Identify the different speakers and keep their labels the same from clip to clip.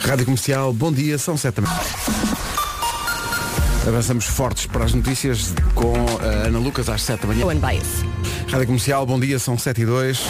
Speaker 1: Rádio Comercial, bom dia, são sete da manhã. Avançamos fortes para as notícias com a Ana Lucas às sete da manhã.
Speaker 2: Owen Bias.
Speaker 1: Rádio Comercial, bom dia, são 7 e 2.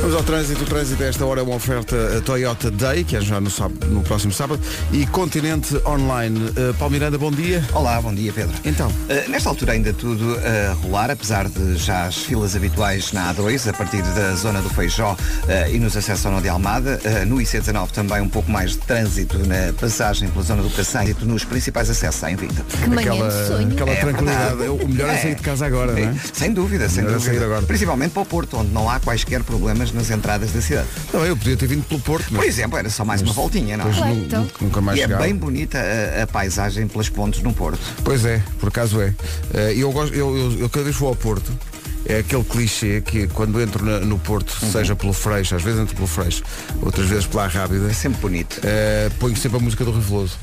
Speaker 1: Vamos ao trânsito. O trânsito a esta hora é uma oferta a Toyota Day, que é já no, sábado- no próximo sábado, e Continente Online. Uh, Paulo Miranda, bom dia.
Speaker 3: Olá, bom dia Pedro.
Speaker 1: Então.
Speaker 3: Eh, nesta altura ainda tudo a rolar, apesar de já as filas habituais na A2, a partir da zona do Feijó eh, e nos acessos ao Nó de Almada. Eh, no IC19 também um pouco mais de trânsito na passagem pela zona do Cacém e nos principais acessos à Invicta.
Speaker 2: Que manhã
Speaker 1: aquela
Speaker 2: de sonho.
Speaker 1: aquela
Speaker 3: É
Speaker 1: tranquilidade.
Speaker 3: verdade.
Speaker 1: O melhor é.
Speaker 3: É.
Speaker 1: sair de casa agora, não é?
Speaker 3: Eh, Sem dúvida, sem
Speaker 1: Melhor
Speaker 3: dúvida.
Speaker 1: sair agora.
Speaker 3: Principalmente para o Porto, onde não há quaisquer problemas nas entradas da cidade.
Speaker 1: Também então, eu podia ter vindo pelo Porto,
Speaker 3: Por
Speaker 1: mas
Speaker 3: exemplo, era só mais uma voltinha, não é?
Speaker 1: depois
Speaker 2: Claro,
Speaker 1: nu-
Speaker 2: então.
Speaker 1: nunca mais
Speaker 3: E é
Speaker 1: chegava.
Speaker 3: bem bonita a, a paisagem pelas pontes no Porto.
Speaker 1: Pois é, por acaso é. Eh, eu, gosto, eu, eu, eu cada vez vou ao Porto. É aquele clichê que quando entro na- no Porto,
Speaker 3: Uhum.
Speaker 1: seja pelo Freixo, às vezes entro pelo Freixo, outras vezes pela Rábida,
Speaker 3: É sempre bonito.
Speaker 1: eh, ponho sempre a música do Reveloso.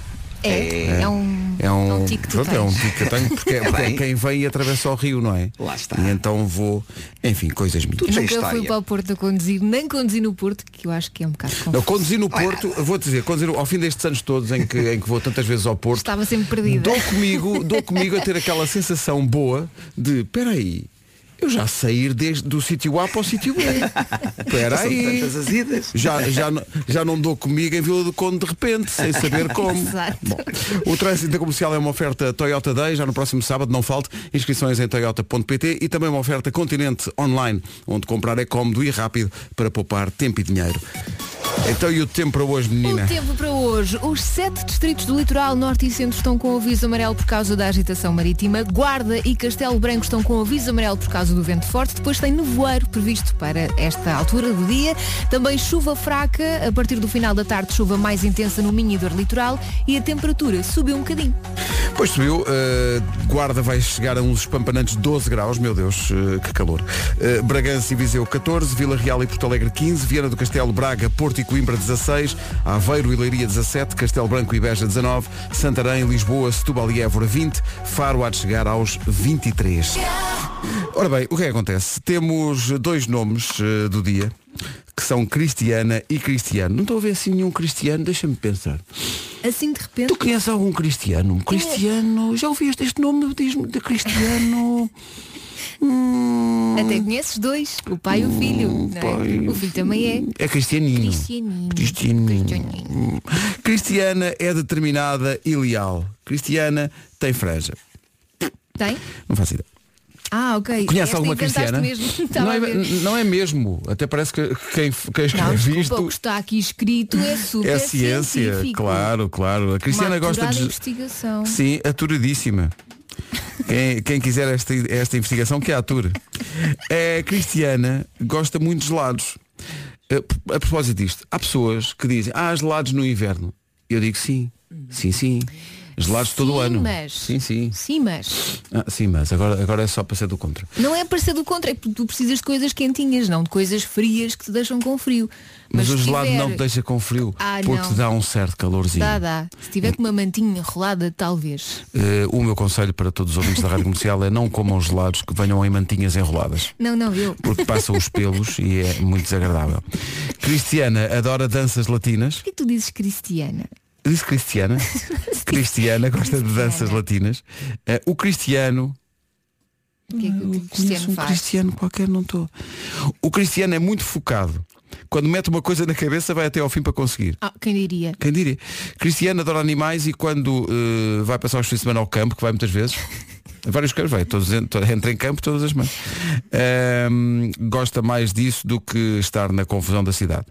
Speaker 2: É, é um,
Speaker 1: É um,
Speaker 2: tique que tu
Speaker 1: pronto, é um
Speaker 2: tens.
Speaker 1: tique que eu tenho, porque,
Speaker 3: É
Speaker 1: porque é
Speaker 3: bem.
Speaker 1: quem vem e atravessa o rio, não é?
Speaker 3: Lá está.
Speaker 1: E então vou, enfim, coisas muito.
Speaker 3: Tudo. Tem
Speaker 2: Nunca fui
Speaker 3: história.
Speaker 2: para o Porto a conduzir, nem conduzi no Porto, que eu acho que é um bocado confuso.
Speaker 1: Eu conduzi no Porto, vou dizer, conduzi no- ao fim destes anos todos em que, em que vou tantas vezes ao Porto,
Speaker 2: Estava sempre perdida.
Speaker 1: dou comigo, dou comigo a ter aquela sensação boa de, peraí, eu já sair desde do sítio A para o sítio B.
Speaker 3: São
Speaker 1: Peraí.
Speaker 3: tantas as idas.
Speaker 1: Já, já, não- já não dou comigo em Vila do Conde de repente, sem saber como.
Speaker 2: Exato.
Speaker 1: Bom, o trânsito comercial é uma oferta Toyota Day, já no próximo sábado, não falte. Inscrições em toyota.pt e também uma oferta Continente Online, onde comprar é cómodo e rápido para poupar tempo e dinheiro. Então e o tempo para hoje, menina?
Speaker 2: O tempo para hoje. Os sete distritos do litoral norte e centro estão com aviso amarelo por causa da agitação marítima. Guarda e Castelo Branco estão com aviso amarelo por causa do vento forte. Depois tem nevoeiro previsto para esta altura do dia. Também chuva fraca. A partir do final da tarde, chuva mais intensa no Minho e Dor Litoral. E a temperatura subiu um bocadinho.
Speaker 1: Pois subiu, eh, Guarda vai chegar a uns espampanantes 12 graus, meu Deus, eh, que calor. Eh, Bragança e Viseu 14, Vila Real e Porto Alegre 15, Viana do Castelo, Braga, Porto e Coimbra 16, Aveiro e Leiria 17, Castelo Branco e Beja 19, Santarém, Lisboa, Setúbal e Évora 20, Faro há de chegar aos 23. Ora bem, o que é que acontece? Temos dois nomes eh, do dia, que são Cristiana e Cristiano. Não estou a ver assim nenhum Cristiano, deixa-me pensar.
Speaker 2: Assim de repente.
Speaker 1: Tu conheces algum cristiano?
Speaker 2: é?
Speaker 1: Um Cristiano, já ouviste este nome? Diz-me de cristiano. Hum.
Speaker 2: Até conheces dois, o pai e o filho. não é?
Speaker 1: pai.
Speaker 2: O filho também é.
Speaker 1: É cristianinho.
Speaker 2: Cristianinho.
Speaker 1: Cristianinho.
Speaker 2: Cristianinho.
Speaker 1: Cristiana é determinada e leal. Cristiana tem franja.
Speaker 2: Tem?
Speaker 1: Não faço ideia.
Speaker 2: Ah, ok.
Speaker 1: Conhece
Speaker 2: Esta
Speaker 1: alguma
Speaker 2: inventaste
Speaker 1: cristiana?
Speaker 2: Mesmo. Estava
Speaker 1: Não, é,
Speaker 2: a ver.
Speaker 1: não é mesmo. Até parece que quem, quem
Speaker 2: Não,
Speaker 1: escreve
Speaker 2: desculpa,
Speaker 1: isto
Speaker 2: o que está aqui escrito é super
Speaker 1: é ciência.
Speaker 2: científico.
Speaker 1: Claro, claro. A Cristiana
Speaker 2: Uma
Speaker 1: gosta
Speaker 2: apurada
Speaker 1: de.
Speaker 2: investigação.
Speaker 1: Sim, aturadíssima. Quem, quem quiser esta, esta investigação, que a ature. A Cristiana gosta muito de gelados. Eh, A, a propósito disto, há pessoas que dizem, ah, gelados no inverno. Eu digo sim, sim, sim. Gelados todo o
Speaker 2: Sim,
Speaker 1: ano.
Speaker 2: mas-
Speaker 1: Sim, sim.
Speaker 2: Sim, mas
Speaker 1: Ah, sim, mas agora, agora é só para ser do contra.
Speaker 2: não é parecer do contra, é porque tu precisas de coisas quentinhas, não de coisas frias que te deixam com frio.
Speaker 1: Mas, o
Speaker 2: se
Speaker 1: gelado
Speaker 2: tiver-
Speaker 1: não te deixa com frio,
Speaker 2: Ah,
Speaker 1: porque
Speaker 2: não.
Speaker 1: te dá um certo calorzinho.
Speaker 2: Dá, dá. Se tiver com uma mantinha enrolada, talvez.
Speaker 1: Eh, o meu conselho para todos os ouvintes da Rádio Comercial é não comam gelados que venham em mantinhas enroladas.
Speaker 2: Não, não, eu.
Speaker 1: porque passam os pelos e é muito desagradável. Cristiana adora danças latinas.
Speaker 2: Porquê que tu dizes Cristiana?
Speaker 1: Disse Cristiana. Cristiana gosta de danças
Speaker 2: Cristiana.
Speaker 1: latinas. Eh, o Cristiano.
Speaker 2: O que é que o
Speaker 1: Conheço
Speaker 2: Cristiano
Speaker 1: um
Speaker 2: faz?
Speaker 1: Cristiano qualquer, não estou. O Cristiano é muito focado. Quando mete uma coisa na cabeça, vai até ao fim para conseguir.
Speaker 2: Ah, quem diria?
Speaker 1: Quem diria? Cristiano adora animais e quando eh, vai passar os fins de semana ao campo, que vai muitas vezes, a vários campos, vai, todos, en- to- entra em campo todas as semanas, Ahm, gosta mais disso do que estar na confusão da cidade.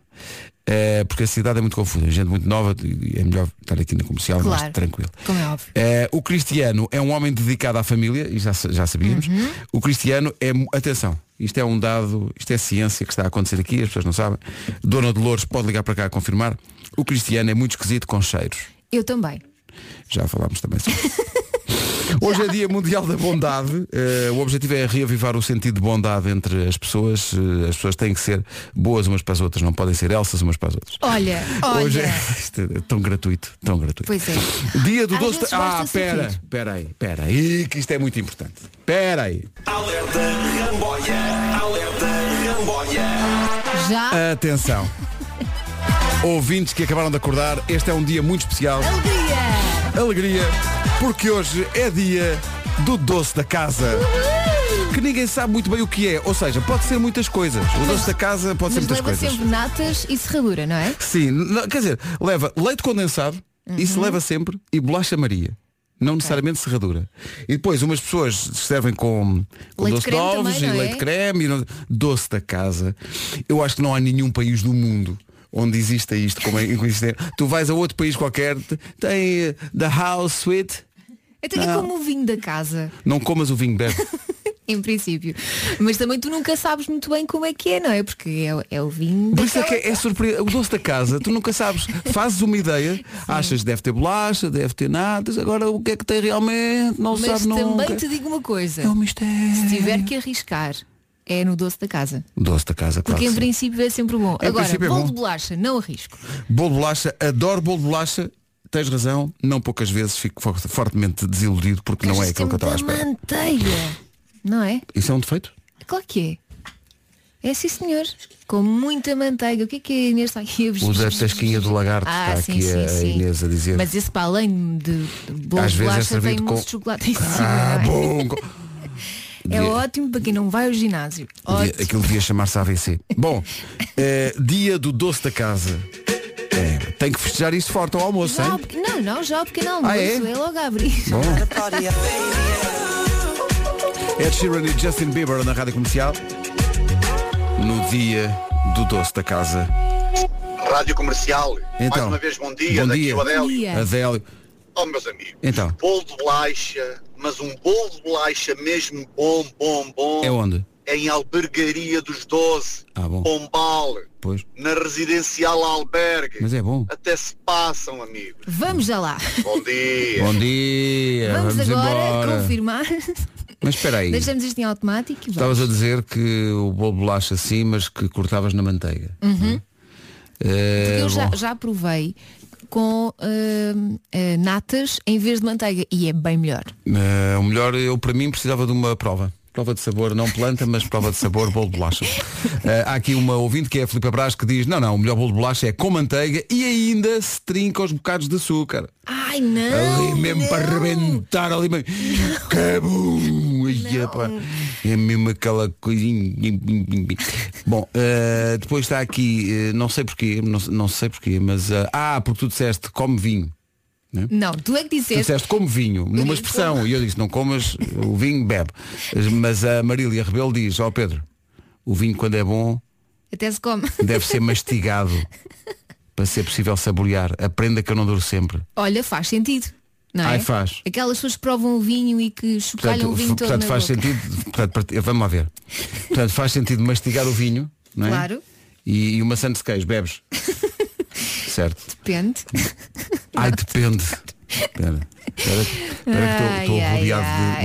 Speaker 1: Eh, porque a cidade é muito confusa, gente muito nova, e é melhor estar aqui na comercial, mais
Speaker 2: Claro.
Speaker 1: tranquilo.
Speaker 2: Como é óbvio.
Speaker 1: Eh, o Cristiano é um homem dedicado à família, e já, sa- já sabíamos. O Cristiano é, mu- atenção, isto é um dado, isto é ciência que está a acontecer aqui, as pessoas não sabem. Dona Dolores pode ligar para cá a confirmar. O Cristiano é muito esquisito com cheiros.
Speaker 2: Eu também.
Speaker 1: Já falámos também sobre isso. Hoje é Dia Mundial da Bondade. Eh, o objetivo é reavivar o sentido de bondade entre as pessoas. Eh, as pessoas têm que ser boas umas para as outras, não podem ser elsas umas para as outras.
Speaker 2: Olha, olha.
Speaker 1: Hoje é, isto é tão gratuito, tão gratuito.
Speaker 2: Pois é.
Speaker 1: Dia do
Speaker 2: Às
Speaker 1: doce.
Speaker 2: vezes
Speaker 1: Ah,
Speaker 2: basta
Speaker 1: pera,
Speaker 2: sorrir.
Speaker 1: pera aí, pera aí, que isto é muito importante. Pera aí.
Speaker 4: Alerta Ramboia, alerta Ramboia.
Speaker 2: Já
Speaker 1: Atenção. Ouvintes que acabaram de acordar, este é um dia muito especial.
Speaker 2: Alegria!
Speaker 1: Alegria, porque hoje é dia do doce da casa. Que ninguém sabe muito bem o que é. Ou seja, pode ser muitas coisas. O doce da casa pode ser
Speaker 2: Mas
Speaker 1: muitas
Speaker 2: leva
Speaker 1: coisas.
Speaker 2: sempre natas e serradura, não é?
Speaker 1: Sim, n- quer dizer, leva leite condensado,
Speaker 2: Uhum.
Speaker 1: isso leva sempre, e bolacha Maria. Não necessariamente serradura. E depois umas pessoas servem com, com
Speaker 2: Leite
Speaker 1: doce de
Speaker 2: creme
Speaker 1: ovos
Speaker 2: também,
Speaker 1: e
Speaker 2: não é?
Speaker 1: leite creme e não- doce da casa. Eu acho que não há nenhum país do mundo onde exista isto como é como existe. Tu vais a outro país qualquer, te- tem eh, The House with.
Speaker 2: Então é como o vinho da casa,
Speaker 1: Não comas o vinho bebe.
Speaker 2: em princípio. Mas também tu nunca sabes muito bem como é que é, não é? Porque é, é o vinho
Speaker 1: Por isso é
Speaker 2: daquela-
Speaker 1: que é, surpresa. O doce da casa, tu nunca sabes. Fazes uma ideia, achas deve ter bolacha, deve ter natas, agora o que é que tem realmente, não se
Speaker 2: Mas
Speaker 1: sabe nunca.
Speaker 2: também te digo uma coisa.
Speaker 1: É um mistério.
Speaker 2: Se tiver que arriscar, é no doce da casa.
Speaker 1: Doce da casa, claro.
Speaker 2: Porque
Speaker 1: que
Speaker 2: em
Speaker 1: sim.
Speaker 2: princípio é sempre bom.
Speaker 1: Em
Speaker 2: Agora,
Speaker 1: princípio é
Speaker 2: bolo
Speaker 1: bom.
Speaker 2: de bolacha, não arrisco.
Speaker 1: Bolo de bolacha, adoro bolo de bolacha. Tens razão, não poucas vezes fico for- fortemente desiludido porque não é
Speaker 2: Mas um
Speaker 1: aquilo que eu estava à
Speaker 2: sempre da
Speaker 1: espera.
Speaker 2: manteiga. Não é?
Speaker 1: Isso é um defeito?
Speaker 2: Claro que é. É sim senhor. Com muita manteiga. O que é que a Inês está aqui a
Speaker 1: O da tasquinha do lagarto
Speaker 2: Ah,
Speaker 1: está
Speaker 2: sim,
Speaker 1: aqui
Speaker 2: sim,
Speaker 1: a, a
Speaker 2: sim.
Speaker 1: Inês a dizer.
Speaker 2: Mas esse para além de bolo
Speaker 1: Às vezes é
Speaker 2: de bolacha vem
Speaker 1: servido
Speaker 2: mousse
Speaker 1: com-
Speaker 2: de chocolate em cima.
Speaker 1: Ah,
Speaker 2: não é?
Speaker 1: bom! co-
Speaker 2: É ótimo para quem não vai ao ginásio.
Speaker 1: Devia-
Speaker 2: Ótimo.
Speaker 1: aquilo devia chamar-se AVC. Bom, eh, dia do doce da casa. É, tem que festejar isto forte ao almoço,
Speaker 2: Já ao
Speaker 1: hein?
Speaker 2: pe- não, não, já ao pequeno almoço.
Speaker 1: Ah, é?
Speaker 2: é? logo a abrir.
Speaker 1: Bom. Ed Sheeran e Justin Bieber na rádio comercial. No dia do doce da casa.
Speaker 4: Rádio Comercial. Mais
Speaker 1: Então,
Speaker 4: uma vez, bom dia.
Speaker 1: bom
Speaker 4: Daqui
Speaker 1: dia.
Speaker 4: o Adélio.
Speaker 2: Dia.
Speaker 1: Adélio.
Speaker 4: Oh, meus amigos.
Speaker 1: Então.
Speaker 4: Bolo de bolacha, mas um bolo de bolacha mesmo bom, bom, bom.
Speaker 1: É onde?
Speaker 4: É em Albergaria dos 12.
Speaker 1: Ah, bom.
Speaker 4: Pombal.
Speaker 1: Pois.
Speaker 4: Na Residencial Albergue.
Speaker 1: Mas é bom.
Speaker 4: Até se passam, amigos.
Speaker 2: Vamos já lá.
Speaker 4: Bom dia.
Speaker 1: Bom dia.
Speaker 2: Vamos, agora
Speaker 1: embora.
Speaker 2: confirmar.
Speaker 1: Mas espera aí.
Speaker 2: Deixamos isto em automático e vamos.
Speaker 1: Estavas a dizer que o bolo de bolacha sim, mas que cortavas na manteiga.
Speaker 2: Uhum.
Speaker 1: Eh,
Speaker 2: Porque eu já,
Speaker 1: bom.
Speaker 2: já provei com hum, eh, natas em vez de manteiga e é bem melhor.
Speaker 1: Eh, o melhor, eu para mim precisava de uma prova. Prova de sabor, não planta, mas prova de sabor, bolo de bolacha. Eh, há aqui uma ouvinte que é a Filipe Brás que diz, não, não, o melhor bolo de bolacha é com manteiga e ainda se trinca os bocados de açúcar.
Speaker 2: Ai não!
Speaker 1: Ali mesmo
Speaker 2: não.
Speaker 1: para arrebentar ali mesmo. Cabum! Ai, epá. É mesmo aquela coisinha. Bom, eh, depois está aqui, eh, não sei porquê, não, não sei porquê, mas. eh, ah, porque tu disseste come vinho.
Speaker 2: Não, tu é que
Speaker 1: Tu
Speaker 2: disseste.
Speaker 1: disseste como vinho, numa expressão. E eu disse, não comas o vinho, bebe. Mas a Marília Rebelo diz, ó Pedro, o vinho quando é bom
Speaker 2: Até se come.
Speaker 1: deve ser mastigado para ser possível saborear. Aprenda que eu não duro sempre.
Speaker 2: Olha, faz sentido. Não é?
Speaker 1: Ai, faz.
Speaker 2: Aquelas pessoas que provam o vinho e que chocalham
Speaker 1: Portanto,
Speaker 2: o vinho
Speaker 1: f-
Speaker 2: todo
Speaker 1: portanto,
Speaker 2: na
Speaker 1: faz
Speaker 2: boca.
Speaker 1: sentido, portanto, part- vamos lá ver. Portanto, faz sentido mastigar o vinho, não é?
Speaker 2: Claro.
Speaker 1: E, e uma maçã de queijo, bebes. certo.
Speaker 2: Depende.
Speaker 1: Ai, depende. Espera. Espera que- espera que
Speaker 2: Ai,
Speaker 1: estou
Speaker 2: ai,
Speaker 1: rodeado de.
Speaker 2: ai.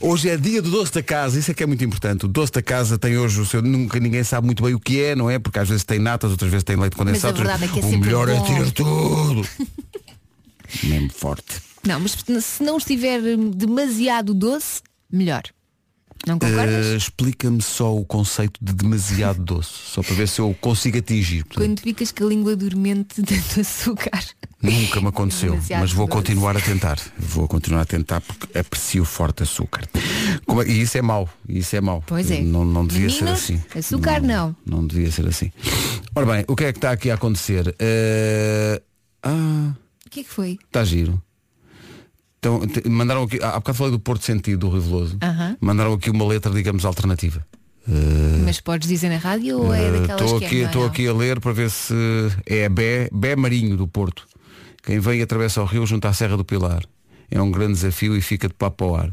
Speaker 1: Bom, hoje é dia do doce da casa, isso é que é muito importante. O doce da casa tem hoje o seu. Nunca ninguém sabe muito bem o que é, não é? Porque às vezes tem natas, outras vezes tem leite condensado. outras-
Speaker 2: verdade é que é
Speaker 1: o
Speaker 2: sempre
Speaker 1: melhor é
Speaker 2: bom.
Speaker 1: tirar tudo. Mesmo forte.
Speaker 2: Não, mas se não estiver hum, demasiado doce, melhor. Não concordas?
Speaker 1: Eh, Explica-me só o conceito de demasiado doce, só para ver se eu consigo atingir. Portanto,
Speaker 2: Quando ficas com a língua dormente de tanto açúcar.
Speaker 1: Nunca me aconteceu,
Speaker 2: Demasiado
Speaker 1: mas vou
Speaker 2: doce.
Speaker 1: continuar a tentar. Vou continuar a tentar porque aprecio forte açúcar. Como é- E isso é mau, isso é mau.
Speaker 2: Pois é.
Speaker 1: Não, não devia
Speaker 2: Meninos,
Speaker 1: ser assim.
Speaker 2: açúcar não.
Speaker 1: não. devia ser assim. Ora bem, o que é que está aqui a acontecer? Eh, Ah,
Speaker 2: O que é que foi?
Speaker 1: está giro. Então, te- mandaram aqui, há há bocado falei do Porto Sentido, do Rio Veloso.
Speaker 2: Aham.
Speaker 1: Mandaram aqui uma letra, digamos, alternativa. Eh,
Speaker 2: Mas podes dizer na rádio ou é daquelas
Speaker 1: Estou
Speaker 2: que
Speaker 1: Hum. Eh, aqui,
Speaker 2: é? Não,
Speaker 1: estou
Speaker 2: não.
Speaker 1: aqui a ler para ver se é Bé, Bé Marinho do Porto. Quem vem atravessa o rio junto à Serra do Pilar. É um grande desafio e fica de papo ao ar.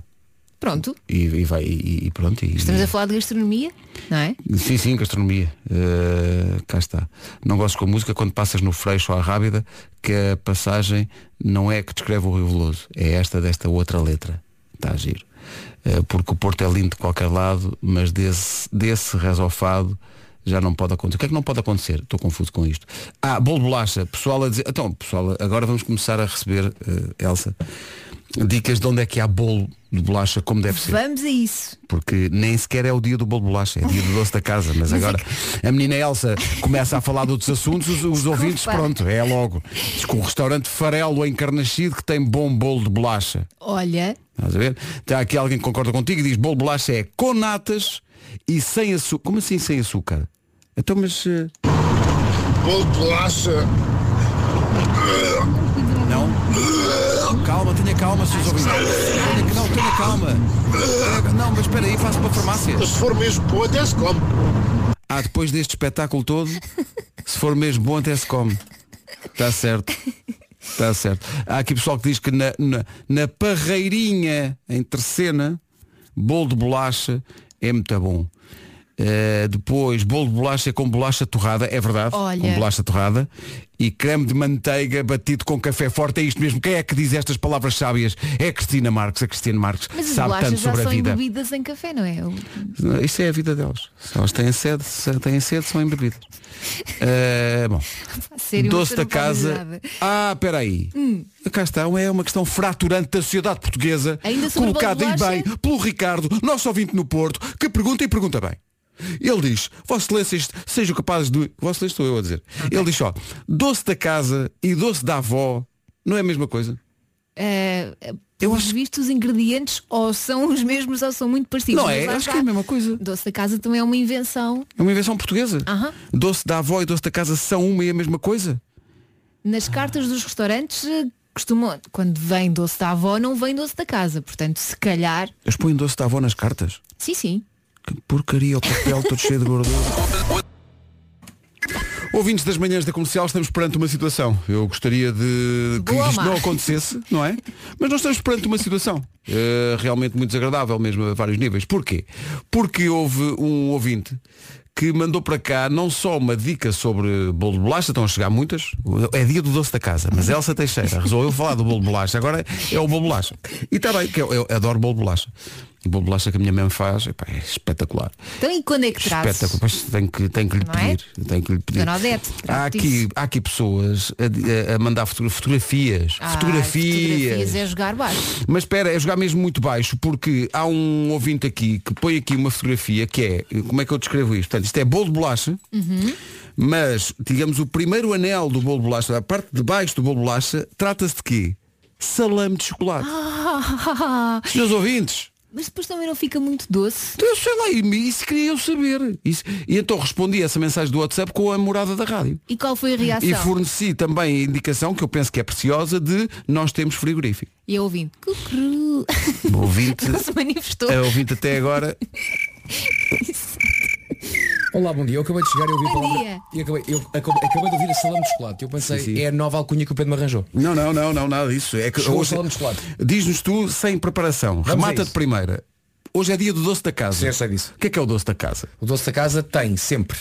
Speaker 2: Pronto,
Speaker 1: E, e vai, e, e pronto. E,
Speaker 2: estamos a falar de gastronomia, não é?
Speaker 1: Sim, sim, gastronomia. Eh, cá está. Não gosto com música quando passas no Freixo à Rábida, que a passagem não é que descreve o Rio Veloso, é esta desta outra letra. Está a giro. Eh, porque o Porto é lindo de qualquer lado, mas desse, desse resofado já não pode acontecer. O que é que não pode acontecer? Estou confuso com isto. Ah, bolo de bolacha. Pessoal a dizer. Então, pessoal, agora vamos começar a receber, eh, Elsa, dicas de onde é que há bolo de bolacha como deve ser.
Speaker 2: Vamos a isso.
Speaker 1: Porque nem sequer é o dia do bolo de bolacha, é dia do doce da casa. Mas, agora a menina Elsa começa a falar de outros assuntos, os, os ouvintes, pronto, é logo. Diz que o restaurante Farelo em Carnaxide que tem bom bolo de bolacha.
Speaker 2: Olha,
Speaker 1: Estás a ver? Está aqui alguém que concorda contigo e diz bolo de bolacha é com natas e sem açúcar. Como assim sem açúcar? Então, mas. eh,
Speaker 5: Bolo de bolacha.
Speaker 1: Não. Calma, tenha calma, seus ouvintes. Tenha, não, tenha calma. Tenha- Não, mas espera aí, faço uma farmácia.
Speaker 5: Mas se for mesmo boa, até se come.
Speaker 1: Ah, depois deste espetáculo todo, se for mesmo bom até se come. Está certo. Está certo. Há aqui pessoal que diz que na, na, na parreirinha, em Tercena, bolo de bolacha é muito bom. Eh, depois, bolo de bolacha com bolacha torrada, é verdade,
Speaker 2: Olha.
Speaker 1: com bolacha torrada e creme de manteiga batido com café forte, é isto mesmo. Quem é que diz estas palavras sábias? É a Cristina Marques, a Cristina Marques
Speaker 2: mas as
Speaker 1: sabe tanto
Speaker 2: bolachas já
Speaker 1: sobre a
Speaker 2: são
Speaker 1: vida.
Speaker 2: embebidas em café, não é? O-
Speaker 1: Isso é a vida delas. Se elas têm sede, se têm sede, são embebidas. Eh, bom,
Speaker 2: a sério, uma
Speaker 1: doce
Speaker 2: pessoa
Speaker 1: da
Speaker 2: não faz
Speaker 1: casa.
Speaker 2: nada. Hum.
Speaker 1: Ah, peraí. Cá está, é uma questão fraturante da sociedade portuguesa,
Speaker 2: Ainda sobre
Speaker 1: colocada e
Speaker 2: bolacha?
Speaker 1: bem pelo Ricardo, nosso ouvinte no Porto, que pergunta e pergunta bem. Ele diz, Vossa Excelência, este- sejam capazes de. Vossa Excelência estou eu a dizer. Ele diz só, doce da casa e doce da avó não é a mesma coisa?
Speaker 2: Eh,
Speaker 1: Eu
Speaker 2: pelos
Speaker 1: acho-
Speaker 2: vistos, os ingredientes ou são os mesmos ou são muito parecidos.
Speaker 1: não
Speaker 2: mas
Speaker 1: é?
Speaker 2: lá
Speaker 1: Acho que
Speaker 2: está.
Speaker 1: é a mesma coisa.
Speaker 2: Doce da casa também é uma invenção
Speaker 1: É uma invenção portuguesa.
Speaker 2: Aham.
Speaker 1: Doce da avó e doce da casa são uma e a mesma coisa? Ah.
Speaker 2: Nas cartas dos restaurantes eh, costumam, quando vem doce da avó, não vem doce da casa. Portanto, se calhar,
Speaker 1: Eles põem doce da avó nas cartas?
Speaker 2: sim, sim.
Speaker 1: Que porcaria, o papel todo cheio de gordura. Ouvintes das manhãs da comercial, estamos perante uma situação. Eu gostaria de que
Speaker 2: Boa,
Speaker 1: isto não
Speaker 2: Marcos.
Speaker 1: acontecesse, não é? Mas nós estamos perante uma situação eh, realmente muito desagradável, mesmo a vários níveis. Porquê? Porque houve um ouvinte que mandou para cá não só uma dica sobre bolo de bolacha, estão a chegar muitas, é dia do doce da casa, mas Elsa Teixeira resolveu falar do bolo de bolacha, agora é o bolo de bolacha. E está bem, que eu, eu adoro bolo de bolacha. E o bolo de bolacha que a minha mãe faz, epá, é espetacular.
Speaker 2: Então e quando é que trazes?
Speaker 1: Espetáculo, pois tenho que, tenho que lhe
Speaker 2: Não é?
Speaker 1: pedir. Tenho que lhe pedir.
Speaker 2: Dona Odete,
Speaker 1: há,
Speaker 2: trate
Speaker 1: aqui,
Speaker 2: disso.
Speaker 1: há aqui pessoas a, a- a mandar fotogra- fotografias.
Speaker 2: Ah,
Speaker 1: fotografias.
Speaker 2: fotografias é jogar baixo.
Speaker 1: Mas espera, é jogar mesmo muito baixo, porque há um ouvinte aqui que põe aqui uma fotografia que é, como é que eu descrevo isto? Portanto, isto é bolo de bolacha,
Speaker 2: Uhum.
Speaker 1: mas, digamos, o primeiro anel do bolo de bolacha, a parte de baixo do bolo de bolacha, trata-se de quê? Salame de chocolate. Senhores ouvintes,
Speaker 2: Ah.
Speaker 1: Então
Speaker 2: Mas depois também não fica muito doce.
Speaker 1: eu sei lá, e isso queria eu
Speaker 2: Ah.
Speaker 1: saber. Isso- E então respondi essa mensagem do WhatsApp com a morada da rádio.
Speaker 2: E qual foi a reação?
Speaker 1: E forneci também a indicação que eu penso que é preciosa de nós temos frigorífico.
Speaker 2: E eu ouvindo, cucru.
Speaker 1: O ouvinte,
Speaker 2: Não se manifestou.
Speaker 1: a ouvinte até agora.
Speaker 6: Olá, bom dia. Eu acabei de chegar e ouvi
Speaker 2: Bom
Speaker 6: palavra-
Speaker 2: dia.
Speaker 6: e acabei, eu acabei, acabei de ouvir salame de chocolate. Eu pensei,
Speaker 1: Sim, sim.
Speaker 6: é a nova alcunha que o Pedro me arranjou.
Speaker 1: Não, não, não, não, nada disso. É que
Speaker 6: Chegou
Speaker 1: hoje-
Speaker 6: o salame de chocolate.
Speaker 1: Diz-nos tu sem preparação.
Speaker 6: a
Speaker 1: Remata de
Speaker 6: isso.
Speaker 1: primeira. Hoje é dia do doce da casa.
Speaker 6: Sim, eu sei disso.
Speaker 1: O que é que é o doce da casa?
Speaker 6: O doce da casa tem sempre.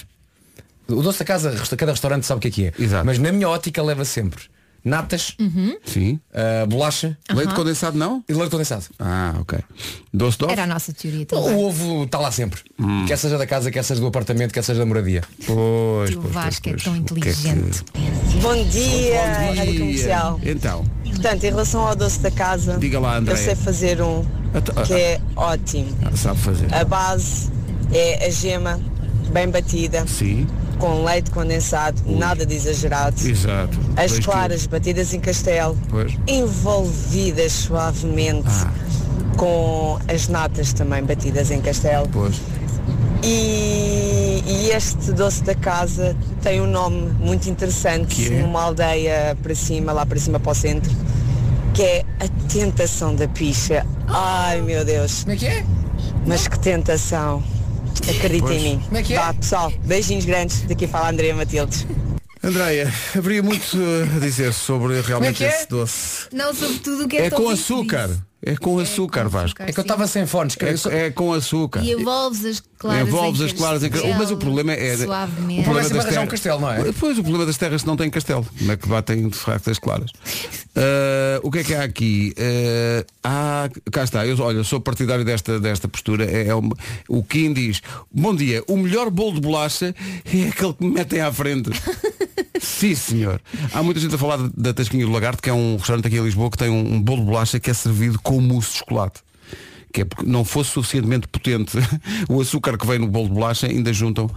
Speaker 6: O doce da casa, resta- cada restaurante sabe o que é que é.
Speaker 1: Exato.
Speaker 6: Mas na minha ótica leva sempre natas,
Speaker 2: uhum.
Speaker 1: Sim.
Speaker 6: ah, bolacha
Speaker 1: Leite condensado não?
Speaker 6: e leite condensado.
Speaker 1: Ah, ok. Doce de ovo? Hum.
Speaker 2: Era a nossa teoria também.
Speaker 6: O ovo está lá sempre. Quer seja da casa, quer seja do apartamento, quer seja da moradia.
Speaker 1: Pois,
Speaker 2: O Vasco é tão
Speaker 1: O que é que-
Speaker 2: inteligente.
Speaker 7: Bom dia, Rádio Comercial.
Speaker 1: Então,
Speaker 7: Portanto, em relação ao doce da casa,
Speaker 1: Diga lá,
Speaker 7: eu
Speaker 1: Andréia.
Speaker 7: sei fazer um
Speaker 1: Então, ah,
Speaker 7: que é ótimo.
Speaker 1: sabe fazer.
Speaker 7: A base é a gema bem batida,
Speaker 1: Sim,
Speaker 7: com leite condensado, nada de exagerado.
Speaker 1: exato.
Speaker 7: As
Speaker 1: Dois
Speaker 7: claras batidas em castelo,
Speaker 1: Pois.
Speaker 7: envolvidas suavemente
Speaker 6: Ah.
Speaker 7: com as natas também batidas em castelo.
Speaker 1: quilos. Pois.
Speaker 7: E, e este doce da casa tem um nome muito interessante
Speaker 1: Que é?
Speaker 7: numa aldeia para cima, lá para cima para o centro, que é a tentação da picha. Ai meu Deus,
Speaker 6: Como é que é?
Speaker 7: mas que tentação! Acredita
Speaker 1: Pois.
Speaker 7: em mim.
Speaker 6: Como é que é?
Speaker 7: Vá, pessoal, beijinhos grandes. Daqui fala a Andrea Matildes.
Speaker 1: Andreia, haveria muito uh, a dizer sobre realmente
Speaker 6: é que é?
Speaker 1: esse doce.
Speaker 2: Não, sobretudo o que é
Speaker 1: É
Speaker 2: tão
Speaker 1: com
Speaker 2: rico
Speaker 1: açúcar.
Speaker 2: disso.
Speaker 1: É com açúcar, Vasco.
Speaker 2: açúcar,
Speaker 6: É que eu
Speaker 2: sim.
Speaker 6: estava sem fones,
Speaker 1: É,
Speaker 6: cara. Eu só-
Speaker 1: é com açúcar.
Speaker 2: E envolves as claras
Speaker 1: Envolves
Speaker 2: em
Speaker 1: as claras em castelo.
Speaker 2: castelo,
Speaker 1: Mas o problema é.
Speaker 2: Suavemente.
Speaker 6: problema- Começa a arranjar um castelo, não é?
Speaker 1: Pois, o problema das terras não tem castelo. Como é que batem de facto as claras? Ah, o que é que há aqui? Ah, ah, cá está. Eu, olha, sou partidário desta, desta postura. É, é uma- o Kim diz: Bom dia, o melhor bolo de bolacha é aquele que me metem à frente. Sim, senhor. Há muita gente a falar da Tasquinha do Lagarto, que é um restaurante aqui em Lisboa que tem um, um bolo de bolacha que é servido com mousse de chocolate. que é porque não fosse suficientemente potente o açúcar que vem no bolo de bolacha, ainda juntam.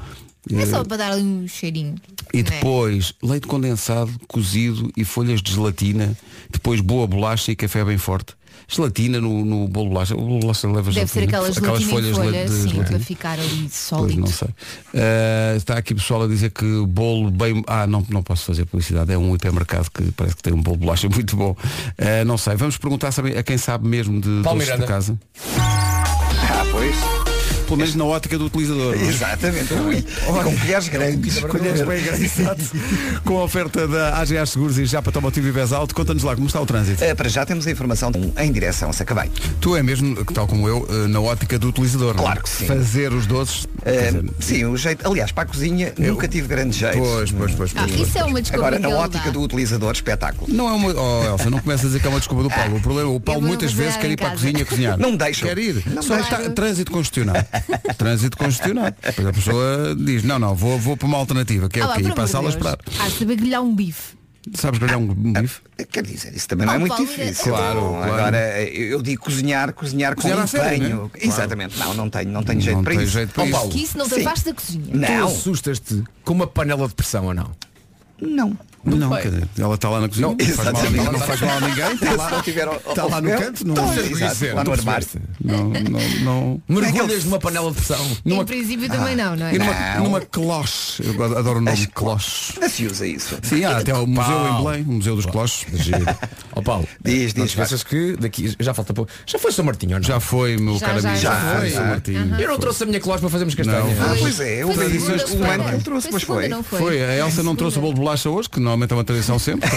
Speaker 2: É
Speaker 1: eh,
Speaker 2: só para dar ali um cheirinho.
Speaker 1: e
Speaker 2: não é?
Speaker 1: depois leite condensado, cozido e folhas de gelatina, depois boa bolacha e café bem forte. Gelatina no, no bolo de bolacha. O bolo de bolacha leva
Speaker 2: Deve ser
Speaker 1: gelatina.
Speaker 2: aquelas, folhas, em
Speaker 1: de
Speaker 2: folha,
Speaker 1: de
Speaker 2: sim,
Speaker 1: gelatina.
Speaker 2: para ficar ali
Speaker 1: Pois,
Speaker 2: sólido.
Speaker 1: não sei. Ah, está aqui pessoal a dizer que bolo bem. Ah, não, não posso fazer publicidade. É um hipermercado que parece que tem um bolo de bolacha muito bom. Ah, não sei. Vamos perguntar sabe, a quem sabe mesmo de
Speaker 6: Paulo
Speaker 1: doces de
Speaker 6: Miranda.
Speaker 1: casa.
Speaker 3: Ah, pois.
Speaker 1: Pelo menos na ótica do utilizador. não é?
Speaker 3: Exatamente. Ui, e com é colheres grandes.
Speaker 1: Colheres bem grandes, exato. Com a oferta da AGA Seguros e já para Tomotivo e Vesalto, conta-nos lá como está o trânsito.
Speaker 3: Ah, para já temos a informação um em direção a Sacavém.
Speaker 1: Tu é mesmo, que tal como eu, eh, na ótica do utilizador. não é?
Speaker 3: Claro que sim.
Speaker 1: Fazer os doces. quer
Speaker 3: Ah,
Speaker 1: dizer, É
Speaker 3: sim, o jeito. Aliás, para a cozinha nunca tive grande jeito.
Speaker 1: Pois, pois, pois.
Speaker 2: Ah,
Speaker 1: pois, pois.
Speaker 2: isso é uma desculpa
Speaker 3: Agora,
Speaker 2: que
Speaker 3: na
Speaker 2: ele
Speaker 3: ótica
Speaker 2: dá.
Speaker 3: do utilizador, espetáculo.
Speaker 1: Não é uma. Oh, Elsa, não começa a dizer que é uma desculpa do Paulo. O problema é o Paulo
Speaker 2: Ah, vou
Speaker 1: muitas
Speaker 2: fazer
Speaker 1: vezes
Speaker 2: em
Speaker 1: quer ir para a
Speaker 2: casa.
Speaker 1: cozinha cozinhar.
Speaker 3: Não me deixam.
Speaker 1: Quer ir.
Speaker 3: Não
Speaker 1: Só
Speaker 2: me
Speaker 1: está
Speaker 2: deixam.
Speaker 1: trânsito congestionado. trânsito congestionado. Depois a pessoa diz, não, não, vou, vou para uma alternativa, que é
Speaker 2: Ah,
Speaker 1: o
Speaker 2: lá,
Speaker 1: quê?
Speaker 2: por
Speaker 1: Ir para a
Speaker 2: amor de
Speaker 1: sala
Speaker 2: Deus.
Speaker 1: esperar.
Speaker 2: Ah, saber grelhar um bife.
Speaker 1: Sabes grelhar um bife?
Speaker 3: Quer dizer, isso também não
Speaker 2: Ah,
Speaker 3: é muito
Speaker 2: Paulo,
Speaker 3: difícil.
Speaker 1: Claro,
Speaker 3: Não,
Speaker 1: claro.
Speaker 3: Agora, é- eh, eu eu digo cozinhar, cozinhar,
Speaker 1: Cozinhar
Speaker 3: com
Speaker 1: à série,
Speaker 3: empenho.
Speaker 1: né? Claro.
Speaker 3: Exatamente. Não, não tenho, não tenho jeito
Speaker 1: não
Speaker 3: para
Speaker 1: tem
Speaker 3: isso.
Speaker 1: jeito para
Speaker 3: Ó,
Speaker 1: isso.
Speaker 3: Paulo,
Speaker 2: Que isso não te
Speaker 3: Sim.
Speaker 2: afasta da cozinha.
Speaker 6: Tu
Speaker 3: Não,
Speaker 6: assustas-te com uma panela de pressão ou não?
Speaker 3: não.
Speaker 1: Não, quer dizer, ela está lá na cozinha. Não faz mal a ninguém.
Speaker 3: exatamente.
Speaker 1: Não faz mal a ninguém. Está
Speaker 3: Se
Speaker 1: lá,
Speaker 3: não tiver ao-
Speaker 1: está
Speaker 3: ao
Speaker 1: lá no
Speaker 3: fogão,
Speaker 1: canto, não
Speaker 3: tá,
Speaker 1: não-
Speaker 3: exato, lá no armário. é
Speaker 1: Não, não, não.
Speaker 6: Mergulhas numa panela de pressão.
Speaker 2: Em princípio também não, não é?
Speaker 1: Ah. E numa, numa cloche. Eu adoro o nome cloche.
Speaker 3: Não se usa isso.
Speaker 1: Sim, há até o museu em
Speaker 6: Paulo.
Speaker 1: Belém, o museu dos cloches.
Speaker 6: Ó Paulo,
Speaker 3: Diz,
Speaker 6: não
Speaker 3: diz,
Speaker 6: te esqueças que daqui já falta pouco. Já foi São Martinho, ou não?
Speaker 1: Já foi, meu
Speaker 2: Já,
Speaker 1: caro
Speaker 2: já,
Speaker 1: amigo.
Speaker 2: já
Speaker 1: foi,
Speaker 3: foi.
Speaker 1: São Martinho.
Speaker 6: Eu não trouxe a minha cloche para fazermos
Speaker 1: Não,
Speaker 6: castanha.
Speaker 1: foi.
Speaker 3: Ah, pois é, eu
Speaker 2: Foi
Speaker 3: tradições
Speaker 2: segunda-feira.
Speaker 3: um ano que ele trouxe, pois
Speaker 2: segunda,
Speaker 3: foi.
Speaker 2: não foi.
Speaker 1: Foi, a Elsa não
Speaker 2: segunda.
Speaker 1: trouxe o bolo de bolacha hoje, que normalmente é uma tradição sempre.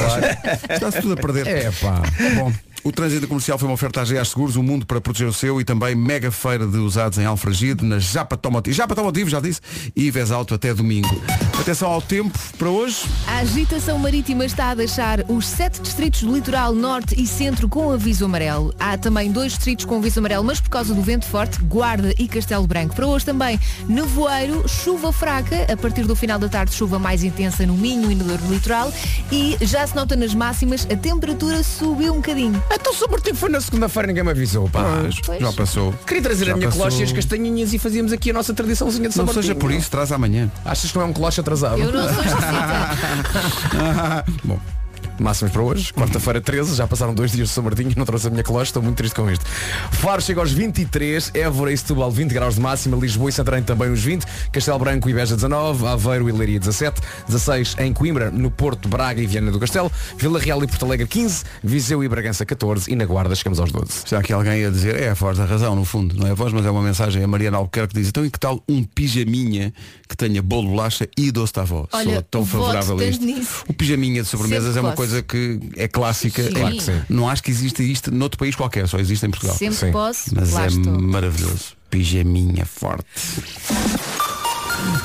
Speaker 1: Está-se tudo a perder.
Speaker 6: É pá.
Speaker 1: Bom, o trânsito comercial foi uma oferta à GA Seguros, o mundo para proteger o seu e também mega feira de usados em Alfragide, na Japa Tomotivo. Japa Tomotivo, já disse, e Vez Alto até domingo. Atenção ao tempo para hoje.
Speaker 2: A agitação marítima está a deixar os sete distritos do litoral norte e centro com aviso amarelo. Há também dois distritos com aviso amarelo, mas por causa do vento forte, Guarda e Castelo Branco. Para hoje também, nevoeiro, chuva fraca, a partir do final da tarde chuva mais intensa no Minho e no Douro Litoral e já se nota nas máximas, a temperatura subiu um bocadinho.
Speaker 6: Então São Martinho foi na segunda-feira, ninguém me avisou, pá.
Speaker 2: Pois.
Speaker 1: Já passou.
Speaker 6: Queria trazer
Speaker 1: Já
Speaker 6: a minha
Speaker 1: passou.
Speaker 6: cloche e as castanhinhas e fazíamos aqui a nossa tradiçãozinha de São
Speaker 1: Não
Speaker 6: Martinho.
Speaker 1: seja por isso, traz amanhã.
Speaker 6: Achas que não é um cloche atrasado?
Speaker 2: Eu não sou esquisita.
Speaker 1: Bom,
Speaker 6: Máximos para hoje, quarta-feira 13, já passaram dois dias de São Martinho, não trouxe a minha cloche, estou muito triste com isto. Faro chega aos 23, Évora e Setúbal 20 graus de máxima, Lisboa e Santarém também os 20, Castelo Branco e Beja 19, Aveiro e Leiria 17, 16 em Coimbra, no Porto, Braga e Viana do Castelo, Vila Real e Porto Alegre 15, Viseu e Bragança 14 e na Guarda chegamos aos 12.
Speaker 1: está aqui alguém a dizer, é a voz da razão, no fundo, não é a voz, mas é uma mensagem a Mariana Albuquerque que diz, então e que tal um pijaminha que tenha bolo de bolacha e doce da avó? Sou
Speaker 2: Olha,
Speaker 1: tão
Speaker 2: voto
Speaker 1: favorável a
Speaker 2: tanto
Speaker 1: isto.
Speaker 2: nisso.
Speaker 1: O pijaminha de sobremesas
Speaker 2: Sempre
Speaker 1: é uma coisa
Speaker 2: posso.
Speaker 1: que é clássica.
Speaker 2: Sim. Claro que sim.
Speaker 1: Não acho que exista isto noutro país qualquer, só existe em Portugal.
Speaker 2: Sempre
Speaker 6: Sim.
Speaker 2: posso,
Speaker 1: Mas
Speaker 2: lá
Speaker 1: é
Speaker 2: estou.
Speaker 1: maravilhoso. Pijaminha forte.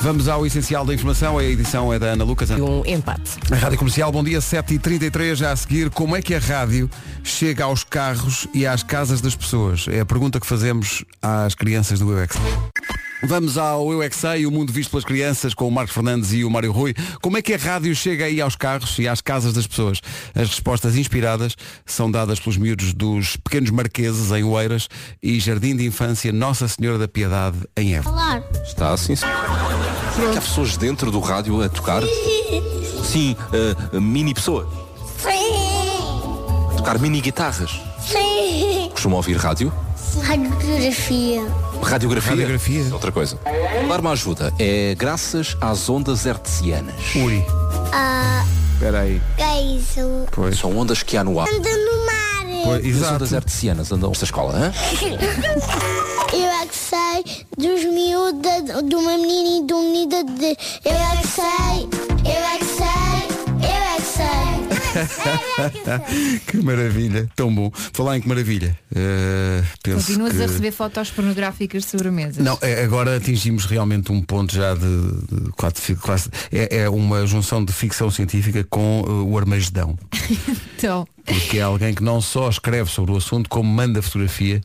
Speaker 1: Vamos ao essencial da informação, a edição é da Ana Lucas.
Speaker 8: Um empate.
Speaker 1: A Rádio Comercial, bom dia, 7h33, já a seguir, como é que a rádio chega aos carros e às casas das pessoas? É a pergunta que fazemos às crianças do EUX. Vamos ao Eu É Que Sei, o mundo visto pelas crianças, com o Marcos Fernandes e o Mário Rui. Como é que a rádio chega aí aos carros e às casas das pessoas? As respostas inspiradas são dadas pelos miúdos dos pequenos marqueses em Oeiras e Jardim de Infância Nossa Senhora da Piedade em Évora.
Speaker 9: Está assim. Há pessoas dentro do rádio a tocar? Sim, eh, mini pessoas. Tocar mini guitarras. Costuma ouvir rádio?
Speaker 10: Radiografia.
Speaker 9: Radiografia? É
Speaker 1: Radiografia.
Speaker 9: Outra coisa. Dar uma ajuda. É graças às ondas hertzianas.
Speaker 1: Ui,
Speaker 9: Espera aí.
Speaker 10: Ah, Que é isso?
Speaker 1: pois.
Speaker 9: São ondas que há no ar.
Speaker 10: Anda no mar.
Speaker 1: Pois,
Speaker 9: E As ondas
Speaker 1: Exato.
Speaker 9: hertzianas andam nesta escola, hã?
Speaker 10: Eu é que sei dos miúdos, de uma menina e de um menino de... Eu é que sei, eu é que sei, eu é que sei.
Speaker 1: Que maravilha, tão bom. Falar em que maravilha. eh, penso
Speaker 2: Continuas
Speaker 1: que-
Speaker 2: a receber fotos pornográficas de sobremesas.
Speaker 1: Não, é- agora atingimos realmente um ponto já de, de quase, fi- quase- é, é uma junção de ficção científica com eh, o Armagedão.
Speaker 2: Então,
Speaker 1: Porque é alguém que não só escreve sobre o assunto, como manda fotografia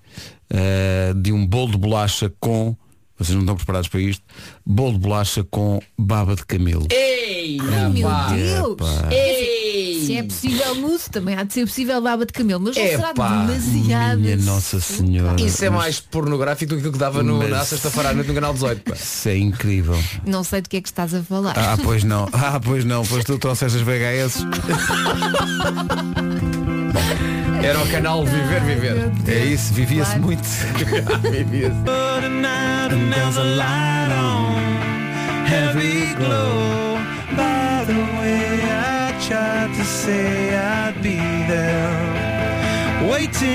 Speaker 1: eh, de um bolo de bolacha com. Vocês não estão preparados para isto? Bolo de bolacha com baba de camelo.
Speaker 2: ai meu Deus! Ei, Se é possível mousse, também há de ser possível baba de camelo. Mas não será
Speaker 6: Epá,
Speaker 2: demasiado.
Speaker 1: Minha Nossa Senhora.
Speaker 6: Isso é mais pornográfico do que aquilo que dava no, na
Speaker 1: Mas-
Speaker 6: sexta-feira à noite no canal 18. pá.
Speaker 1: Isso é incrível.
Speaker 2: Não sei do que é que estás a falar.
Speaker 1: Ah, pois não. Ah, pois não. Pois tu trouxeste as VHS.
Speaker 6: Era o canal Viver Viver.
Speaker 1: É isso, vivia-se
Speaker 2: Claro.
Speaker 1: muito.
Speaker 6: Vivia-se.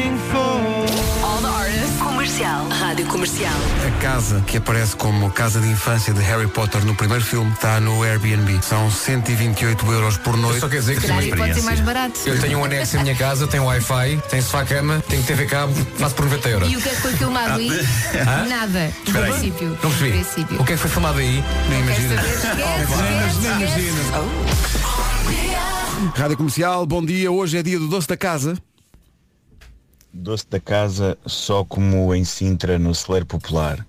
Speaker 8: All the artists. Comercial. Rádio Comercial.
Speaker 1: A casa que aparece como casa de infância de Harry Potter no primeiro filme está no Airbnb. São 128 euros por noite.
Speaker 6: Só quer dizer que é
Speaker 2: Se calhar pode ser mais barato.
Speaker 6: eu tenho um anexo em minha casa, tenho Wi-Fi, tenho sofá-cama, tenho TV cabo, faço por 90 euros.
Speaker 2: E o que é que foi filmado aí? Nada. No
Speaker 6: Ah, é. Espera aí.
Speaker 2: princípio.
Speaker 6: Não
Speaker 2: No
Speaker 6: percebi.
Speaker 2: princípio.
Speaker 6: O que é que foi filmado aí?
Speaker 2: Não quero saber. Esquece, esquece, esquece.
Speaker 1: Oh. Rádio Comercial, bom dia. Hoje é dia do doce da casa.
Speaker 5: Doce da casa, só como em Sintra, no celeiro popular.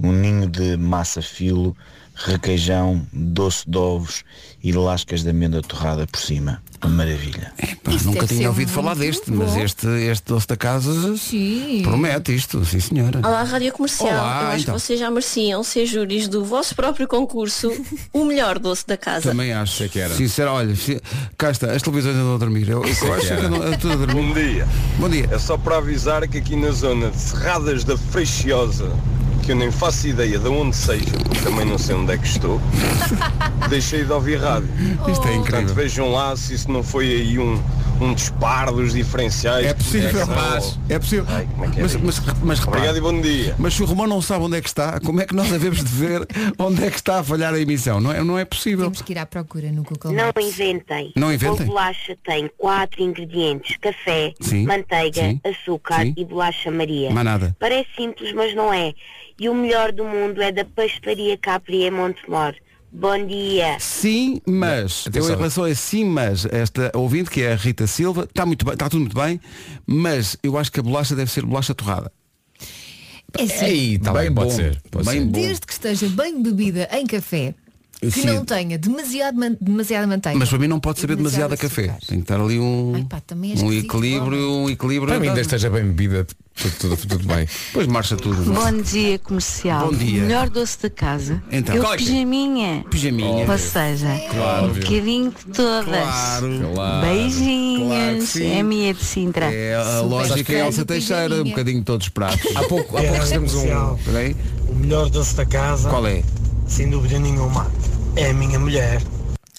Speaker 5: Um ninho de massa filo, requeijão, doce de ovos e lascas de amêndoa torrada por cima. Uma maravilha.
Speaker 1: Pá,
Speaker 2: Isto
Speaker 1: nunca
Speaker 2: deve ser
Speaker 1: tinha ouvido
Speaker 2: muito
Speaker 1: falar deste,
Speaker 2: bom.
Speaker 1: mas este, este doce da casa
Speaker 2: Sim.
Speaker 1: promete isto, sim senhora.
Speaker 8: Olá, Rádio Comercial.
Speaker 1: Olá,
Speaker 8: Eu acho
Speaker 1: então.
Speaker 8: que vocês já mereciam ser júris do vosso próprio concurso, o melhor doce da casa.
Speaker 1: Também acho.
Speaker 6: Sei que era. é
Speaker 1: Sincero, olha, se- cá está, as televisões andam a dormir. Eu, eu acho que,
Speaker 6: era.
Speaker 1: andam andam a dormir.
Speaker 9: Bom dia.
Speaker 1: Bom dia.
Speaker 9: É só para avisar que aqui na zona de Serradas da Freixiosa, que eu nem faço ideia de onde seja, porque também não sei onde é que estou, deixei de ouvir rádio.
Speaker 1: Isto é
Speaker 9: Portanto,
Speaker 1: incrível.
Speaker 9: vejam lá se isso não foi aí um, um disparo dos diferenciais.
Speaker 1: É possível.
Speaker 9: Ou-
Speaker 1: É possível.
Speaker 9: Ai, como é que é
Speaker 1: Mas,
Speaker 9: isto?
Speaker 1: mas, mas repara,
Speaker 9: Obrigado e bom dia.
Speaker 1: Mas se o Romão não sabe onde é que está, como é que nós devemos de ver onde é que está a falhar a emissão? Não é, não é possível.
Speaker 2: Temos que ir à procura no Google
Speaker 8: Não
Speaker 2: Maps.
Speaker 8: inventem.
Speaker 1: Não inventem?
Speaker 8: A bolacha tem quatro ingredientes: café,
Speaker 1: Sim,
Speaker 8: manteiga,
Speaker 1: sim,
Speaker 8: açúcar
Speaker 1: sim.
Speaker 8: e bolacha Maria.
Speaker 1: Mais nada.
Speaker 8: Parece simples, mas não é. E o melhor do mundo é da pastelaria Capri em Montemor. Bom dia.
Speaker 1: Sim, mas eu em
Speaker 6: Atenção.
Speaker 1: relação a sim, mas esta ouvinte que é a Rita Silva está muito bem, está tudo muito bem, mas eu acho que a bolacha deve ser bolacha torrada.
Speaker 2: É assim,
Speaker 6: Ei, tá bem,
Speaker 1: bom.
Speaker 6: pode ser. Pode
Speaker 1: bem
Speaker 6: ser.
Speaker 1: bom.
Speaker 2: desde que esteja bem bebida em café, que
Speaker 1: Sim.
Speaker 2: não tenha demasiado man- demasiada manteiga.
Speaker 1: Mas para mim não pode saber demasiado a
Speaker 2: demasiado
Speaker 1: café.
Speaker 2: açúcar.
Speaker 1: Tem que estar ali um,
Speaker 2: Ai, pá, também é
Speaker 1: um
Speaker 2: esquisito,
Speaker 1: equilíbrio, um equilíbrio.
Speaker 6: Para mim, ainda esteja bem bebida, tudo, tudo, tudo bem.
Speaker 1: Depois marcha tudo. é?
Speaker 8: Bom dia, comercial.
Speaker 1: Bom dia. Melhor
Speaker 8: doce da casa.
Speaker 1: Então. Eu Qual é que é?
Speaker 8: pijaminha.
Speaker 1: Pijaminha.
Speaker 8: seja, um
Speaker 6: Claro, viu?
Speaker 8: bocadinho de todas.
Speaker 6: Claro. Claro que
Speaker 8: Beijinhos.
Speaker 6: sim.
Speaker 8: é minha de Sintra.
Speaker 1: É a
Speaker 2: Super
Speaker 1: lógica é
Speaker 2: bacana.
Speaker 1: Elsa Teixeira, um bocadinho de todos os pratos.
Speaker 6: Há pouco, há pouco recebemos um.
Speaker 1: Espera aí.
Speaker 5: O melhor doce da casa,
Speaker 1: Qual é?
Speaker 5: sem dúvida nenhuma, é a minha mulher.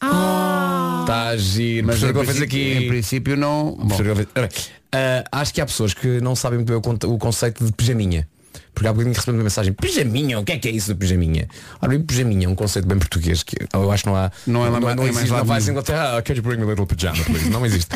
Speaker 1: Ah.
Speaker 6: Está giro. Mas
Speaker 1: em
Speaker 6: agora fez
Speaker 1: princípio- Tá Em
Speaker 6: aqui.
Speaker 1: princípio não. Bom,
Speaker 6: Professor Galvez- Ora bem, ah, acho que há pessoas que não sabem muito bem o, conte- o conceito de pijaminha. Porque há bocadinho recebemos uma mensagem, pijaminha, o que é que é isso do pijaminha? Ora bem, pijaminha é um conceito bem português que eu acho que não há.
Speaker 1: Não é lá-
Speaker 6: não,
Speaker 1: é mais
Speaker 6: existe,
Speaker 1: lá
Speaker 6: não
Speaker 1: de
Speaker 6: vais
Speaker 1: mim.
Speaker 6: encontrar, ah, can you bring me a little pajama, please? Não existe.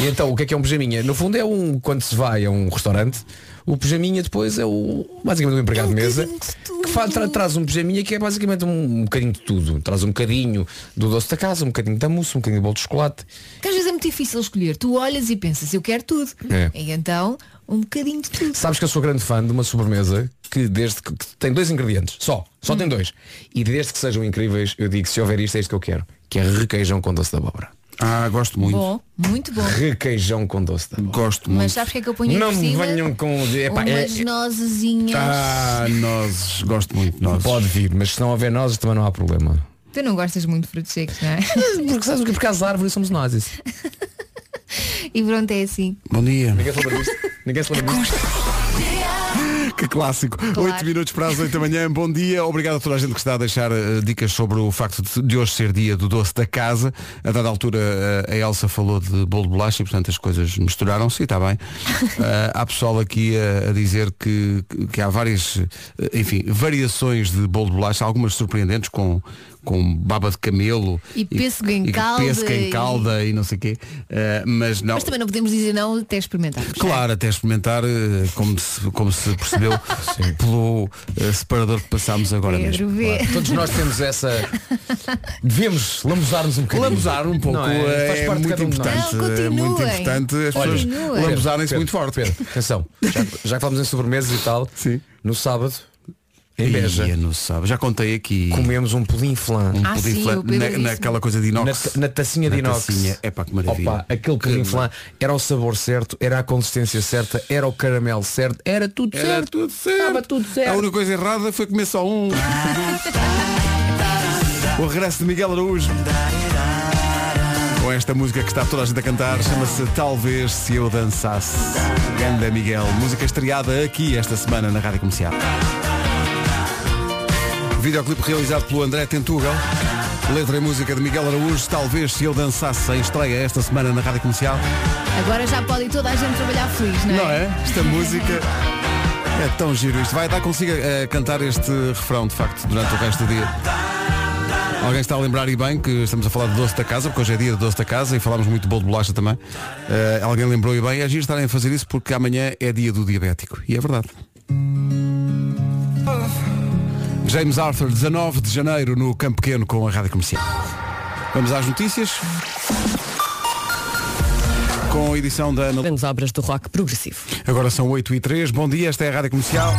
Speaker 6: e então, o que é que é um pijaminha? No fundo é um, quando se vai a um restaurante, o pijaminha depois é o basicamente um empregado de mesa
Speaker 2: É bocadinho de tudo.
Speaker 6: que fa- tra- traz um pijaminha que é basicamente um, um bocadinho de tudo. Traz um bocadinho do doce da casa, um bocadinho da mousse, um bocadinho de bolo de chocolate.
Speaker 2: Porque às vezes é muito difícil escolher. Tu olhas e pensas, eu quero tudo.
Speaker 6: É.
Speaker 2: E então, um bocadinho de tudo.
Speaker 6: Sabes que eu sou grande fã de uma sobremesa que desde que, que tem dois ingredientes, só, só
Speaker 2: Hum.
Speaker 6: tem dois. E desde que sejam incríveis, eu digo, se houver isto é isto que eu quero, que é requeijão com doce de abóbora.
Speaker 1: ah, gosto muito.
Speaker 2: Bom, muito bom.
Speaker 6: Requeijão com doce de abóbora.
Speaker 1: Gosto muito.
Speaker 2: Mas sabes o que é que eu ponho aí
Speaker 6: Hum. Não
Speaker 2: por
Speaker 6: me
Speaker 2: cima?
Speaker 6: venham com- epá, é-
Speaker 2: Umas
Speaker 6: é-
Speaker 2: nozezinhas.
Speaker 1: Ah, nozes. Gosto muito de nozes.
Speaker 6: Pode vir, mas se não houver nozes também não há problema.
Speaker 2: Tu não gostas muito de frutos secos, não é?
Speaker 6: Porque sabes o que? Por causa da árvore somos nozes.
Speaker 2: e pronto, é assim.
Speaker 1: Bom dia.
Speaker 6: Ninguém se lembra disto. Ninguém se
Speaker 2: É
Speaker 6: lembra disto.
Speaker 1: Que clássico. oito
Speaker 2: Claro.
Speaker 1: minutos para as 8 da manhã. Bom dia. Obrigado a toda a gente que está a deixar eh, dicas sobre o facto de, de hoje ser dia do doce da casa. A dada altura eh, a Elsa falou de bolo de bolacha e portanto as coisas misturaram-se e está bem. Ah, há pessoal aqui a, a dizer que, que há várias, eh, enfim, variações de bolo de bolacha, algumas surpreendentes com com baba de camelo
Speaker 2: E pêssego em
Speaker 1: e
Speaker 2: calda
Speaker 1: pêssego em
Speaker 2: e-
Speaker 1: calda e não sei o quê Ah, mas não
Speaker 2: Mas também não podemos dizer não até experimentar.
Speaker 1: Claro, até experimentar, eh, como se, como se percebeu pelo eh, separador que passámos agora
Speaker 2: Pedro,
Speaker 1: mesmo.
Speaker 2: vê.
Speaker 6: Todos nós temos essa. Devemos lambuzar-nos um bocadinho.
Speaker 1: Lambuzar um pouco
Speaker 6: Não
Speaker 1: é,
Speaker 6: Faz parte de
Speaker 1: muito
Speaker 6: cada um de nós.
Speaker 1: importante.
Speaker 2: Não,
Speaker 1: é muito
Speaker 2: continuem.
Speaker 1: importante as pessoas
Speaker 2: Continuem.
Speaker 1: lambuzarem-se
Speaker 6: Pedro,
Speaker 1: muito forte.
Speaker 6: Pedro, atenção, já, já que falamos em sobremesas e tal,
Speaker 1: Sim.
Speaker 6: no sábado Em Beja.
Speaker 1: Ia, não se sabe. Já contei aqui.
Speaker 6: Comemos um pudim flan.
Speaker 1: Um
Speaker 2: Ah,
Speaker 1: pudim
Speaker 2: sim,
Speaker 1: flan
Speaker 2: o Pedro
Speaker 1: na-
Speaker 2: disse-me.
Speaker 1: naquela coisa de
Speaker 6: Na,
Speaker 1: inox.
Speaker 6: ta- na tacinha de
Speaker 1: Na
Speaker 6: inox.
Speaker 1: tacinha. Epá, que maravilha.
Speaker 6: Opa, aquele pudim
Speaker 1: Que
Speaker 6: flan era o sabor certo, era a consistência certa, era o caramelo certo, era tudo
Speaker 1: Era
Speaker 6: certo.
Speaker 1: tudo certo.
Speaker 6: Estava tudo certo. Ah.
Speaker 1: A única coisa errada foi comer só um. o regresso de Miguel Araújo. Com esta música que está toda a gente a cantar, chama-se Talvez Se Eu Dançasse. Ganda Miguel. Música estreada aqui esta semana na Rádio Comercial. Videoclipe realizado pelo André Tentugal. Letra e música de Miguel Araújo, Talvez Se Eu Dançasse, em estreia esta semana na Rádio Comercial.
Speaker 2: Agora já pode ir toda a gente trabalhar feliz, não é?
Speaker 1: Não é? Esta música é tão giro isto. Vai dar consigo eh, cantar este refrão, de facto, durante o resto do dia. Alguém está a lembrar e bem que estamos a falar de doce da casa, porque hoje é dia de doce da casa e falámos muito de bolo de bolacha também. Eh, alguém lembrou e bem, é giro estarem a fazer isso porque amanhã é dia do diabético. E é verdade. James Arthur, 19 de janeiro, no Campo Pequeno com a Rádio Comercial. Vamos às notícias. Com a edição da Ana
Speaker 11: Grandes obras do rock progressivo.
Speaker 1: Agora são 8 e 3 Bom dia, esta é a Rádio Comercial.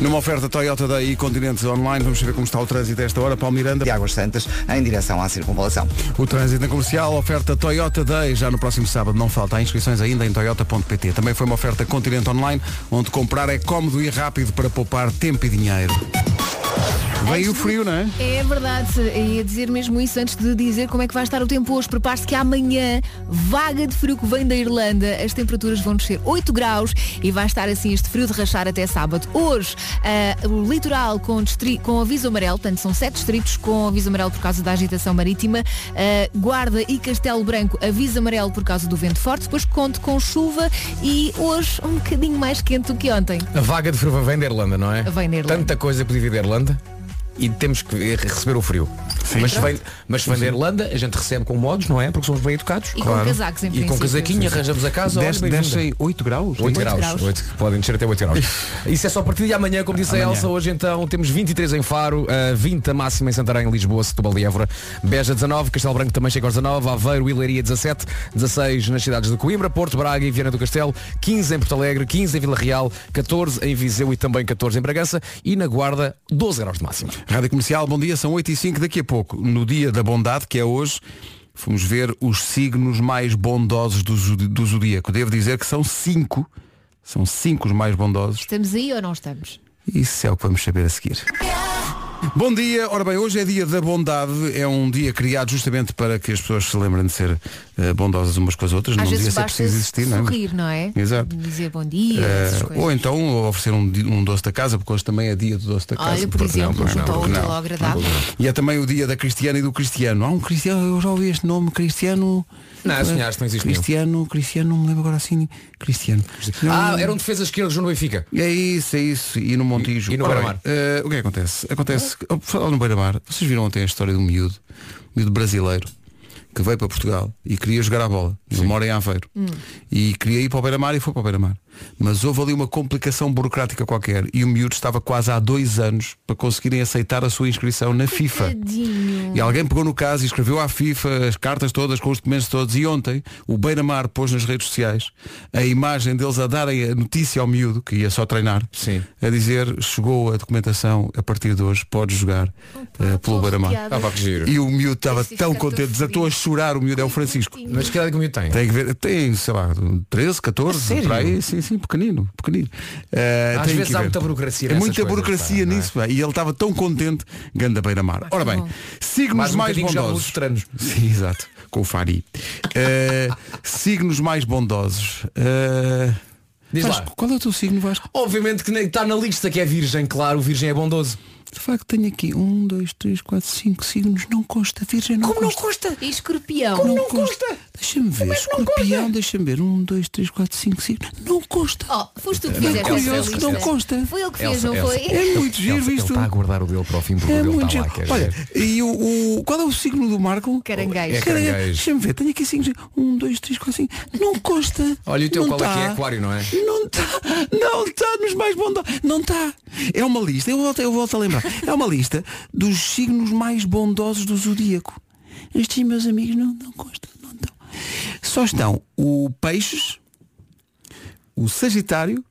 Speaker 1: Numa oferta Toyota da e-Continente Online, vamos saber como está o trânsito a esta hora. Paulo Miranda.
Speaker 3: de Águas Santas em direção à circunvalação.
Speaker 1: O trânsito na comercial, oferta Toyota Day, já no próximo sábado, não falta. Há inscrições ainda em toyota.pt. Também foi uma oferta Continente Online, onde comprar é cómodo e rápido para poupar tempo e dinheiro. Veio o frio, não é?
Speaker 2: É verdade, ia dizer mesmo isso antes de dizer como é que vai estar o tempo hoje. Prepare-se que amanhã, vaga de frio que vem da Irlanda, as temperaturas vão descer 8 graus e vai estar assim este frio de rachar até sábado. Hoje, ah, o litoral com, distri- com aviso amarelo, portanto são 7 distritos com aviso amarelo por causa da agitação marítima, ah, Guarda e Castelo Branco, aviso amarelo por causa do vento forte, depois conto com chuva e hoje um bocadinho mais quente do que ontem.
Speaker 6: A vaga de frio vem da Irlanda, não é?
Speaker 2: Vem da Irlanda.
Speaker 6: Tanta coisa podia vir da Irlanda e temos que eh, receber o frio. Mas vem, mas vem da Irlanda, a gente recebe com modos, não é? Porque somos bem educados.
Speaker 2: E com casacos, em
Speaker 6: E com
Speaker 2: princípio.
Speaker 6: casaquinho,
Speaker 2: Sim,
Speaker 6: arranjamos a casa. olha,
Speaker 1: Desce,
Speaker 6: bem-vinda.
Speaker 1: descem 8 graus?
Speaker 6: 8 graus,
Speaker 2: graus.
Speaker 6: oito- podem descer até 8 graus. Isso é só a partir de amanhã, como disse a
Speaker 1: Amanhã.
Speaker 6: Elsa, hoje então temos 23 em Faro, eh, 20 a máxima em Santarém, Lisboa, Setúbal e Évora, Beja 19, Castelo Branco também chega aos 19, Aveiro e Leiria 17, 16 nas cidades de Coimbra, Porto, Braga e Viana do Castelo, 15 em Porto Alegre, 15 em Vila Real, 14 em Viseu e também 14 em Bragança e na Guarda 12 graus de máxima.
Speaker 1: Rádio Comercial, bom dia, são 8 e 5 daqui a pouco. No dia da bondade, que é hoje, fomos ver os signos mais bondosos do, zodi- do zodíaco. Devo dizer que são 5, são 5 os mais bondosos.
Speaker 2: Estamos aí ou não estamos?
Speaker 1: Isso é o que vamos saber a seguir. Bom dia, ora bem, hoje é dia da bondade, é um dia criado justamente para que as pessoas se lembrem de ser eh, bondosas umas com as outras,
Speaker 2: Às
Speaker 1: não devia
Speaker 2: vezes
Speaker 1: ser
Speaker 2: basta
Speaker 1: preciso existir, não é?
Speaker 2: sorrir, não é?
Speaker 1: Exato.
Speaker 2: Dizer bom dia,
Speaker 1: Eh,
Speaker 2: essas coisas.
Speaker 1: ou então oferecer um, di- um doce da casa, porque hoje também é dia do doce da casa.
Speaker 2: Olha, por
Speaker 1: Porque não,
Speaker 2: exemplo,
Speaker 1: porque não,
Speaker 2: junto ao
Speaker 1: porque
Speaker 2: outro
Speaker 1: não.
Speaker 2: ao agradável.
Speaker 1: E é também o dia da Cristiana e do Cristiano. Há um Cristiano, eu já ouvi este nome, Cristiano.
Speaker 6: Não, esse senhor, acho que não existe
Speaker 1: Cristiano, Cristiano, não me lembro agora assim. Cristiano. Não,
Speaker 6: Ah, era um defesa esquerdo no Benfica.
Speaker 1: É isso, é isso. E no Montijo.
Speaker 6: E- e no
Speaker 1: Ora
Speaker 6: Beira-Mar.
Speaker 1: bem, eh, o que é que acontece? Acontece que, oh, por falar no Beira-Mar, vocês viram ontem a história de um miúdo, um miúdo brasileiro, que veio para Portugal e queria jogar a bola. Ele mora em Aveiro.
Speaker 4: Hum.
Speaker 2: Hum.
Speaker 1: E queria ir para o Beira-Mar e foi para o Beira-Mar. Mas houve ali uma complicação burocrática qualquer e o miúdo estava quase há dois anos para conseguirem aceitar a sua inscrição na FIFA. E alguém pegou no caso e escreveu à FIFA as cartas todas com os documentos todos e ontem o Beira-Mar pôs nas redes sociais a imagem deles a darem a notícia ao miúdo que ia só treinar
Speaker 6: Sim.
Speaker 1: a dizer chegou a documentação a partir de hoje podes jogar eh, pelo Beira-Mar.
Speaker 2: arrepiada. Ah, pá,
Speaker 6: que giro.
Speaker 1: E o miúdo estava
Speaker 2: Esse
Speaker 1: tão
Speaker 2: fica todo
Speaker 1: contente, desatou a
Speaker 2: feliz.
Speaker 1: chorar o miúdo é o Francisco.
Speaker 6: Mas que idade que o miúdo tem?
Speaker 1: Tem que ver, tem, sei lá, 13, 14,
Speaker 6: sério?
Speaker 1: por aí, sim, sim, pequenino, pequenino. Eh,
Speaker 6: Às
Speaker 1: tem
Speaker 6: vezes
Speaker 1: que
Speaker 6: há
Speaker 1: ver.
Speaker 6: muita burocracia
Speaker 1: É
Speaker 6: nessas
Speaker 1: muita
Speaker 6: coisas,
Speaker 1: burocracia
Speaker 6: pá, não é?
Speaker 1: nisso, pá, e ele estava tão contente, ganda beira-mar. Ora bem,
Speaker 2: bom.
Speaker 1: signos
Speaker 6: Mais um
Speaker 1: mais
Speaker 6: bocadinho já
Speaker 1: bondosos.
Speaker 6: luteranos.
Speaker 1: Sim, exato, com o Fari. Eh, signos mais bondosos. Eh,
Speaker 6: Diz lá.
Speaker 1: Vasco, qual é o teu signo, Vasco?
Speaker 6: Obviamente que nem- está na lista que é virgem, claro, o virgem é bondoso.
Speaker 1: De facto, tenho aqui um, dois, três, quatro, cinco signos. Não consta, virgem não consta.
Speaker 6: custa?
Speaker 2: E escorpião.
Speaker 1: não consta? Deixa-me ver,
Speaker 2: é
Speaker 1: escorpião, deixa-me ver. Um, dois, três, quatro, cinco signos. Não consta.
Speaker 2: Oh, foste tu que
Speaker 1: É
Speaker 2: fizeste
Speaker 1: curioso
Speaker 2: essa
Speaker 1: que
Speaker 2: lista.
Speaker 1: não consta.
Speaker 2: Foi ele que fez,
Speaker 6: Elsa,
Speaker 2: não
Speaker 6: Elsa,
Speaker 2: foi?
Speaker 6: Elsa,
Speaker 1: É muito
Speaker 6: Elsa,
Speaker 1: giro
Speaker 6: ele tá
Speaker 1: isto.
Speaker 6: está a guardar o dele para o fim, porque
Speaker 1: É
Speaker 6: o dele
Speaker 1: muito
Speaker 6: está
Speaker 1: giro.
Speaker 6: lá, quer
Speaker 1: Olha,
Speaker 6: dizer.
Speaker 1: e o, o- Qual é o signo do Marco?
Speaker 2: Caranguejo.
Speaker 6: É caranguejo.
Speaker 1: Deixa-me ver, tenho aqui signos. Um, dois, três, quatro, cinco. Não consta.
Speaker 6: Olha, e o teu
Speaker 1: Não
Speaker 6: qual é que é?
Speaker 1: tá.
Speaker 6: Aquário, não é?
Speaker 1: Não está. Não está nos mais bondosos. Não está. É uma lista, eu volto, eu volto a lembrar. É uma lista dos signos mais bondosos do zodíaco. Estes meus amigos não, não constam. Não estão. Só estão o Peixes, o Sagitário,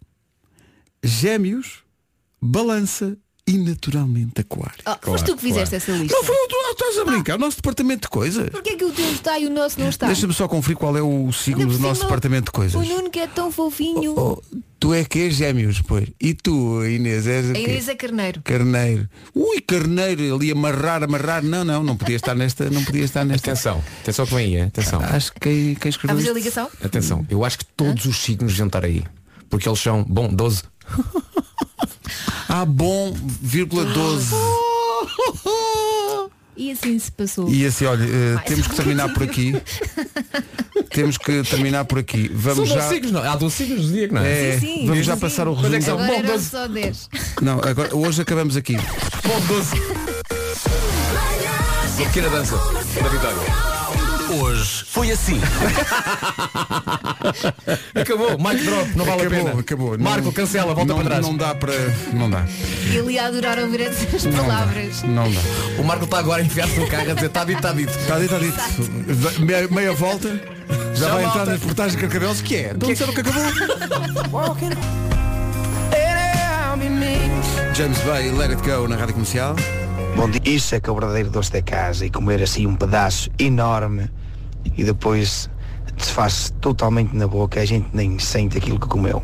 Speaker 1: Gêmeos balança e naturalmente aquário.
Speaker 2: Oh, foste tu que fizeste essa lista.
Speaker 1: Não foi o tu, não, estás a brincar, o nosso departamento de coisas.
Speaker 2: Porquê é que o teu está e o nosso não está?
Speaker 1: Eh, Deixa-me só conferir qual é o signo
Speaker 2: Ainda
Speaker 1: do
Speaker 2: por
Speaker 1: nosso
Speaker 2: cima,
Speaker 1: departamento de coisas.
Speaker 2: O Nuno que é tão fofinho.
Speaker 1: Oh, tu é que és gêmeos, pois. E tu, Inês, és o
Speaker 2: A
Speaker 1: oh, quê?
Speaker 2: Inês é carneiro.
Speaker 1: Carneiro. Ui, carneiro, ali amarrar, amarrar. Não, não, não podia estar nesta. Não podia estar nesta. Ah,
Speaker 6: Atenção, atenção que vem aí, hein? atenção.
Speaker 1: Acho que quem, quem
Speaker 2: Há
Speaker 1: escreveu.
Speaker 2: a fazer
Speaker 1: isto-
Speaker 2: a ligação?
Speaker 6: Atenção, eu acho que todos os signos deviam estar aí. Porque eles são, bom, 12.
Speaker 1: Ah, bom, vírgula 12.
Speaker 2: E assim se passou.
Speaker 1: E assim, olha, eh,
Speaker 2: Mais
Speaker 1: temos que
Speaker 2: um
Speaker 1: terminar por aqui. temos que terminar por aqui. Vamos já.
Speaker 6: não? é? Há 12 signos do dia que não é?
Speaker 1: É,
Speaker 2: Sim, sim.
Speaker 1: vamos
Speaker 2: Sim,
Speaker 1: já
Speaker 2: sim.
Speaker 1: passar o
Speaker 6: Quando é que
Speaker 1: resumo.
Speaker 6: são?
Speaker 2: Agora
Speaker 6: Bom,
Speaker 2: eram
Speaker 6: doze.
Speaker 2: só 10.
Speaker 1: Não, agora, hoje acabamos aqui.
Speaker 6: Bom, 12. Uma pequena dança da vitória.
Speaker 12: Hoje foi assim.
Speaker 6: Acabou, Mike Drop, não vale a
Speaker 1: acabou,
Speaker 6: pena.
Speaker 1: acabou.
Speaker 6: Marco,
Speaker 1: Não-
Speaker 6: cancela, volta
Speaker 1: não,
Speaker 6: para trás.
Speaker 1: Não dá para. Não dá.
Speaker 2: Ele ia adorar ouvir essas
Speaker 1: Não
Speaker 2: palavras.
Speaker 1: dá. Não dá.
Speaker 6: O Marco está agora a enfiar-se no carro a dizer, está dito, está dito.
Speaker 1: Está dito, está dito. Va- Meia, meia volta. Já, vai
Speaker 6: volta.
Speaker 1: entrar nas portagens de Carcavelos, que é? Não disseram que acabou. James Bay, Let It Go na Rádio Comercial.
Speaker 12: Bom dia, isso é que é o verdadeiro doce da casa e comer assim um pedaço enorme e depois desfaz totalmente na boca, a gente nem sente aquilo que comeu.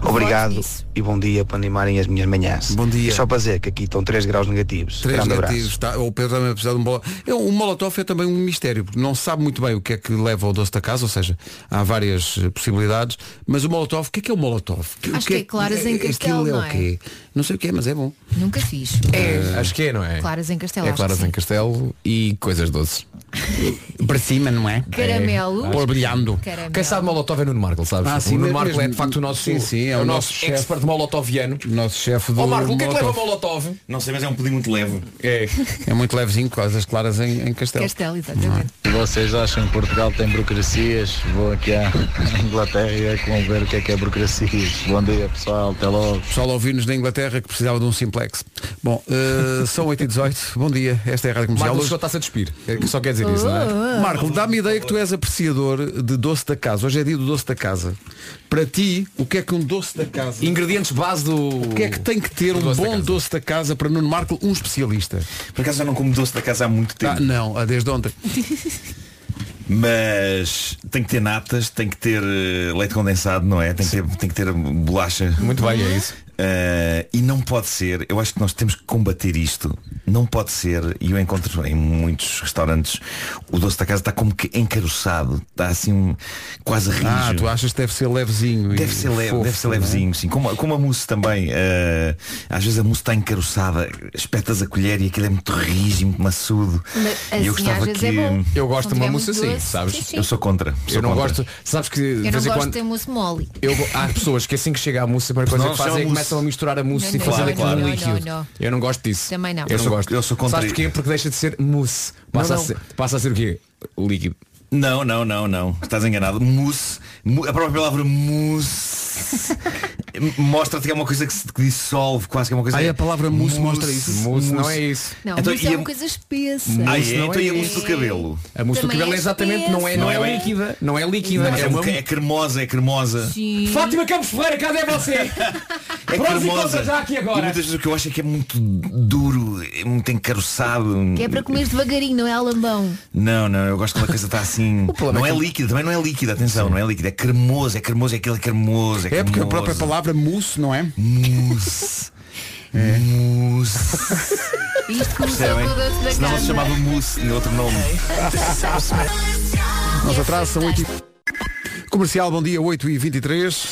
Speaker 12: Obrigado
Speaker 2: nisso.
Speaker 12: e bom dia para animarem as minhas manhãs.
Speaker 1: Bom dia.
Speaker 12: E só para dizer que aqui estão 3 graus negativos.
Speaker 1: Três
Speaker 12: Grande abraço.
Speaker 1: negativos. Tá, o Pedro também precisa de um bolo. É, o molotov é também um mistério, porque não se sabe muito bem o que é que leva ao doce da casa, ou seja, há várias eh, possibilidades, mas o molotov, o que é que é o molotov? O
Speaker 2: Acho que é claras em
Speaker 1: Aquilo
Speaker 2: castelo,
Speaker 1: é
Speaker 2: não
Speaker 1: o
Speaker 2: é?
Speaker 1: quê? Não sei o que é, mas é bom. Eh,
Speaker 2: Nunca fiz. Eh,
Speaker 6: Acho que é, não é?
Speaker 2: Claras em Castelo.
Speaker 6: É
Speaker 2: acho que
Speaker 6: claras
Speaker 2: sim.
Speaker 6: em castelo e coisas doces.
Speaker 1: Para cima, não é?
Speaker 2: Caramelo.
Speaker 1: Borbulhando.
Speaker 2: Caramelo.
Speaker 6: Quem sabe Molotov é Nuno Marco, sabes?
Speaker 1: Ah,
Speaker 6: o
Speaker 1: sim,
Speaker 6: Nuno
Speaker 1: é
Speaker 6: Marco é
Speaker 1: mesmo.
Speaker 6: de facto o nosso,
Speaker 1: Sim, sim,
Speaker 6: é o nosso,
Speaker 1: chefe.
Speaker 6: expert molotoviano.
Speaker 1: Nosso chefe do
Speaker 6: Ó Marco, o que é que leva
Speaker 1: molotov.
Speaker 6: Molotov?
Speaker 12: Não sei, mas é um pedido muito leve.
Speaker 6: É.
Speaker 1: É muito levezinho, coisas claras em, em castelo. é?
Speaker 2: Castelo, exatamente.
Speaker 4: Vocês acham que Portugal tem burocracias? Vou aqui à Inglaterra e é que vão ver o que é que é burocracias. Bom dia pessoal, até logo.
Speaker 1: Pessoal ouvir-nos da Inglaterra que precisava de um simplex. Bom, eh, são 8 e 18 Bom dia, esta é a Rádio Comercial.
Speaker 6: Marco
Speaker 1: Hoje-
Speaker 6: só está-se a despir. É que Só quer dizer isso, não é?
Speaker 1: Marco, dá-me a ideia que tu és apreciador de doce da casa. Hoje é dia do doce da casa. Para ti, o que é que um doce da casa...
Speaker 6: Ingredientes base do.
Speaker 1: O que é que tem que ter um
Speaker 6: doce da
Speaker 1: bom
Speaker 6: casa.
Speaker 1: doce da casa para Nuno Marco, um especialista?
Speaker 12: Por acaso já não como doce da casa há muito
Speaker 1: Ah, não, ah, desde ontem.
Speaker 12: Mas tem que ter natas, tem que ter eh, leite condensado, não é? Tem que ter, tem que ter bolacha.
Speaker 6: Muito bem, é isso.
Speaker 12: Eh, e não pode ser, eu acho que nós temos que combater isto. Não pode ser, e eu encontro em muitos restaurantes, o doce da casa está como que encaroçado, está assim um- quase rijo.
Speaker 1: Ah, tu achas que deve ser levezinho? e
Speaker 12: Deve ser, leve,
Speaker 1: fofo,
Speaker 12: deve ser
Speaker 1: não é?
Speaker 12: levezinho, sim. Como, como a mousse também. eh, às vezes a mousse está encaroçada, espetas a colher e aquilo é muito rijo, e muito maçudo.
Speaker 2: Mas,
Speaker 12: e
Speaker 2: assim,
Speaker 12: eu
Speaker 2: às
Speaker 12: gostava
Speaker 2: vezes
Speaker 12: que.
Speaker 2: é bom.
Speaker 6: Eu gosto de uma
Speaker 2: Não
Speaker 6: mousse
Speaker 2: tiver muito
Speaker 6: assim,
Speaker 2: doce.
Speaker 6: sabes?
Speaker 2: Sim, sim.
Speaker 12: Eu sou contra. sou
Speaker 6: Eu não
Speaker 12: contra.
Speaker 6: gosto. Sabes que de
Speaker 2: Eu não
Speaker 6: vez em
Speaker 2: gosto
Speaker 6: quando.
Speaker 2: de mousse mole.
Speaker 6: Eu, go- há pessoas que assim que chega a mousse, a primeira coisa
Speaker 12: Não,
Speaker 6: que
Speaker 12: só
Speaker 6: fazem é que
Speaker 12: mousse.
Speaker 6: começam a misturar a mousse
Speaker 2: Não,
Speaker 6: e
Speaker 2: não,
Speaker 6: fazer
Speaker 12: não,
Speaker 6: aquilo
Speaker 12: não,
Speaker 6: um
Speaker 12: não,
Speaker 6: líquido.
Speaker 2: não, não.
Speaker 6: Eu não gosto disso.
Speaker 2: Também não.
Speaker 6: Eu,
Speaker 2: Eu
Speaker 6: não
Speaker 12: sou-
Speaker 6: gosto.
Speaker 12: eu sou contra
Speaker 6: Sabes
Speaker 12: isso.
Speaker 6: porquê? Porque deixa de ser mousse. Passa,
Speaker 1: Não,
Speaker 6: A, ser, passa a ser o quê? Líquido.
Speaker 12: Não, não, não, não. Estás enganado. Mousse. mu- A própria palavra mousse mostra-te que é uma coisa que se que dissolve, quase que é uma coisa.
Speaker 1: Ah, e a palavra mousse mostra isso?
Speaker 6: Mousse não é isso.
Speaker 2: Não,
Speaker 12: Então,
Speaker 2: mousse
Speaker 12: e
Speaker 2: é
Speaker 12: a-
Speaker 2: uma coisa espessa.
Speaker 12: Ah,
Speaker 6: Mousse
Speaker 12: é,
Speaker 6: não
Speaker 12: então
Speaker 6: é
Speaker 12: e a mousse
Speaker 2: isso.
Speaker 12: do cabelo.
Speaker 6: A mousse do
Speaker 2: Também
Speaker 6: cabelo é
Speaker 2: é
Speaker 6: exatamente
Speaker 2: espessa.
Speaker 6: não é, não é
Speaker 12: Não é?
Speaker 6: líquida. Não é líquida.
Speaker 12: Mas
Speaker 6: é
Speaker 12: é, um
Speaker 6: uma
Speaker 12: boca- é cremosa, é cremosa.
Speaker 2: Sim.
Speaker 6: Fátima Campos Ferreira, cadê você?
Speaker 12: É
Speaker 6: Prós e
Speaker 12: cremosa.
Speaker 6: contras já aqui agora.
Speaker 12: E muitas vezes o que eu acho é que é muito duro, é muito encaroçado.
Speaker 2: Que é para comer devagarinho, não é a lambão.
Speaker 12: Não, não, eu gosto quando a coisa está assim.
Speaker 6: problema
Speaker 12: não
Speaker 6: é
Speaker 12: é
Speaker 6: que-
Speaker 12: líquida, também não é líquida, atenção, não é líquida. É cremoso, é cremoso, é aquilo é cremoso. É,
Speaker 1: É porque a
Speaker 12: cremoso.
Speaker 1: própria palavra mousse, não é?
Speaker 12: Mousse. Mousse.
Speaker 2: Isto começou com
Speaker 12: Percebem?
Speaker 2: o doce da
Speaker 12: Senão não se
Speaker 2: casa.
Speaker 12: chamava Mousse,
Speaker 6: é
Speaker 12: tinha outro nome.
Speaker 1: Nós atrás são 8 e... Comercial, bom dia, 8 e 23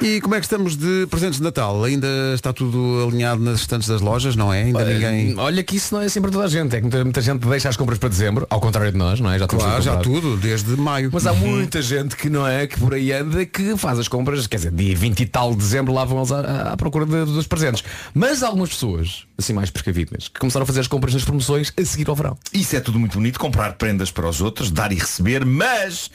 Speaker 1: E como é que estamos de presentes de Natal? Ainda está tudo alinhado nas estantes das lojas, não é? Ainda ninguém...
Speaker 6: Olha que isso não é assim para toda a gente. É que muita, muita gente deixa as compras para dezembro, ao contrário de nós, não é? Já temos
Speaker 1: Claro,
Speaker 6: tudo
Speaker 1: já
Speaker 6: comprado.
Speaker 1: tudo, desde maio. Uhum.
Speaker 6: Mas há muita gente que não é, que por aí anda, que faz as compras, quer dizer, dia 20 e tal de dezembro lá vão eles à, à procura de- dos presentes. Mas há algumas pessoas, assim mais precavidas, que começaram a fazer as compras nas promoções a seguir ao verão.
Speaker 12: Isso é tudo muito bonito, comprar prendas para os outros, dar e receber, mas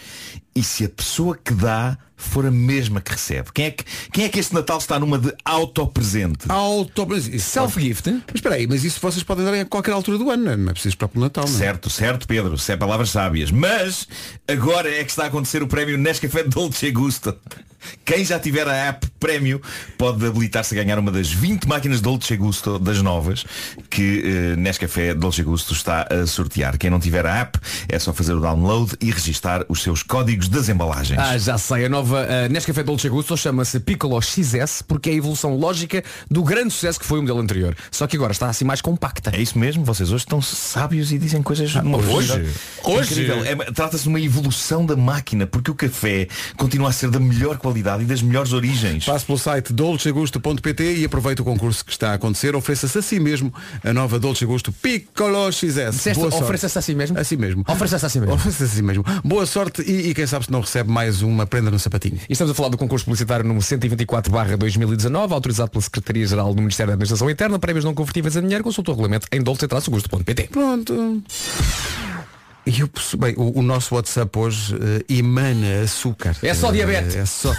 Speaker 12: e se a pessoa que dá for a mesma que recebe? Quem é que, quem é que este Natal está numa de autopresente?
Speaker 1: Auto... mas isso-
Speaker 6: Self-gift?
Speaker 1: Mas espera aí, mas isso vocês podem dar em qualquer altura do ano, não é? Não é preciso para o Natal, não é?
Speaker 12: Certo, certo, Pedro, se é palavras sábias. Mas agora é que está a acontecer o prémio Nescafé Dolce Gusto. Quem já tiver a app prémio pode habilitar-se a ganhar uma das 20 máquinas Dolce Gusto das novas que eh, Nescafé Dolce Gusto está a sortear. Quem não tiver a app é só fazer o download e registar os seus códigos das embalagens.
Speaker 6: Ah, já sei. A nova eh, Nescafé Dolce Gusto chama-se Piccolo XS porque é a evolução lógica do grande sucesso que foi o modelo anterior. Só que agora está assim mais compacta.
Speaker 12: É isso mesmo? Vocês hoje estão sábios e dizem coisas...
Speaker 6: Ah, hoje?
Speaker 12: Incrível. É, Trata-se de uma evolução da máquina, porque o café continua a ser da melhor qualidade e das melhores origens.
Speaker 1: Passe pelo site dolcegusto.pt e aproveite o concurso que está a acontecer. Ofereça-se a si mesmo a nova Dolce Gusto Piccolo XS.
Speaker 6: Disseste,
Speaker 1: Boa sorte.
Speaker 6: ofereça-se a si mesmo?
Speaker 1: A si mesmo.
Speaker 6: Ofereça-se a si mesmo.
Speaker 1: Ofereça-se a si mesmo. Boa sorte e, e quem sabe se não recebe mais uma prenda no sapatinho.
Speaker 6: E estamos a falar do concurso publicitário número 124 2019, autorizado pela Secretaria-Geral do Ministério da Administração Interna, prémios não convertíveis a dinheiro, consulta o regulamento em dolce-gusto.pt.
Speaker 1: Pronto. E o pesso- bem, o, o nosso WhatsApp hoje eh, emana açúcar.
Speaker 6: É só
Speaker 1: Eh,
Speaker 6: diabetes.
Speaker 1: É, só,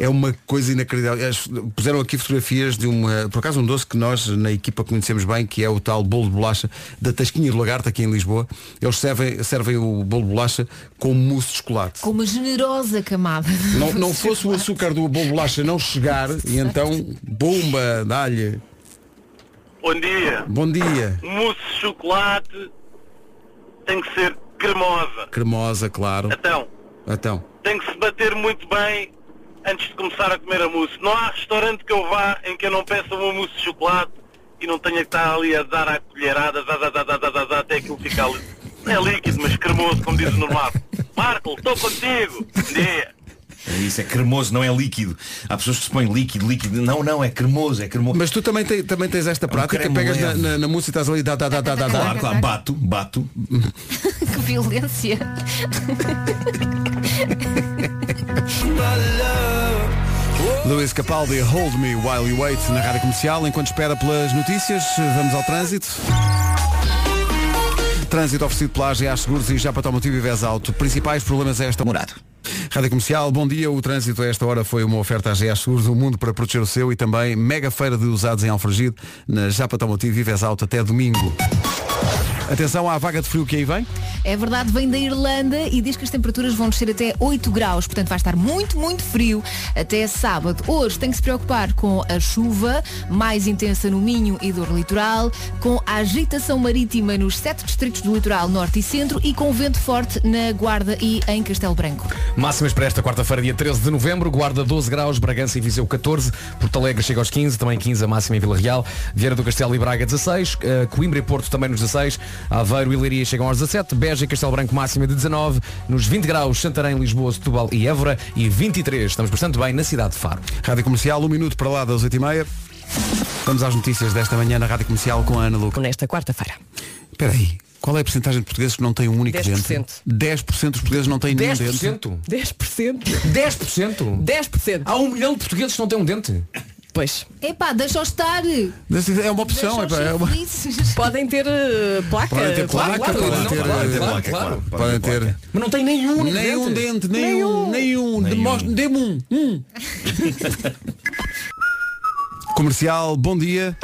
Speaker 1: é uma coisa inacreditável. Eles puseram aqui fotografias de uma, por acaso um doce que nós na equipa conhecemos bem, que é o tal bolo de bolacha da Tasquinha de Lagarto aqui em Lisboa. Eles servem, servem o bolo de bolacha com mousse de chocolate.
Speaker 2: Com uma generosa camada.
Speaker 1: Não, não fosse o açúcar do bolo de bolacha não chegar e então, bomba, dá-lhe.
Speaker 13: Bom dia.
Speaker 1: Bom dia.
Speaker 13: Mousse de chocolate tem que ser cremosa.
Speaker 1: Cremosa, claro.
Speaker 13: Então,
Speaker 1: Então.
Speaker 13: tem que se bater muito bem antes de começar a comer a mousse. Não há restaurante que eu vá em que eu não peça uma mousse de chocolate e não tenha que estar ali a dar à colherada, dá, dá, dá, dá, dá, dá, dá, até aquilo ficar ali. Não é líquido, mas cremoso, como diz o normal. Marco, estou contigo. Bom dia.
Speaker 12: É Isso é cremoso, não é líquido. Há pessoas que se põem líquido, líquido. Não, não, é cremoso, é cremoso. É um
Speaker 1: Mas tu também, te- também tens esta prática,
Speaker 12: creme
Speaker 1: pegas na,
Speaker 12: leve.
Speaker 1: na, na música e estás ali, dá, dá, dá, dá, dá.
Speaker 12: Claro, claro, bato, bato.
Speaker 2: que violência.
Speaker 1: Luís Capaldi, Hold Me While You Wait, na rádio comercial. Enquanto espera pelas notícias, vamos ao trânsito. Trânsito oferecido pela AGA Seguros e já para Automotivo e Vez Alto. Principais problemas a esta morada. Rádio Comercial, bom dia. O trânsito a esta hora foi uma oferta à GA Seguros, o mundo para proteger o seu e também mega feira de usados em Alfragide, na Japa Automotivo e Vez Alto até domingo. Atenção à vaga de frio que aí vem.
Speaker 2: É verdade, vem da Irlanda e diz que as temperaturas vão descer até 8 graus, portanto vai estar muito, muito frio até sábado. Hoje tem que se preocupar com a chuva mais intensa no Minho e dor litoral, com a agitação marítima nos sete distritos do litoral norte e centro e com vento forte na Guarda e em Castelo Branco.
Speaker 6: Máximas para esta quarta-feira, dia 13 de novembro, Guarda 12 graus, Bragança e Viseu 14, Porto Alegre chega aos 15, também 15 a máxima em Vila Real, Vieira do Castelo e Braga 16, eh, Coimbra e Porto também nos 16, Aveiro e Leiria chegam aos 17, Beja e Castelo Branco máxima de 19, nos 20 graus Santarém, Lisboa, Setúbal e Évora e 23. Estamos bastante bem na cidade de Faro.
Speaker 1: Rádio Comercial, um minuto para lá das 8h30. Vamos às notícias desta manhã na Rádio Comercial com a Ana Luca.
Speaker 14: Nesta quarta-feira.
Speaker 1: Espera aí, qual é a porcentagem de portugueses que não têm um único
Speaker 14: 10%.
Speaker 1: dente? 10% dos portugueses não têm nenhum dente.
Speaker 14: 10%?
Speaker 6: 10%?
Speaker 14: 10%.
Speaker 6: Há um milhão de portugueses que não têm um dente.
Speaker 14: Pois.
Speaker 2: Epá, deixa-o estar!
Speaker 1: É uma opção,
Speaker 2: Deixa-os
Speaker 1: é, pá, é uma...
Speaker 2: ser felizes.
Speaker 14: Podem ter eh, placa.
Speaker 1: Podem ter placa,
Speaker 14: Claro,
Speaker 1: podem
Speaker 14: não,
Speaker 1: ter,
Speaker 14: claro,
Speaker 1: eh,
Speaker 14: claro,
Speaker 1: placa,
Speaker 14: claro.
Speaker 1: claro. Podem ter.
Speaker 6: Mas não tem nenhum único
Speaker 12: um
Speaker 1: Nenhum
Speaker 6: dente. um.
Speaker 1: dente, nenhum, nenhum. Demonstra- Dê-me um. Um. Comercial, bom dia.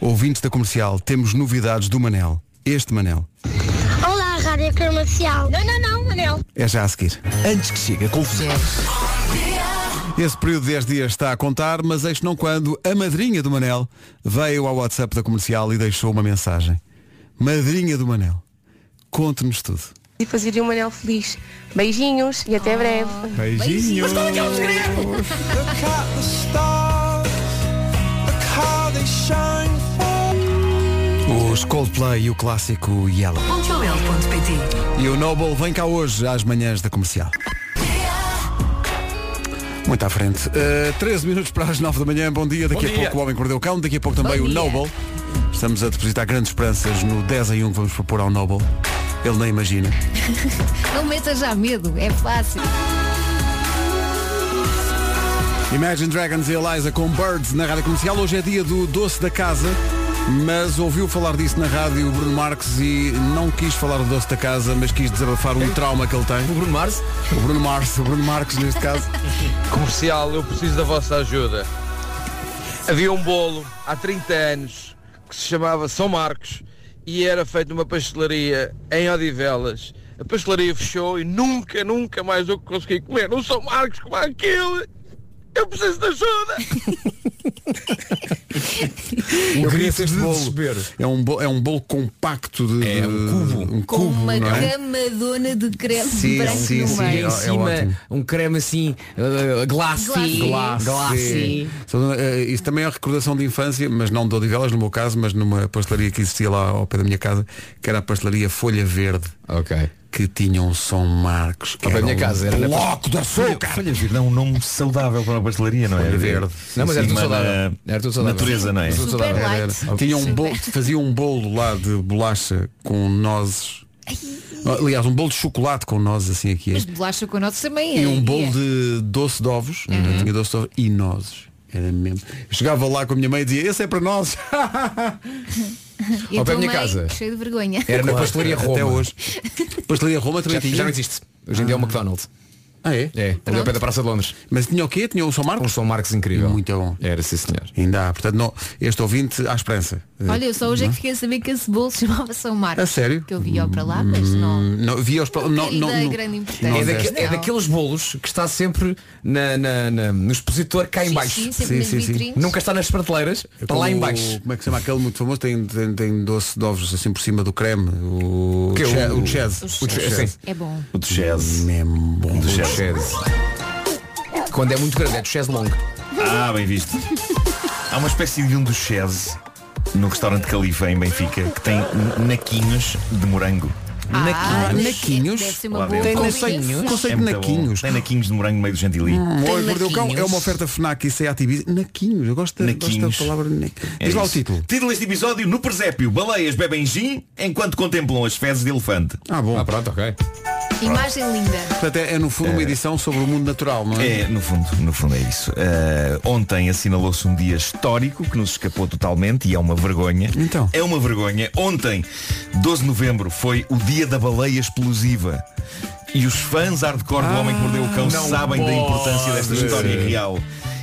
Speaker 1: Ouvintes da comercial, temos novidades do Manel. Este Manel.
Speaker 10: Olá, Rádio Comercial. Não, não, não, Manel.
Speaker 1: É já a seguir. Antes que chegue a confusão. Esse período de 10 dias está a contar, mas eis não quando a madrinha do Manel veio ao WhatsApp da comercial e deixou uma mensagem. Madrinha do Manel, conte-nos tudo.
Speaker 15: e fazer um anel feliz. Beijinhos e até breve. Mas
Speaker 1: Beijinhos.
Speaker 15: como é que é o segredo?
Speaker 1: Os Coldplay e o clássico Yellow. E o Noble vem cá hoje às manhãs da comercial. Muito à frente. Uh, 13 minutos para as 9 da manhã, bom dia. Daqui
Speaker 16: Bom
Speaker 1: a
Speaker 16: dia.
Speaker 1: pouco o Homem que Mordeu o Cão, daqui a pouco também
Speaker 16: Bom
Speaker 1: o
Speaker 16: dia.
Speaker 1: Noble. Estamos a depositar grandes esperanças no 10 em 1 que vamos propor ao Noble. Ele nem imagina.
Speaker 2: Não meta já medo, é fácil.
Speaker 1: Imagine Dragons e Eliza com Birds na rádio comercial. Hoje é dia do doce da casa, mas ouviu falar disso na rádio o Bruno Marques e não quis falar do doce da casa, mas quis desabafar um trauma que ele tem. O
Speaker 6: Bruno Marques?
Speaker 1: O Bruno Marques, o Bruno Marques neste caso.
Speaker 17: Comercial, eu preciso da vossa ajuda. Havia um bolo há 30 anos que se chamava São Marcos e era feito numa pastelaria em Odivelas a pastelaria fechou e nunca, nunca mais eu consegui comer. Não são Marcos como aquele. Eu preciso de ajuda.
Speaker 1: Eu queria ser de bolo. É um, bolo, é um bolo compacto de. É um cubo. Um
Speaker 2: Com
Speaker 1: cubo,
Speaker 2: uma
Speaker 1: não é?
Speaker 2: camadona de creme branco no
Speaker 6: E
Speaker 2: meio.
Speaker 6: em cima, um creme assim, uh, glassy.
Speaker 2: Glassy.
Speaker 6: Glassy.
Speaker 1: Só, eh, isso também é recordação de infância, mas não de Odivelas no meu caso, mas numa pastelaria que existia lá ao pé da minha casa, que era a pastelaria Folha Verde.
Speaker 6: Ok.
Speaker 1: Que tinha um São Marcos. Que
Speaker 12: é
Speaker 6: Ao pé da
Speaker 1: era
Speaker 6: minha
Speaker 1: um
Speaker 6: casa, era na
Speaker 1: bloco de açúcar.
Speaker 12: Folha verde não é um nome saudável para uma pastelaria, não é?
Speaker 1: Folha verde.
Speaker 6: Não, mas era tudo
Speaker 12: Sim, mas,
Speaker 6: saudável.
Speaker 12: eh,
Speaker 6: Era tudo saudável.
Speaker 12: Natureza, não é?
Speaker 6: Tudo saudável.
Speaker 1: uh, Era, era. Tinha um bolo, fazia um bolo lá de bolacha com nozes. Aliás, um bolo de chocolate com nozes assim aqui.
Speaker 2: Mas bolacha com nozes também é.
Speaker 1: E um bolo
Speaker 2: é.
Speaker 1: de doce de ovos.
Speaker 6: Uhum.
Speaker 1: Eu Tinha doce de ovos e nozes. Era mesmo. Chegava lá com a minha mãe e dizia, esse é para nós.
Speaker 2: E a
Speaker 1: Ao pé
Speaker 2: tua
Speaker 1: da minha
Speaker 2: mãe,
Speaker 1: casa.
Speaker 2: cheio de vergonha.
Speaker 6: Era na pastelaria Roma.
Speaker 1: Até hoje. Pastelaria Roma também
Speaker 6: já,
Speaker 1: tinha.
Speaker 6: já não existe. Hoje em dia é o McDonald's.
Speaker 1: Ah, é?
Speaker 6: É, ali ao pé da Praça de Londres.
Speaker 1: Mas tinha o quê? Tinha o São Marcos?
Speaker 6: Um São Marcos incrível.
Speaker 1: Muito bom.
Speaker 6: Era, sim senhor.
Speaker 1: Ainda há. Portanto, não, este ouvinte à esperança.
Speaker 2: Olha, eu só hoje é
Speaker 1: Não
Speaker 2: que fiquei a saber que esse bolo se chamava São Marcos.
Speaker 1: A sério?
Speaker 2: Que eu vi-o para lá, mas não.
Speaker 1: Hum, não, vi os não, não,
Speaker 2: tenho
Speaker 1: não,
Speaker 2: ideia grande importância.
Speaker 1: não
Speaker 6: É, daque-
Speaker 1: deste.
Speaker 6: é daqueles bolos que está sempre na, na- na- no expositor cá em
Speaker 2: Sim,
Speaker 6: baixo.
Speaker 2: sim, sempre Sim, nas sim, sim. vitrines.
Speaker 6: Nunca está nas prateleiras, está lá em
Speaker 1: O-
Speaker 6: baixo.
Speaker 1: é? Como é que se chama aquele muito famoso? Tem, tem, tem doce de ovos assim por cima do creme. O,
Speaker 6: Que é o-
Speaker 1: che- o jazz.
Speaker 6: o jazz, sim.
Speaker 2: É bom.
Speaker 1: O jazz. Mesmo bom.
Speaker 6: Do Chaz. Quando é muito grande, é do Chaz longo.
Speaker 12: Ah, bem visto. Há uma espécie de um duchese no restaurante Califa em Benfica que tem naquinhos de morango.
Speaker 2: Ah,
Speaker 1: Naquinhos?
Speaker 2: naquinhos? Deve ser uma
Speaker 12: Lá
Speaker 2: boa
Speaker 12: dentro.
Speaker 2: combinação.
Speaker 1: Conceito
Speaker 12: É
Speaker 1: de
Speaker 12: muito bom.
Speaker 1: naquinhos.
Speaker 12: Tem naquinhos de morango no meio do gentilí.
Speaker 1: Hum,
Speaker 2: Tem
Speaker 1: olha, mordeu o cão.
Speaker 2: naquinhos.
Speaker 1: É uma oferta FNAC e CEATV. Naquinhos. Eu gosto, da- gosto
Speaker 12: Naquinhos.
Speaker 1: da palavra naquinhos.
Speaker 12: É
Speaker 1: Diz lá o
Speaker 12: isso.
Speaker 1: título.
Speaker 12: Título deste episódio, no presépio, baleias bebem gin enquanto contemplam as fezes de elefante.
Speaker 1: Ah, bom.
Speaker 6: Ah, pronto, ok.
Speaker 2: Imagem linda.
Speaker 1: Portanto, é, é, no fundo uma edição sobre o mundo natural, não é?
Speaker 12: É, no fundo, no fundo é isso. Eh, ontem assinalou-se um dia histórico que nos escapou totalmente e é uma vergonha.
Speaker 1: Então.
Speaker 12: É uma vergonha. Ontem, 12 de novembro, foi o dia da baleia explosiva. E os fãs hardcore
Speaker 1: Ah.
Speaker 12: do Homem que Mordeu o Cão
Speaker 6: não
Speaker 12: sabem da importância desta
Speaker 6: pode
Speaker 12: história
Speaker 6: ser.
Speaker 12: real.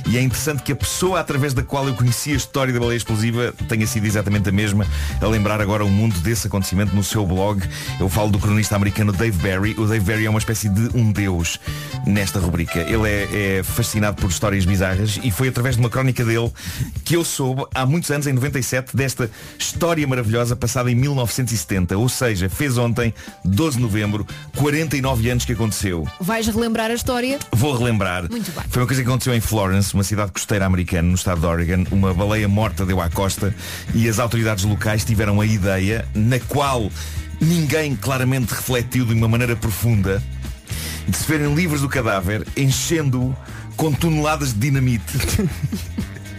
Speaker 12: E é interessante que a pessoa através da qual eu conheci a história da baleia explosiva tenha sido exatamente a mesma a lembrar agora o mundo desse acontecimento no seu blog. Eu falo do cronista americano Dave Barry. O Dave Barry é uma espécie de um deus nesta rubrica. Ele é, é fascinado por histórias bizarras e foi através de uma crónica dele que eu soube há muitos anos, em 97, desta história maravilhosa passada em 1970. Ou seja, fez ontem, 12 de novembro, 49 anos que aconteceu.
Speaker 2: Vais relembrar a história?
Speaker 12: Vou relembrar.
Speaker 2: Muito bem.
Speaker 12: Foi uma coisa que aconteceu em Florence, uma cidade costeira americana, no estado de Oregon. Uma baleia morta deu à costa e as autoridades locais tiveram a ideia, na qual ninguém claramente refletiu de uma maneira profunda, de se verem livres do cadáver, enchendo-o com toneladas de dinamite.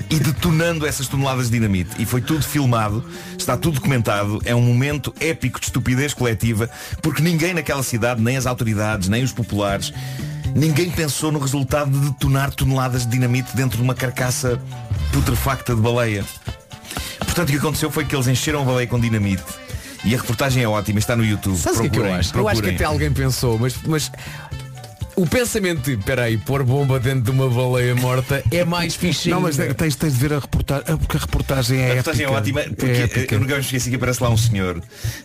Speaker 12: e detonando essas toneladas de dinamite. E foi tudo filmado, está tudo documentado, é um momento épico de estupidez coletiva, porque ninguém naquela cidade, nem as autoridades, nem os populares, ninguém pensou no resultado de detonar toneladas de dinamite dentro de uma carcaça putrefacta de baleia. Portanto, o que aconteceu foi que eles encheram a baleia com dinamite. E a reportagem é ótima, está no YouTube.
Speaker 6: Sabes o que é que eu
Speaker 12: Procurem,
Speaker 6: acho? Eu acho que
Speaker 12: procurem.
Speaker 6: até alguém pensou, mas, mas o pensamento de, peraí, pôr bomba dentro de uma baleia morta é mais fixe.
Speaker 1: Não, mas é
Speaker 6: ainda.
Speaker 1: tens, tens de ver a reportagem. Porque a reportagem é
Speaker 12: A reportagem é
Speaker 1: épica.
Speaker 12: ótima porque
Speaker 1: É
Speaker 12: eh,
Speaker 1: épica.
Speaker 12: eu nunca me esqueci que aparece lá um senhor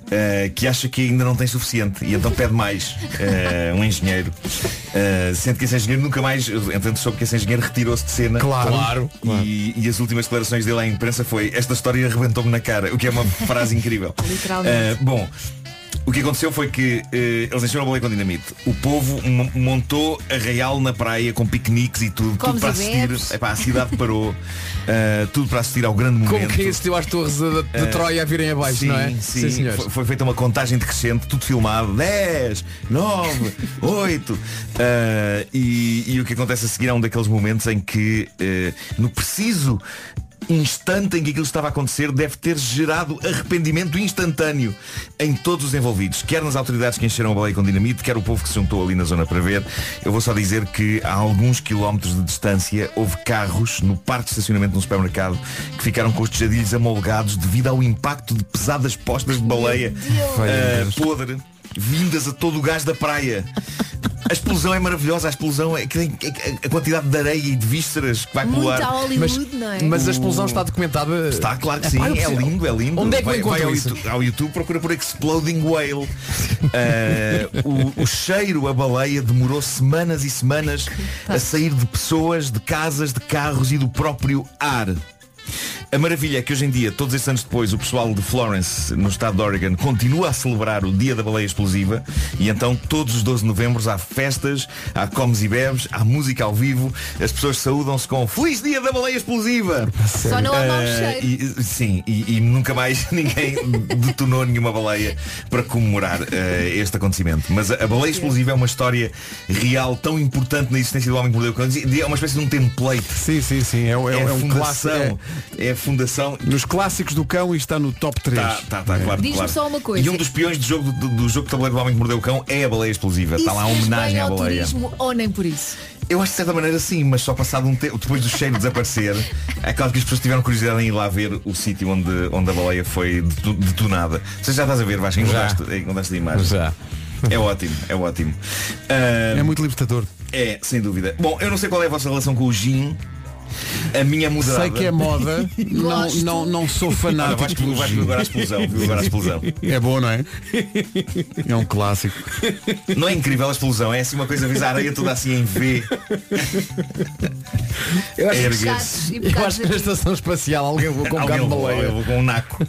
Speaker 12: eh, que acha que ainda não tem suficiente e então pede mais eh, um engenheiro. Eh, sendo que esse engenheiro nunca mais, entretanto soube que esse engenheiro retirou-se de cena.
Speaker 1: Claro. Claro,
Speaker 12: E, e as últimas declarações dele à imprensa foi esta história arrebentou-me na cara, o que é uma frase incrível.
Speaker 2: Literalmente.
Speaker 12: Eh, bom, o que aconteceu foi que eh, eles encheram a baleia com dinamite. O povo mo- montou arraial na praia com piqueniques e tudo, tudo
Speaker 2: Comes
Speaker 12: para
Speaker 2: e bebes.
Speaker 12: assistir. Epá, a cidade parou. eh, tudo para assistir ao grande momento.
Speaker 6: Como quem assistiu às torres de, de
Speaker 12: Eh,
Speaker 6: Troia a virem abaixo,
Speaker 12: sim,
Speaker 6: não é?
Speaker 12: Sim,
Speaker 6: Sim, senhores.
Speaker 12: Foi, foi feita uma contagem decrescente, tudo filmado. 10, 9, 8. Ah, e, e o que acontece a seguir é um daqueles momentos em que, eh, no preciso instante em que aquilo estava a acontecer, deve ter gerado arrependimento instantâneo em todos os envolvidos, quer nas autoridades que encheram a baleia com dinamite, quer o povo que se juntou ali na zona para ver. Eu vou só dizer que a alguns quilómetros de distância houve carros no parque de estacionamento de um supermercado que ficaram com os tejadilhos amolgados devido ao impacto de pesadas postas de baleia
Speaker 2: Meu Deus.
Speaker 12: ah, podre vindas a todo o gás da praia. A explosão é maravilhosa, a explosão é que tem- é que- a quantidade de areia e de vísceras que vai
Speaker 2: Muito
Speaker 12: pular.
Speaker 2: à Hollywood, não é?
Speaker 6: Mas a explosão está documentada.
Speaker 12: Está, claro que
Speaker 6: Epá,
Speaker 12: sim.
Speaker 6: eu
Speaker 12: É
Speaker 6: preciso-
Speaker 12: lindo, é lindo.
Speaker 6: Onde é que eu
Speaker 12: vai, vai
Speaker 6: encontro
Speaker 12: ao,
Speaker 6: isso?
Speaker 12: YouTube, ao YouTube, procura por Exploding Whale. Ah, o, o cheiro a baleia demorou semanas e semanas a sair de pessoas, de casas, de carros e do próprio ar. A maravilha é que hoje em dia, todos estes anos depois, o pessoal de Florence, no estado de Oregon, continua a celebrar o Dia da Baleia Explosiva e então todos os 12 de novembro há festas, há comes e bebes, há música ao vivo, as pessoas saúdam-se com Feliz Dia da Baleia Explosiva!
Speaker 2: Só não há mau
Speaker 12: Eh,
Speaker 2: cheiro.
Speaker 12: e- sim, e, e nunca mais ninguém detonou nenhuma baleia para comemorar eh, este acontecimento. Mas a, a baleia explosiva é uma história real tão importante na existência do homem que mordeu o cão. É uma espécie de um template.
Speaker 1: Sim, sim, sim. É,
Speaker 12: é
Speaker 1: é
Speaker 12: a
Speaker 1: um
Speaker 12: fundação.
Speaker 1: clássico,
Speaker 12: É... a fundação.
Speaker 1: Nos clássicos do cão e está no top 3.
Speaker 12: Tá, tá, tá, claro,
Speaker 2: Diz-me
Speaker 12: claro.
Speaker 2: só uma coisa.
Speaker 12: E um dos peões do jogo, do, do jogo de tabuleiro do homem que mordeu o cão é a baleia explosiva. Está
Speaker 2: Isso
Speaker 12: lá a
Speaker 2: fez
Speaker 12: homenagem
Speaker 2: bem
Speaker 12: à
Speaker 2: ao
Speaker 12: baleia.
Speaker 2: turismo ou nem por isso?
Speaker 12: Eu acho que de certa maneira sim, mas só passado um tempo, depois do cheiro desaparecer, é claro que as pessoas tiveram curiosidade em ir lá ver o sítio onde, onde a baleia foi detu- detonada. Você já estás a ver, Vasco, encontraste, encontraste a imagem. Já. É ótimo, é ótimo. é
Speaker 1: muito libertador.
Speaker 12: É, sem dúvida. Bom, eu não sei qual é a vossa relação com o gin. A minha é moderada.
Speaker 1: Sei que é moda, não,
Speaker 12: Gosto.
Speaker 1: não, não sou
Speaker 12: Olha,
Speaker 1: fanático.
Speaker 12: Vasco,
Speaker 1: pelo
Speaker 12: Vasco
Speaker 1: gin.
Speaker 12: viu agora a explosão, viu agora a explosão.
Speaker 1: É bom, não é? É um clássico.
Speaker 12: Não é incrível a explosão, é assim uma coisa vez a areia toda assim em V. É
Speaker 6: Eu acho,
Speaker 12: Erguer-se.
Speaker 6: que, eu acho que na estação espacial alguém vou com um
Speaker 12: Alguém
Speaker 6: bocado de
Speaker 12: levou-
Speaker 6: baleia.
Speaker 12: alguém levou com um naco.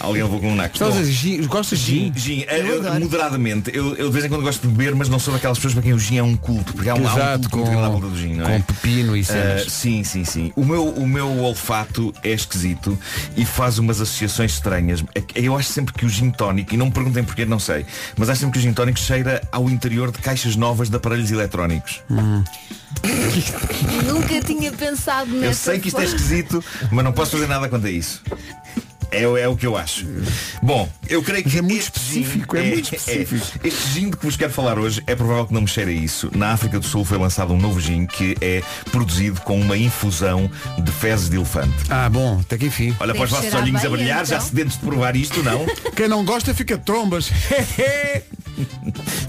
Speaker 12: Alguém levou com um naco.
Speaker 6: Estás a
Speaker 12: Bom,
Speaker 6: dizer gin? Gostas de
Speaker 12: gin? eh, eu- moderadamente. Eu, eu de vez em quando gosto de beber, mas não sou daquelas pessoas para quem o gin é um culto. Porque há um, há um
Speaker 1: Exato,
Speaker 12: culto muito
Speaker 1: com-
Speaker 12: grande à volta do gin, não é?
Speaker 1: com pepino e
Speaker 12: Eh,
Speaker 1: cenas.
Speaker 12: sim, sim, sim. O meu, o meu olfato é esquisito e faz umas associações estranhas. É que Eu acho sempre que o gin tónico, e não me perguntem porquê, não sei, mas acho sempre que o gin tónico cheira ao interior de caixas novas de aparelhos eletrónicos.
Speaker 6: Hum.
Speaker 2: Nunca tinha pensado nessa
Speaker 12: Eu sei que isto é
Speaker 2: forma.
Speaker 12: esquisito, mas não posso fazer nada quanto a isso. É, é o que eu acho. Bom, eu creio que é muito específico,
Speaker 1: é muito específico.
Speaker 12: Este gin de que vos quero falar hoje é provável que não me cheire a isso. Na África do Sul foi lançado um novo gin que é produzido com uma infusão de fezes de elefante.
Speaker 1: Ah, bom, até que enfim.
Speaker 12: Olha para os vossos olhinhos a brilhar,
Speaker 2: então.
Speaker 12: já se dentes de provar isto, não?
Speaker 1: Quem não gosta fica de trombas.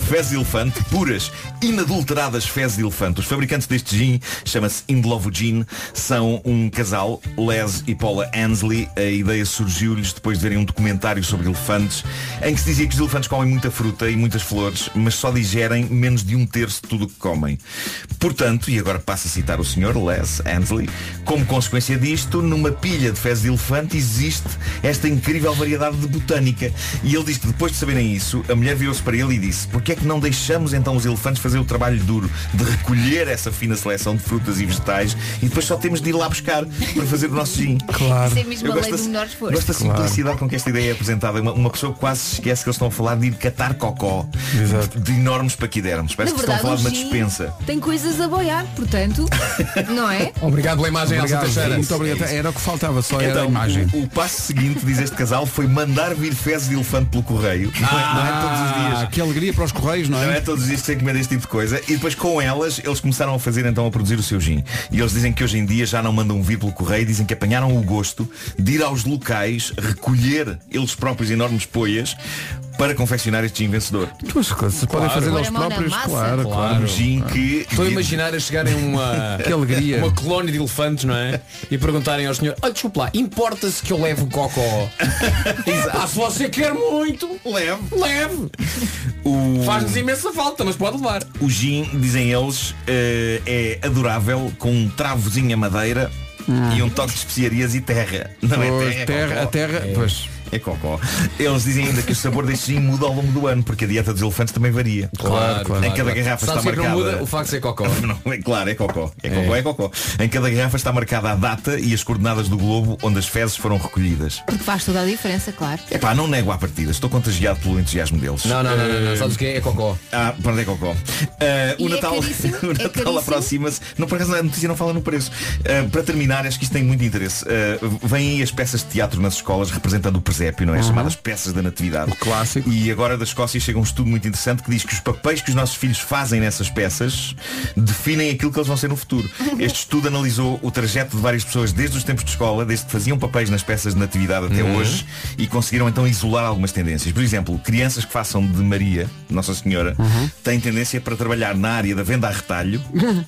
Speaker 12: Fezes de elefante, puras, inadulteradas fezes de elefante. Os fabricantes deste gin, chama-se Indlovo Gin, são um casal, Les e Paula Ansley. A ideia surgiu-lhes depois de verem um documentário sobre elefantes, em que se dizia que os elefantes comem muita fruta e muitas flores, mas só digerem menos de um terço de tudo o que comem. Portanto, e agora passo a citar o senhor, Les Ansley, como consequência disto, numa pilha de fezes de elefante existe esta incrível variedade de botânica. E ele diz que depois de saberem isso, a mulher virou-se para ele e disse, porquê é que não deixamos então os elefantes fazer o trabalho duro de recolher essa fina seleção de frutas e vegetais e depois só temos de ir lá buscar para fazer o nosso gin? Claro.
Speaker 2: Isso é mesmo a lei do menor esforço.
Speaker 12: Gosto da
Speaker 2: Claro.
Speaker 12: simplicidade com que esta ideia é apresentada. Uma, uma pessoa quase se esquece que eles estão a falar de ir catar cocó de, de enormes paquidermos. Parece
Speaker 2: Na
Speaker 12: que estão a
Speaker 2: verdade,
Speaker 12: falar de
Speaker 2: o
Speaker 12: uma
Speaker 2: gin
Speaker 12: dispensa.
Speaker 2: Tem coisas a boiar, portanto, não é?
Speaker 6: Obrigado pela imagem,
Speaker 12: Obrigado,
Speaker 6: Elsa Teixeira. É
Speaker 12: muito obrigado.
Speaker 1: Era o que faltava, só era
Speaker 12: É então,
Speaker 1: a imagem.
Speaker 12: O, o passo seguinte, diz este casal, foi mandar vir fezes de elefante pelo correio. Não é- não é todos os dias.
Speaker 1: Ah, Que alegria para os correios, não é?
Speaker 12: Não é todos os dias que tem que comer este tipo de coisa. E depois com elas, eles começaram a fazer então a produzir o seu gin. E eles dizem que hoje em dia já não mandam vir pelo correio, dizem que apanharam o gosto de ir aos locais recolher eles próprios enormes poias para confeccionar este gin vencedor.
Speaker 1: Mas vocês Então, podem fazer eles próprios, claro, claro.
Speaker 12: Um gin que...
Speaker 6: Estou a imaginar a chegarem uma
Speaker 1: Que alegria.
Speaker 6: uma colónia de elefantes, não é? E perguntarem ao senhor, olha, desculpa lá, importa-se que eu leve o cocó? ah, se você quer muito,
Speaker 12: leve,
Speaker 6: leve.
Speaker 12: O...
Speaker 6: Faz-nos imensa falta, mas pode levar.
Speaker 12: O gin, dizem eles, eh, é adorável com um travozinho a madeira
Speaker 6: Ah.
Speaker 12: e um toque de especiarias e terra. Não
Speaker 1: Pois,
Speaker 12: é terra, é
Speaker 1: terra-
Speaker 12: cocó.
Speaker 1: a terra,
Speaker 12: é,
Speaker 1: pois.
Speaker 12: É cocó. Eles dizem ainda que o sabor deste gin muda ao longo do ano, porque a dieta dos elefantes também varia.
Speaker 6: Claro, claro,
Speaker 12: Em cada
Speaker 6: claro.
Speaker 12: garrafa
Speaker 6: Sabe
Speaker 12: está
Speaker 6: o que é que
Speaker 12: marcada.
Speaker 6: não muda? O facto de ser cocó.
Speaker 12: Não, é claro, é cocó. É cocó, é. cocó. Em cada garrafa está marcada a data e as coordenadas do globo onde as fezes foram recolhidas.
Speaker 2: Porque faz toda a diferença, claro.
Speaker 12: Epá, não nego à partida, estou contagiado pelo entusiasmo deles.
Speaker 6: Não, não, não, não, não.
Speaker 12: Eh,
Speaker 6: Sabes o que é? É cocó.
Speaker 12: ah, pronto, é cocó. Ah,
Speaker 6: E
Speaker 12: o
Speaker 6: é
Speaker 12: Natal,
Speaker 6: caríssimo?
Speaker 12: o
Speaker 6: É
Speaker 12: Natal
Speaker 6: caríssimo?
Speaker 12: aproxima-se. Não, por acaso a notícia não fala no preço. Ah, para terminar, acho que isto tem muito interesse. Ah, vêm aí as peças de teatro nas escolas representando o presépio, não é? As Chamadas peças da natividade. O
Speaker 1: clássico.
Speaker 12: E agora da Escócia chega um estudo muito interessante que diz que os papéis que os nossos filhos fazem nessas peças definem aquilo que eles vão ser no futuro. Este estudo analisou o trajeto de várias pessoas desde os tempos de escola, desde que faziam papéis nas peças de natividade até
Speaker 16: Uhum.
Speaker 12: hoje, e conseguiram então isolar algumas tendências. Por exemplo, crianças que façam de Maria, Nossa Senhora,
Speaker 1: Uhum.
Speaker 12: têm tendência para trabalhar na área da venda a retalho,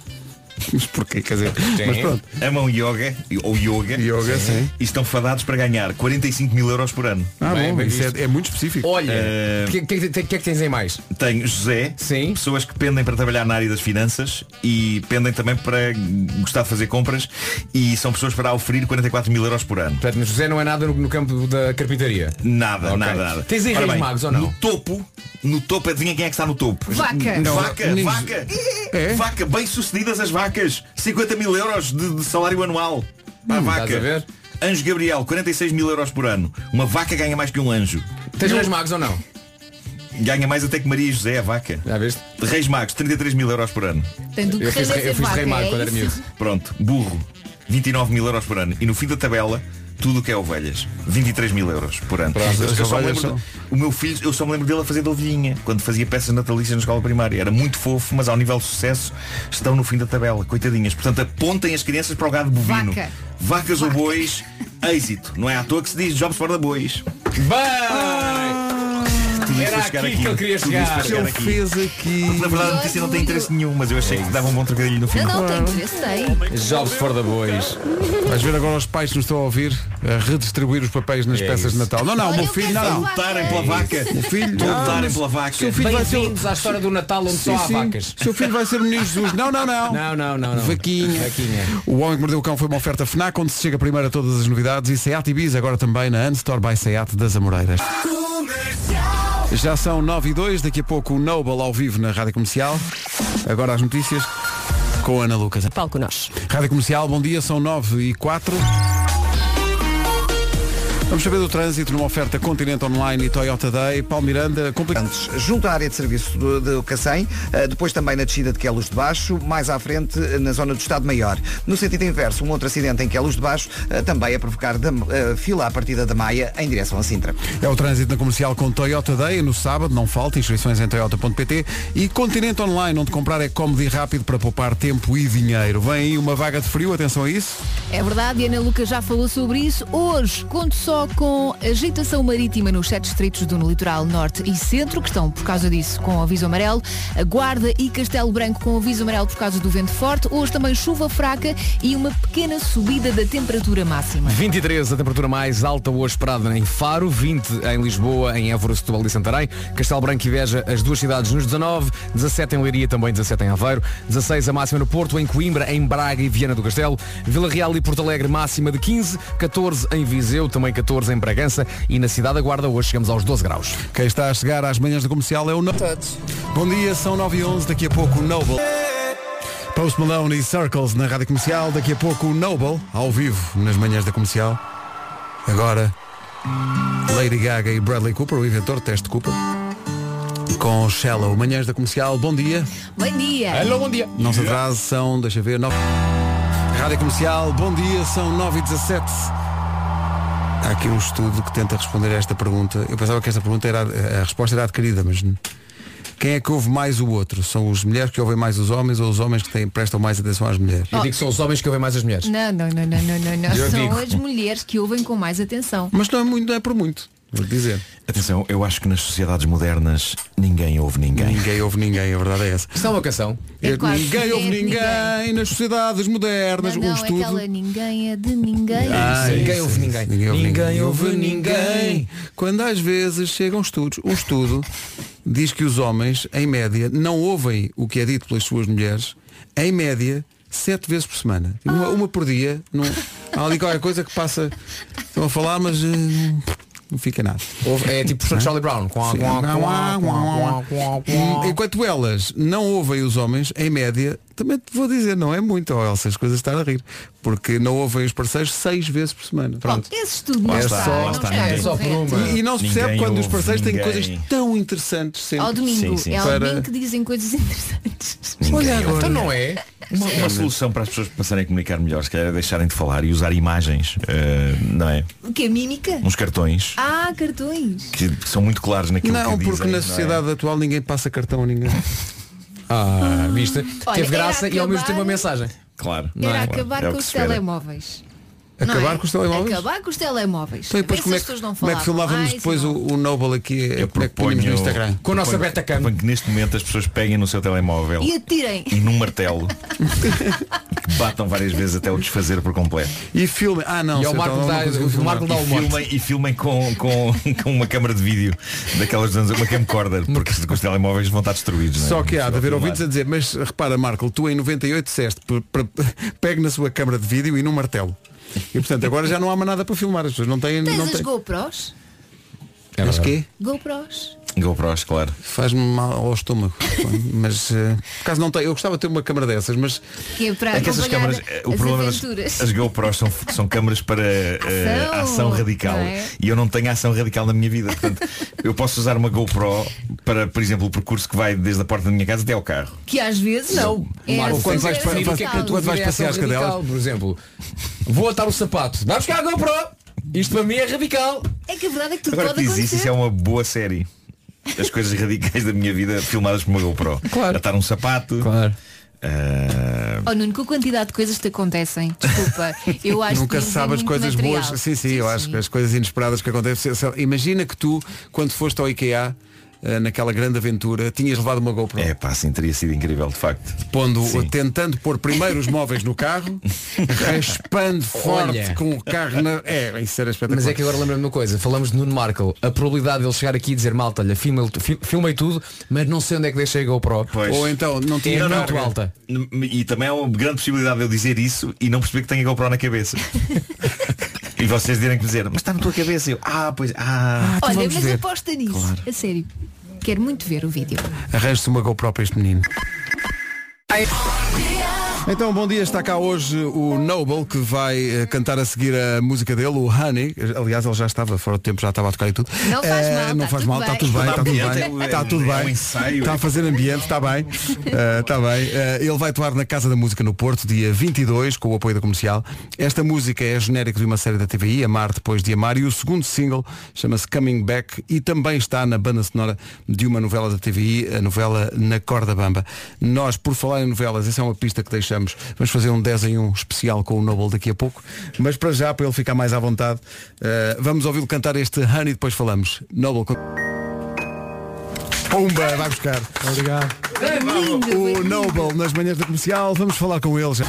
Speaker 1: Ah, Mas porquê? Quer dizer, mas pronto.
Speaker 12: Amam yoga ou yoga,
Speaker 1: Yoga, sim.
Speaker 12: e estão fadados para ganhar 45 mil euros por ano.
Speaker 1: Ah, bom, isso é, é muito específico.
Speaker 12: Olha,
Speaker 1: Eh,
Speaker 12: o que, é que tens em mais? Tenho José, pessoas que pendem para trabalhar na área das finanças e pendem também para gostar de fazer compras e são pessoas para oferir 44 mil euros por ano.
Speaker 6: Portanto, José não é nada no, no campo da carpintaria.
Speaker 12: Nada,
Speaker 6: Ok.
Speaker 12: nada, nada.
Speaker 6: Tens aí
Speaker 12: Ora
Speaker 6: reis
Speaker 12: bem,
Speaker 6: magos ou não?
Speaker 12: No topo, no topo, adivinha quem é que está no topo?
Speaker 6: Vaca.
Speaker 12: Não,
Speaker 6: Não,
Speaker 12: vaca,
Speaker 6: nem-
Speaker 12: vaca.
Speaker 6: É?
Speaker 12: Vaca, bem sucedidas as vacas. 50 mil euros de, de salário anual para a
Speaker 6: Hum,
Speaker 12: vaca.
Speaker 6: estás a ver?
Speaker 12: Anjo Gabriel, 46 mil euros por ano. Uma vaca ganha mais que um anjo.
Speaker 6: Tens
Speaker 12: Eu-
Speaker 6: reis magos ou não?
Speaker 12: Ganha mais até que Maria José, a vaca.
Speaker 6: Já viste?
Speaker 12: Reis Magos, 33 mil euros por ano.
Speaker 2: Tem do que render vaca, é isso?
Speaker 12: Pronto, burro, 29 mil euros por ano. E no fim da tabela, tudo o que é ovelhas. 23 mil euros por ano.
Speaker 1: Pronto,
Speaker 12: eu,
Speaker 1: as
Speaker 12: eu só me
Speaker 1: ovelhas
Speaker 12: lembro de- o meu filho, eu só me lembro dele a fazer de ovelhinha, quando fazia peças natalícias na escola primária. Era muito fofo, mas ao nível de sucesso estão no fim da tabela, coitadinhas. Portanto, apontem as crianças para o gado bovino.
Speaker 6: Vaca.
Speaker 12: Vacas ou bois, êxito. Não é à toa que se diz Jobs para bois. Tudo isto
Speaker 6: Era
Speaker 12: para chegar
Speaker 6: aqui que ele queria
Speaker 12: Tudo isto
Speaker 6: chegar.
Speaker 12: para chegar
Speaker 6: Ele
Speaker 12: aqui.
Speaker 6: fez
Speaker 1: aqui.
Speaker 12: Porque, na verdade a notícia não tem interesse nenhum, mas eu achei que dava um bom trocadilho no fim.
Speaker 2: Não, não, tem interesse, tem.
Speaker 6: Jobs for the boys.
Speaker 1: Vais ver agora os pais que nos estão a ouvir a redistribuir os papéis
Speaker 6: É
Speaker 1: nas peças de Natal. Não, não, o meu filho, não, não. O filho, não, mas Seu filho vai ser...
Speaker 6: Bem-vindos à história do Natal onde
Speaker 1: Sim,
Speaker 6: só há
Speaker 1: sim.
Speaker 6: vacas.
Speaker 1: Seu filho vai ser menino Jesus. Não, não, não.
Speaker 6: Não, não, não. não.
Speaker 1: Vaquinha.
Speaker 6: Vaquinha.
Speaker 1: O Homem que Mordeu o Cão foi uma oferta FNAC, onde se chega primeiro a todas as novidades. E Seat Ibiza, agora também na Unstore by Seat das Amoreiras. Já são 9 e 2, daqui a pouco o Noble ao vivo na Rádio Comercial. Agora as notícias com a Ana Lucas.
Speaker 14: Palco nós.
Speaker 1: Rádio Comercial, bom dia, são 9 e 4. Vamos saber do trânsito numa oferta Continente Online e Toyota Day. Paulo Miranda, complicantes.
Speaker 3: junto à área de serviço do, do Cacém, eh, depois também na descida de Queluz de Baixo, mais à frente eh, na zona do Estado Maior. No sentido inverso, um outro acidente em Queluz de Baixo, eh, também a provocar da- eh, fila à partida da Maia em direção a Sintra.
Speaker 1: É o trânsito na comercial com Toyota Day no sábado, não falta, inscrições em toyota.pt e Continente Online, onde comprar é cómodo e rápido para poupar tempo e dinheiro. Vem aí uma vaga de frio, atenção a isso.
Speaker 2: É verdade, e a Ana Lucas já falou sobre isso. Hoje, conto só com agitação marítima nos sete distritos do litoral norte e centro, que estão, por causa disso, com aviso amarelo. A Guarda e Castelo Branco com aviso amarelo por causa do vento forte. Hoje também chuva fraca e uma pequena subida da temperatura máxima.
Speaker 6: 23, a temperatura mais alta hoje esperada em Faro, 20 em Lisboa, em Évora, Setúbal e Santarém, Castelo Branco e Veja, as duas cidades nos 19, 17 em Leiria, também 17 em Aveiro, 16 a máxima no Porto, em Coimbra, em Braga e Viana do Castelo, Vila Real e Porto Alegre máxima de 15, 14 em Viseu, também 14 em Bragança e na cidade da Guarda hoje chegamos aos 12 graus.
Speaker 1: Quem está a chegar às manhãs da comercial é o Noble. Bom dia, são 9 e 11, daqui a pouco o Noble. Post Malone e Circles na Rádio Comercial, daqui a pouco o Noble, ao vivo, nas manhãs da comercial. Agora, Lady Gaga e Bradley Cooper, o inventor de teste Cooper. Com Shallow, manhãs da comercial, bom dia.
Speaker 2: Bom dia!
Speaker 1: Não se atrase, são, deixa ver, 9. Rádio Comercial, bom dia, são 9 e 17. Há aqui um estudo que tenta responder a esta pergunta. Eu pensava que esta pergunta era a resposta era adquirida, mas quem é que ouve mais o outro? São os mulheres que ouvem mais os homens ou os homens que têm, prestam mais atenção às mulheres?
Speaker 6: Eu digo que são os homens que ouvem mais as mulheres.
Speaker 2: Não, não, não, não, não, não, não.
Speaker 1: Eu
Speaker 2: São
Speaker 1: digo.
Speaker 2: as mulheres que ouvem com mais atenção.
Speaker 1: Mas não é, muito, não é por muito. Vou dizer.
Speaker 12: Atenção, eu acho que nas sociedades modernas ninguém ouve ninguém.
Speaker 1: Ninguém ouve ninguém, a verdade é essa.
Speaker 6: Isto é uma canção.
Speaker 2: É quase
Speaker 1: ninguém ouve
Speaker 2: ninguém.
Speaker 1: ninguém, nas sociedades modernas.
Speaker 2: não, não,
Speaker 1: um
Speaker 2: é
Speaker 1: estudo.
Speaker 2: aquela ninguém é de ninguém.
Speaker 1: Ah,
Speaker 6: Ninguém
Speaker 1: isso,
Speaker 6: ouve
Speaker 1: isso.
Speaker 6: ninguém.
Speaker 1: Ninguém ouve
Speaker 6: Ninguém
Speaker 1: ninguém.
Speaker 6: ouve ninguém.
Speaker 1: Quando às vezes chegam estudos, um estudo diz que os homens, em média, não ouvem o que é dito pelas suas mulheres, em média, sete vezes por semana. Tipo, Uma, uma por dia. Não, há ali qualquer coisa que passa. Estão a falar, mas eh, não- não fica nada.
Speaker 6: Ouve- é tipo professor
Speaker 1: Hã?
Speaker 6: Charlie Brown. Quá,
Speaker 1: Sim.
Speaker 6: quá, quá, quá, quá, quá, quá.
Speaker 1: Enquanto elas não ouvem os homens, em média, também te vou dizer, não é muito, ó Elsa, as coisas estão a rir. Porque não ouvem os parceiros seis vezes por semana. Pronto.
Speaker 2: Esse estudo não
Speaker 1: é
Speaker 2: está,
Speaker 1: só,
Speaker 2: não está
Speaker 1: é só
Speaker 2: correto.
Speaker 1: por uma. E, e não se percebe
Speaker 12: Ninguém
Speaker 1: quando os
Speaker 12: ouve
Speaker 1: parceiros têm
Speaker 12: ninguém.
Speaker 1: coisas tão interessantes sempre.
Speaker 2: Ao domingo. É ao
Speaker 1: Para-
Speaker 2: domingo que dizem coisas interessantes.
Speaker 1: Olha agora.
Speaker 6: Então não é?
Speaker 12: Uma, uma solução para as pessoas passarem a comunicar melhor, se calhar é deixarem de falar e usar imagens, eh, não é?
Speaker 2: O que é mímica?
Speaker 12: Uns cartões
Speaker 2: Ah, cartões.
Speaker 12: que são muito claros naquilo
Speaker 1: Não,
Speaker 12: que dizem. é?
Speaker 1: porque na sociedade atual ninguém passa cartão a ninguém.
Speaker 6: Ah, viste?
Speaker 2: Olha,
Speaker 6: Teve
Speaker 2: era
Speaker 6: graça e ao mesmo
Speaker 2: acabar-
Speaker 6: tempo uma mensagem.
Speaker 12: Claro.
Speaker 2: Era acabar com os telemóveis. Não
Speaker 1: Acabar
Speaker 2: é?
Speaker 1: com os telemóveis?
Speaker 2: Acabar com os telemóveis.
Speaker 1: Então, e depois
Speaker 2: Bem, se
Speaker 1: como é,
Speaker 2: as
Speaker 1: que,
Speaker 2: pessoas não
Speaker 1: como é que
Speaker 2: falavam
Speaker 1: filmávamos
Speaker 2: mais,
Speaker 1: depois
Speaker 2: e não-
Speaker 1: o, o Nobel aqui? Eu como é que punhamos no Instagram?
Speaker 12: Com a nossa beta cam. que neste momento as pessoas peguem no seu telemóvel
Speaker 2: E atirem.
Speaker 12: e num martelo que batam várias vezes até o desfazer por completo.
Speaker 1: E filme. Ah não, se
Speaker 12: E ao
Speaker 1: eu
Speaker 12: Marco
Speaker 6: então
Speaker 1: tava- não
Speaker 12: dá-
Speaker 1: consigo
Speaker 12: o
Speaker 1: filmar.
Speaker 12: Marco dá o E filmem- e filmem com, com, com uma câmara de vídeo daquelas dos anos, uma camcorder, porque os telemóveis vão estar destruídos. não é?
Speaker 1: Só que há de haver
Speaker 12: Filmar.
Speaker 1: ouvintes a dizer, mas repara Marco, tu em 98 disseste, pe- pe- pegue na sua câmara de vídeo e num martelo. E portanto agora já não há mais nada para filmar, as pessoas não têm.
Speaker 2: Tens
Speaker 1: não
Speaker 2: as
Speaker 1: têm...
Speaker 2: GoPros?
Speaker 12: É
Speaker 1: As quê?
Speaker 2: GoPros.
Speaker 12: GoPros, claro.
Speaker 1: Faz-me mal ao estômago. mas eh, por acaso não tenho. Eu gostava de ter uma câmara dessas, mas.
Speaker 2: Que é para
Speaker 12: É que essas
Speaker 2: acompanhar
Speaker 12: câmaras, eh, o
Speaker 2: as
Speaker 12: problema
Speaker 2: aventuras.
Speaker 12: das as GoPros são, são câmaras para eh,
Speaker 2: Ação,
Speaker 12: ação radical
Speaker 2: não é?
Speaker 12: e eu não tenho ação radical na minha vida. Portanto, eu posso usar uma GoPro para, por exemplo, o percurso que vai desde a porta da minha casa até ao carro.
Speaker 2: Que às vezes não. É
Speaker 6: Marco, quando
Speaker 2: super
Speaker 6: vais definir o que é que
Speaker 2: radical.
Speaker 6: tu vais passear as cadelas, por exemplo, vou atar o sapato, vai buscar a GoPro. Isto para mim é radical.
Speaker 2: É que a verdade é que tudo
Speaker 12: Agora que
Speaker 2: pode
Speaker 12: diz
Speaker 2: acontecer.
Speaker 12: isso, isso é uma boa série. As coisas radicais da minha vida filmadas por uma GoPro. Claro. Atar um sapato. Ah, Claro.
Speaker 2: Oh Nuno, com a quantidade de coisas que te acontecem, desculpa, eu acho
Speaker 1: Nunca
Speaker 2: que
Speaker 1: se
Speaker 2: isso
Speaker 1: sabe
Speaker 2: é
Speaker 1: as
Speaker 2: muito
Speaker 1: coisas
Speaker 2: material.
Speaker 1: boas. Sim, sim, eu acho que as coisas inesperadas que acontecem. se- se- Imagina que tu, quando foste ao IKEA, eh, naquela grande aventura, tinhas levado uma GoPro.
Speaker 12: É pá, sim, teria sido incrível, de facto.
Speaker 1: Pondo,
Speaker 12: Sim.
Speaker 1: tentando pôr primeiro os móveis no carro, raspando forte
Speaker 6: Olha.
Speaker 1: com o carro na. É, isso era espetacular.
Speaker 6: Mas é que agora lembra-me de uma coisa, falamos de Nuno Markle, a probabilidade dele chegar aqui e dizer malta, olha, filmei, fi- filmei tudo, mas não sei onde é que deixei a GoPro.
Speaker 12: Pois.
Speaker 6: é
Speaker 12: Não, não,
Speaker 6: muito alta.
Speaker 12: E também é uma grande possibilidade de eu dizer isso e não perceber que tenho a GoPro na cabeça. e vocês terem que me dizer, mas está na tua cabeça. E Eu, ah, pois, ah, então
Speaker 2: Olha,
Speaker 12: vamos
Speaker 2: mas
Speaker 12: ver."
Speaker 2: aposta nisso, a sério. Quero muito ver o vídeo.
Speaker 1: Arranje-se uma GoPro para este menino. Então, bom dia, está cá hoje o Noble, que vai eh, cantar a seguir a música dele, o Honey. Aliás, ele já estava fora do tempo, já estava a tocar e tudo.
Speaker 2: Não faz
Speaker 1: Eh,
Speaker 2: mal,
Speaker 1: não
Speaker 2: tá
Speaker 1: faz
Speaker 2: tudo
Speaker 1: mal, está
Speaker 2: bem.
Speaker 1: tudo bem,
Speaker 2: Está
Speaker 1: está tudo
Speaker 2: ambiente,
Speaker 1: bem.
Speaker 2: é-
Speaker 1: Está tudo
Speaker 2: é um
Speaker 1: bem.
Speaker 2: ensaio,
Speaker 1: Está a
Speaker 2: é-
Speaker 1: fazer Tá ambiente, está bem. Eh, Está bem. Eh, Ele vai atuar na Casa da Música no Porto, dia 22, com o apoio da comercial. Esta música é genérico de uma série da TVI, Amar Depois de Amar, e o segundo single chama-se Coming Back e também está na banda sonora de uma novela da TVI, a novela Na Corda Bamba. Nós, por falar em novelas, essa é uma pista que deixamos. Vamos fazer um 10 em 1 especial com o Noble daqui a pouco, mas para já, para ele ficar mais à vontade, eh, vamos ouvi-lo cantar este Honey e depois falamos. Noble. con- Pumba, vai buscar. Obrigado. o Noble nas manhãs da comercial, vamos falar com ele já.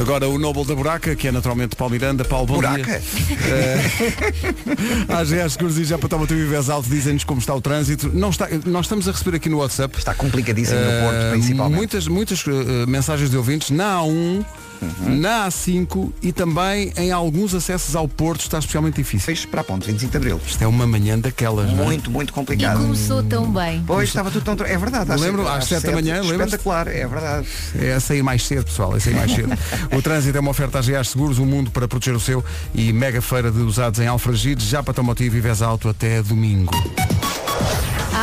Speaker 1: Agora o Noble da Buraca, que é naturalmente Paulo Miranda. Paulo, bom
Speaker 3: Buraca?
Speaker 1: dia. Eh, AGA Seguros e já para tomar o Vez Alto dizem-nos como está o trânsito. Não está, nós estamos a receber aqui no WhatsApp. Eh,
Speaker 3: Está complicadíssimo no Porto, principalmente.
Speaker 1: Muitas, muitas eh, mensagens de ouvintes na A1,
Speaker 3: Uhum.
Speaker 1: na A5 e também em alguns acessos ao Porto está especialmente difícil.
Speaker 3: Para a ponte 25 de Abril.
Speaker 1: Isto é uma manhã daquelas. não é?
Speaker 3: Muito, muito
Speaker 2: E
Speaker 3: complicado.
Speaker 2: começou tão bem.
Speaker 3: Pois estava tudo tão. tro- É verdade.
Speaker 1: Lembro, às sete da manhã, lembras-te?
Speaker 3: Espetacular, é verdade.
Speaker 1: É a sair mais cedo, pessoal, é a sair mais cedo. o trânsito é uma oferta às GAs Seguros, um mundo para proteger o seu e mega feira de usados em Alfragide, já para Tomotivo e Vez Alto até domingo.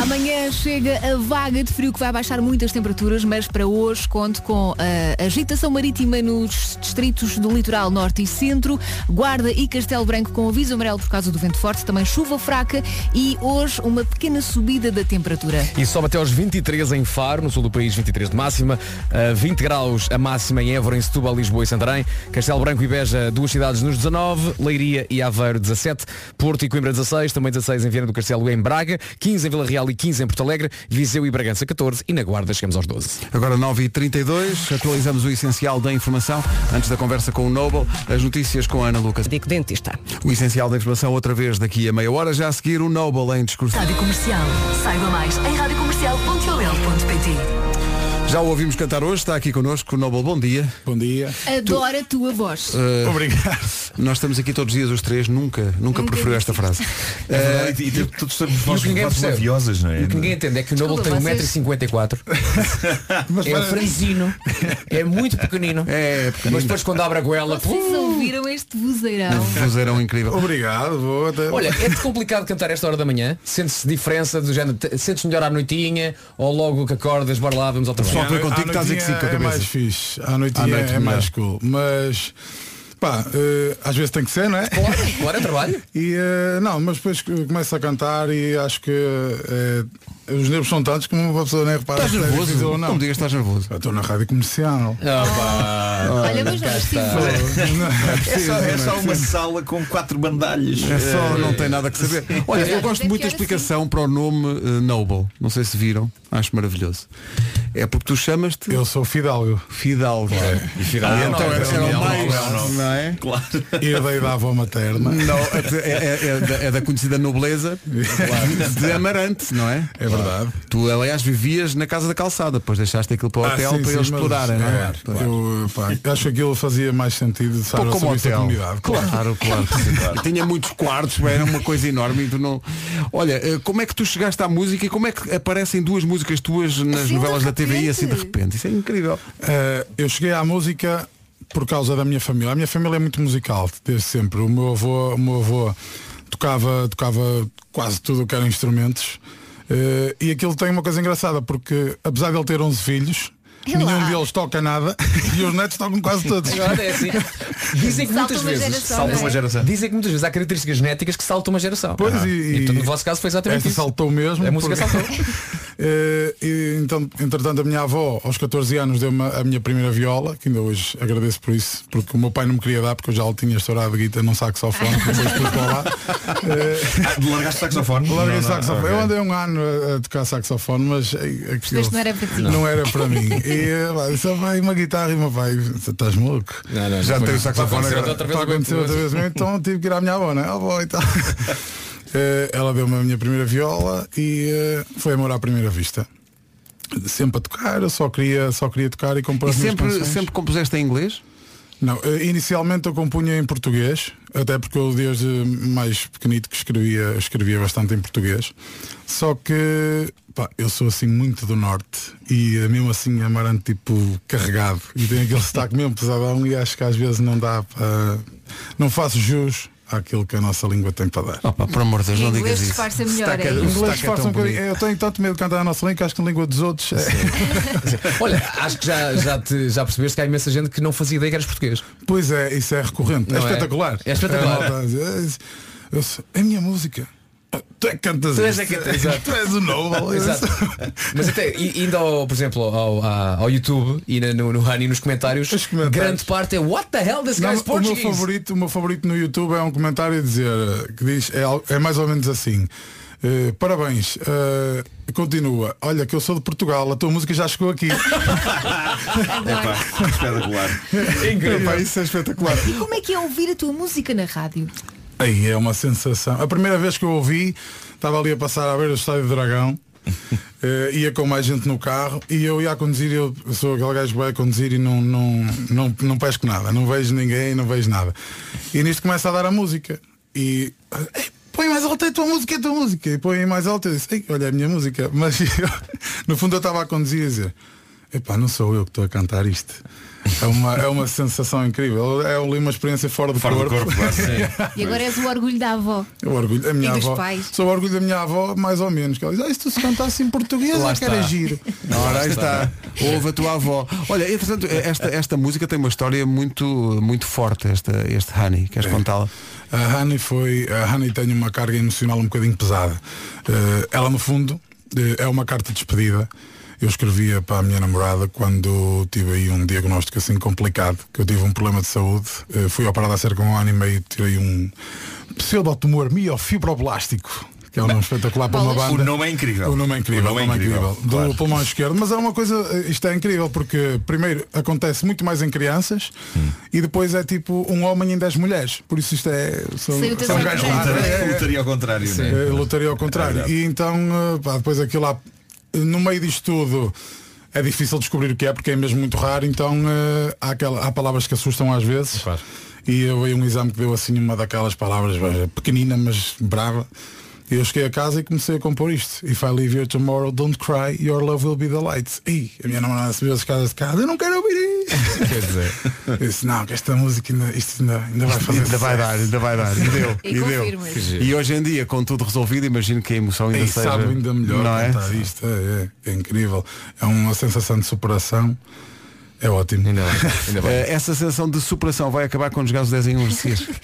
Speaker 2: Amanhã chega a vaga de frio que vai baixar muito as temperaturas, mas para hoje conto com a agitação marítima nos distritos do litoral norte e centro, Guarda e Castelo Branco com aviso amarelo por causa do vento forte, também chuva fraca e hoje uma pequena subida da temperatura.
Speaker 6: E sobe até aos 23 em Faro, no sul do país 23 de máxima, a 20 graus a máxima em Évora, em Setúbal, Lisboa e Santarém, Castelo Branco e Beja, duas cidades nos 19, Leiria e Aveiro 17, Porto e Coimbra 16, também 16 em Viana do Castelo e em Braga, 15 em Vila Real e 15 em Porto Alegre, Viseu e Bragança 14 e na Guarda chegamos aos 12.
Speaker 1: Agora 9h32, atualizamos o essencial da informação, antes da conversa com o Noble, as notícias com a Ana Lucas.
Speaker 16: Dico dentista.
Speaker 1: O essencial da informação outra vez daqui a meia hora, já a seguir o Noble em discurso.
Speaker 16: Rádio Comercial. Saiba mais em radiocomercial.ol.pt
Speaker 1: Já o ouvimos cantar hoje, está aqui connosco o Noble, bom dia. Bom dia.
Speaker 2: Adoro a tua voz.
Speaker 1: Obrigado. Nós estamos aqui todos os dias os três, nunca, nunca, preferiu esta frase. Eh,
Speaker 12: É verdade, e- e todos estamos vozes vozes labiosas, não é?
Speaker 6: E o que ninguém entende é que o Noble tem
Speaker 1: Desculpa, vocês-
Speaker 6: 1,54m. é
Speaker 1: para-
Speaker 6: franzino. É muito pequenino.
Speaker 1: É,
Speaker 6: Mas depois quando abre a goela.
Speaker 2: Vocês ouviram este vozeirão?
Speaker 1: Vozeirão incrível.
Speaker 6: Obrigado, boa. Olha, é complicado cantar esta hora da manhã? Sente-se diferença do género? te- Sentes melhor à noitinha? Ou logo que acordas, bora lá, vamos ao trabalho?
Speaker 1: foto é
Speaker 18: à
Speaker 1: contigo, estás a dizer que sim
Speaker 18: noitinha
Speaker 1: com a
Speaker 18: É
Speaker 1: cabeça.
Speaker 18: mais fixe. À noitinha,
Speaker 1: À noite
Speaker 18: é
Speaker 1: melhor.
Speaker 18: mais cool. Mas pá, eh, às vezes tem que ser, não é? Claro,
Speaker 6: claro, é trabalho.
Speaker 18: E, eh, não, mas depois que começo a cantar e acho que eh, os nervos são tantos que uma pessoa nem repara.
Speaker 1: Estás
Speaker 18: se é
Speaker 1: nervoso?
Speaker 18: difícil ou
Speaker 1: Não me digas que estás nervoso.
Speaker 18: Eu Estou na rádio comercial.
Speaker 1: Ah,
Speaker 12: Olha,
Speaker 18: mas não é
Speaker 12: É só, é só uma
Speaker 18: preciso.
Speaker 12: sala com quatro bandalhas.
Speaker 1: É só,
Speaker 12: Eh,
Speaker 1: não tem nada que saber. Olha, eu
Speaker 12: é
Speaker 1: gosto muito da explicação para o nome eh, Noble. Não sei se viram, acho maravilhoso. É porque tu chamas-te. Eu
Speaker 18: sou Fidalgo.
Speaker 1: Fidalgo.
Speaker 18: E Fidalgo
Speaker 1: Ah,
Speaker 18: é
Speaker 1: então
Speaker 18: nobre,
Speaker 1: era,
Speaker 18: é
Speaker 1: era o
Speaker 18: nobre,
Speaker 1: mais.
Speaker 18: é nobre.
Speaker 1: Não é?
Speaker 12: Claro.
Speaker 18: Herdei da avó materna.
Speaker 1: Não, é, é- é da, é da conhecida nobleza de Amarante, não é?
Speaker 18: É verdade.
Speaker 1: Tu, aliás, vivias na casa da calçada, depois deixaste aquilo para o
Speaker 18: Ah,
Speaker 1: hotel
Speaker 18: sim,
Speaker 1: para
Speaker 18: sim,
Speaker 1: eles
Speaker 18: mas,
Speaker 1: explorarem, não é?
Speaker 18: é, eu, pá, acho que aquilo fazia mais sentido de
Speaker 1: Pouco
Speaker 18: ao
Speaker 1: como
Speaker 18: serviço
Speaker 1: hotel.
Speaker 18: da comunidade.
Speaker 1: Claro, claro. que sim, claro. Tinha muitos quartos, era uma coisa enorme. e tu não... Olha, eh, como é que tu chegaste à música e como é que aparecem duas músicas tuas nas novelas da TVI assim de repente? Isso é incrível.
Speaker 18: Eh, eu cheguei à música por causa da minha família. A minha família é muito musical, desde sempre. O meu avô, o meu avô tocava, tocava quase tudo o que eram instrumentos. Eh, e aquilo tem uma coisa engraçada, porque apesar de ele ter 11 filhos, nenhum deles toca nada e os netos tocam quase todos.
Speaker 6: Agora é assim. Dizem que
Speaker 18: Salta
Speaker 6: muitas
Speaker 18: uma
Speaker 6: vezes
Speaker 18: geração,
Speaker 6: salta
Speaker 18: não é?
Speaker 6: uma geração. Dizem que muitas vezes há características genéticas que saltam uma geração.
Speaker 18: Pois,
Speaker 6: Ah.
Speaker 18: e-
Speaker 6: então, no vosso caso foi exatamente
Speaker 18: Esta
Speaker 6: isso.
Speaker 18: saltou mesmo.
Speaker 6: A música
Speaker 18: porque-
Speaker 6: saltou.
Speaker 18: Eh, e, então, entretanto, a minha avó, aos 14 anos, deu-me a minha primeira viola, que ainda hoje agradeço por isso, porque o meu pai não me queria dar, porque eu já lhe tinha estourado a guita num saxofone, que depois pus para lá.
Speaker 1: Eh,
Speaker 12: ah, largaste o saxofone?
Speaker 18: Larguei
Speaker 12: Não, não,
Speaker 18: saxofone.
Speaker 12: ok.
Speaker 18: Eu andei um ano a, a tocar saxofone, mas eh, aquilo
Speaker 2: Isto não era para ti.
Speaker 18: não era para mim. E eh, pá, só vai uma guitarra e meu pai, estás maluco?
Speaker 6: Não, não,
Speaker 18: já
Speaker 6: não
Speaker 18: tenho o
Speaker 6: foi.
Speaker 18: saxofone
Speaker 6: Aconteceu
Speaker 18: agora.
Speaker 6: outra vez
Speaker 18: Pá,
Speaker 6: alguma
Speaker 18: aconteceu outra
Speaker 6: coisa.
Speaker 18: vez, então tive que ir à minha avó, né? Ah, avó e tal. Eh, Ela deu-me a minha primeira viola e eh, foi amor à primeira vista. Sempre a tocar, eu só queria, só queria tocar e compor
Speaker 1: E
Speaker 18: as minhas
Speaker 1: sempre,
Speaker 18: canções.
Speaker 1: sempre compuseste em inglês?
Speaker 18: Não, eh, inicialmente eu compunha em português, até porque eu desde mais pequenito que escrevia, escrevia bastante em português. Só que pá, eu sou assim muito do norte e eh, mesmo assim amarante tipo carregado e tem aquele sotaque mesmo pesadão e acho que às vezes não dá para. Não faço jus àquilo que a nossa língua tem para dar.
Speaker 1: Opa, por amor de Deus,
Speaker 2: E não inglês digas isso. disfarça melhor, Sotaque é- é- o sotaque
Speaker 18: inglês
Speaker 2: é
Speaker 18: disfarça
Speaker 2: tão
Speaker 18: um bocadinho.
Speaker 2: bonito.
Speaker 18: Eu tenho tanto medo de cantar a nossa língua, que acho que a língua dos outros é.
Speaker 6: Olha, acho que já, já, te- já percebeste que há imensa gente que não fazia ideia que eras português.
Speaker 18: Pois é, isso é recorrente.
Speaker 6: Não
Speaker 18: é
Speaker 6: é?
Speaker 18: espetacular.
Speaker 6: É espetacular.
Speaker 18: É, malta, é, é, eu sou- é a minha música. Tu é que cantas
Speaker 6: Tu és
Speaker 18: isso.
Speaker 6: é que cantas, exato.
Speaker 18: Tu és o novo.
Speaker 6: Oh, Exato. Mas até i- indo, ao, por exemplo, ao, à- ao YouTube e na- no, no Honey nos comentários, grande parte é What the hell this
Speaker 18: Não,
Speaker 6: guy's
Speaker 18: o, meu
Speaker 6: Portuguese?
Speaker 18: favorito, o meu favorito no YouTube é um comentário a dizer que diz, é, al- é mais ou menos assim. eh, parabéns, eh, continua. Olha que eu sou de Portugal, a tua música já chegou aqui.
Speaker 12: Epá, espetacular.
Speaker 18: Epá, isso é espetacular.
Speaker 2: E como é que é ouvir a tua música na rádio?
Speaker 18: Aí é uma sensação. A primeira vez que eu ouvi, estava ali a passar a ver o Estádio do Dragão, eh, ia com mais gente no carro e eu ia a conduzir, eu sou aquele gajo que vai a conduzir e não, não, não, não pesco nada, não vejo ninguém, não vejo nada. E nisto começa a dar a música. E "Ei, põe mais alto é a tua música, é a tua música. E põe mais alto, eu disse, "Ei, olha é a minha música. Mas eu, no fundo eu estava a conduzir e a dizer, epá, não sou eu que estou a cantar isto. É uma, é uma sensação incrível. É ali uma experiência fora do
Speaker 12: Fora do
Speaker 18: corpo.
Speaker 12: corpo, claro, sim.
Speaker 2: E agora és o orgulho da avó.
Speaker 18: Eu orgulho da minha
Speaker 2: E dos
Speaker 18: avó.
Speaker 2: pais.
Speaker 18: Sou o orgulho da minha avó, mais ou menos. Que ela diz, ah, se tu se cantasse em português,
Speaker 1: Lá
Speaker 18: eu quero é
Speaker 1: está.
Speaker 18: giro.
Speaker 1: Ora, aí está. Ouve a tua avó. Olha, entretanto, eh, esta, esta música tem uma história muito, muito forte, esta, este Honey. Queres contá-la?
Speaker 18: A Honey foi. A Honey tem uma carga emocional um bocadinho pesada. Eh, ela no fundo eh, é uma carta de despedida. Eu escrevia para a minha namorada quando tive aí um diagnóstico assim complicado, que eu tive um problema de saúde. Eh, fui operado há cerca de um ano e meio, tirei um pseudotumor miofibroblástico, que é um nome espetacular para uma banda.
Speaker 12: O nome é incrível.
Speaker 18: O nome é incrível,
Speaker 12: O nome é
Speaker 18: o nome é
Speaker 12: incrível,
Speaker 18: incrível.
Speaker 12: claro.
Speaker 18: Do pulmão esquerdo. Mas é uma coisa, eh, isto é incrível, porque primeiro acontece muito mais em crianças
Speaker 12: Hum.
Speaker 18: e depois é tipo um homem em 10 mulheres. Por isso isto é. São, É,
Speaker 12: Saiu-te a sorte. Lutaria- lutaria ao contrário,
Speaker 18: Sim.
Speaker 12: não é?
Speaker 18: Eh, Lutaria ao contrário.
Speaker 12: É
Speaker 18: e então, eh, pá, depois aquilo lá, eh, no meio disto tudo. É difícil descobrir o que é porque é mesmo muito raro, então eh, há, aquela- há palavras que assustam às
Speaker 1: É
Speaker 18: vezes. E eu veio um exame que deu assim uma daquelas palavras eh, pequenina, mas brava. E eu cheguei a casa e comecei a compor isto. If I leave you tomorrow, don't cry, your love will be the light. Ei, a minha namorada subiu as escadas de casa, eu não quero ouvir Quer dizer, eu disse, não, que esta música ainda, isto ainda, ainda vai fazer
Speaker 1: Ainda vai
Speaker 18: sucesso."
Speaker 1: dar, ainda vai dar. E deu,
Speaker 18: E
Speaker 1: e, deu.
Speaker 18: confirmas. Que giro.
Speaker 1: E hoje em dia, com tudo resolvido, imagino que a emoção ainda
Speaker 18: E
Speaker 1: seja.
Speaker 18: sabe ainda melhor
Speaker 1: não é?
Speaker 18: cantar isto, é, é, é incrível. É uma sensação de superação. É ótimo.
Speaker 1: Eh, Essa sensação de superação vai acabar quando jogares 10 em 1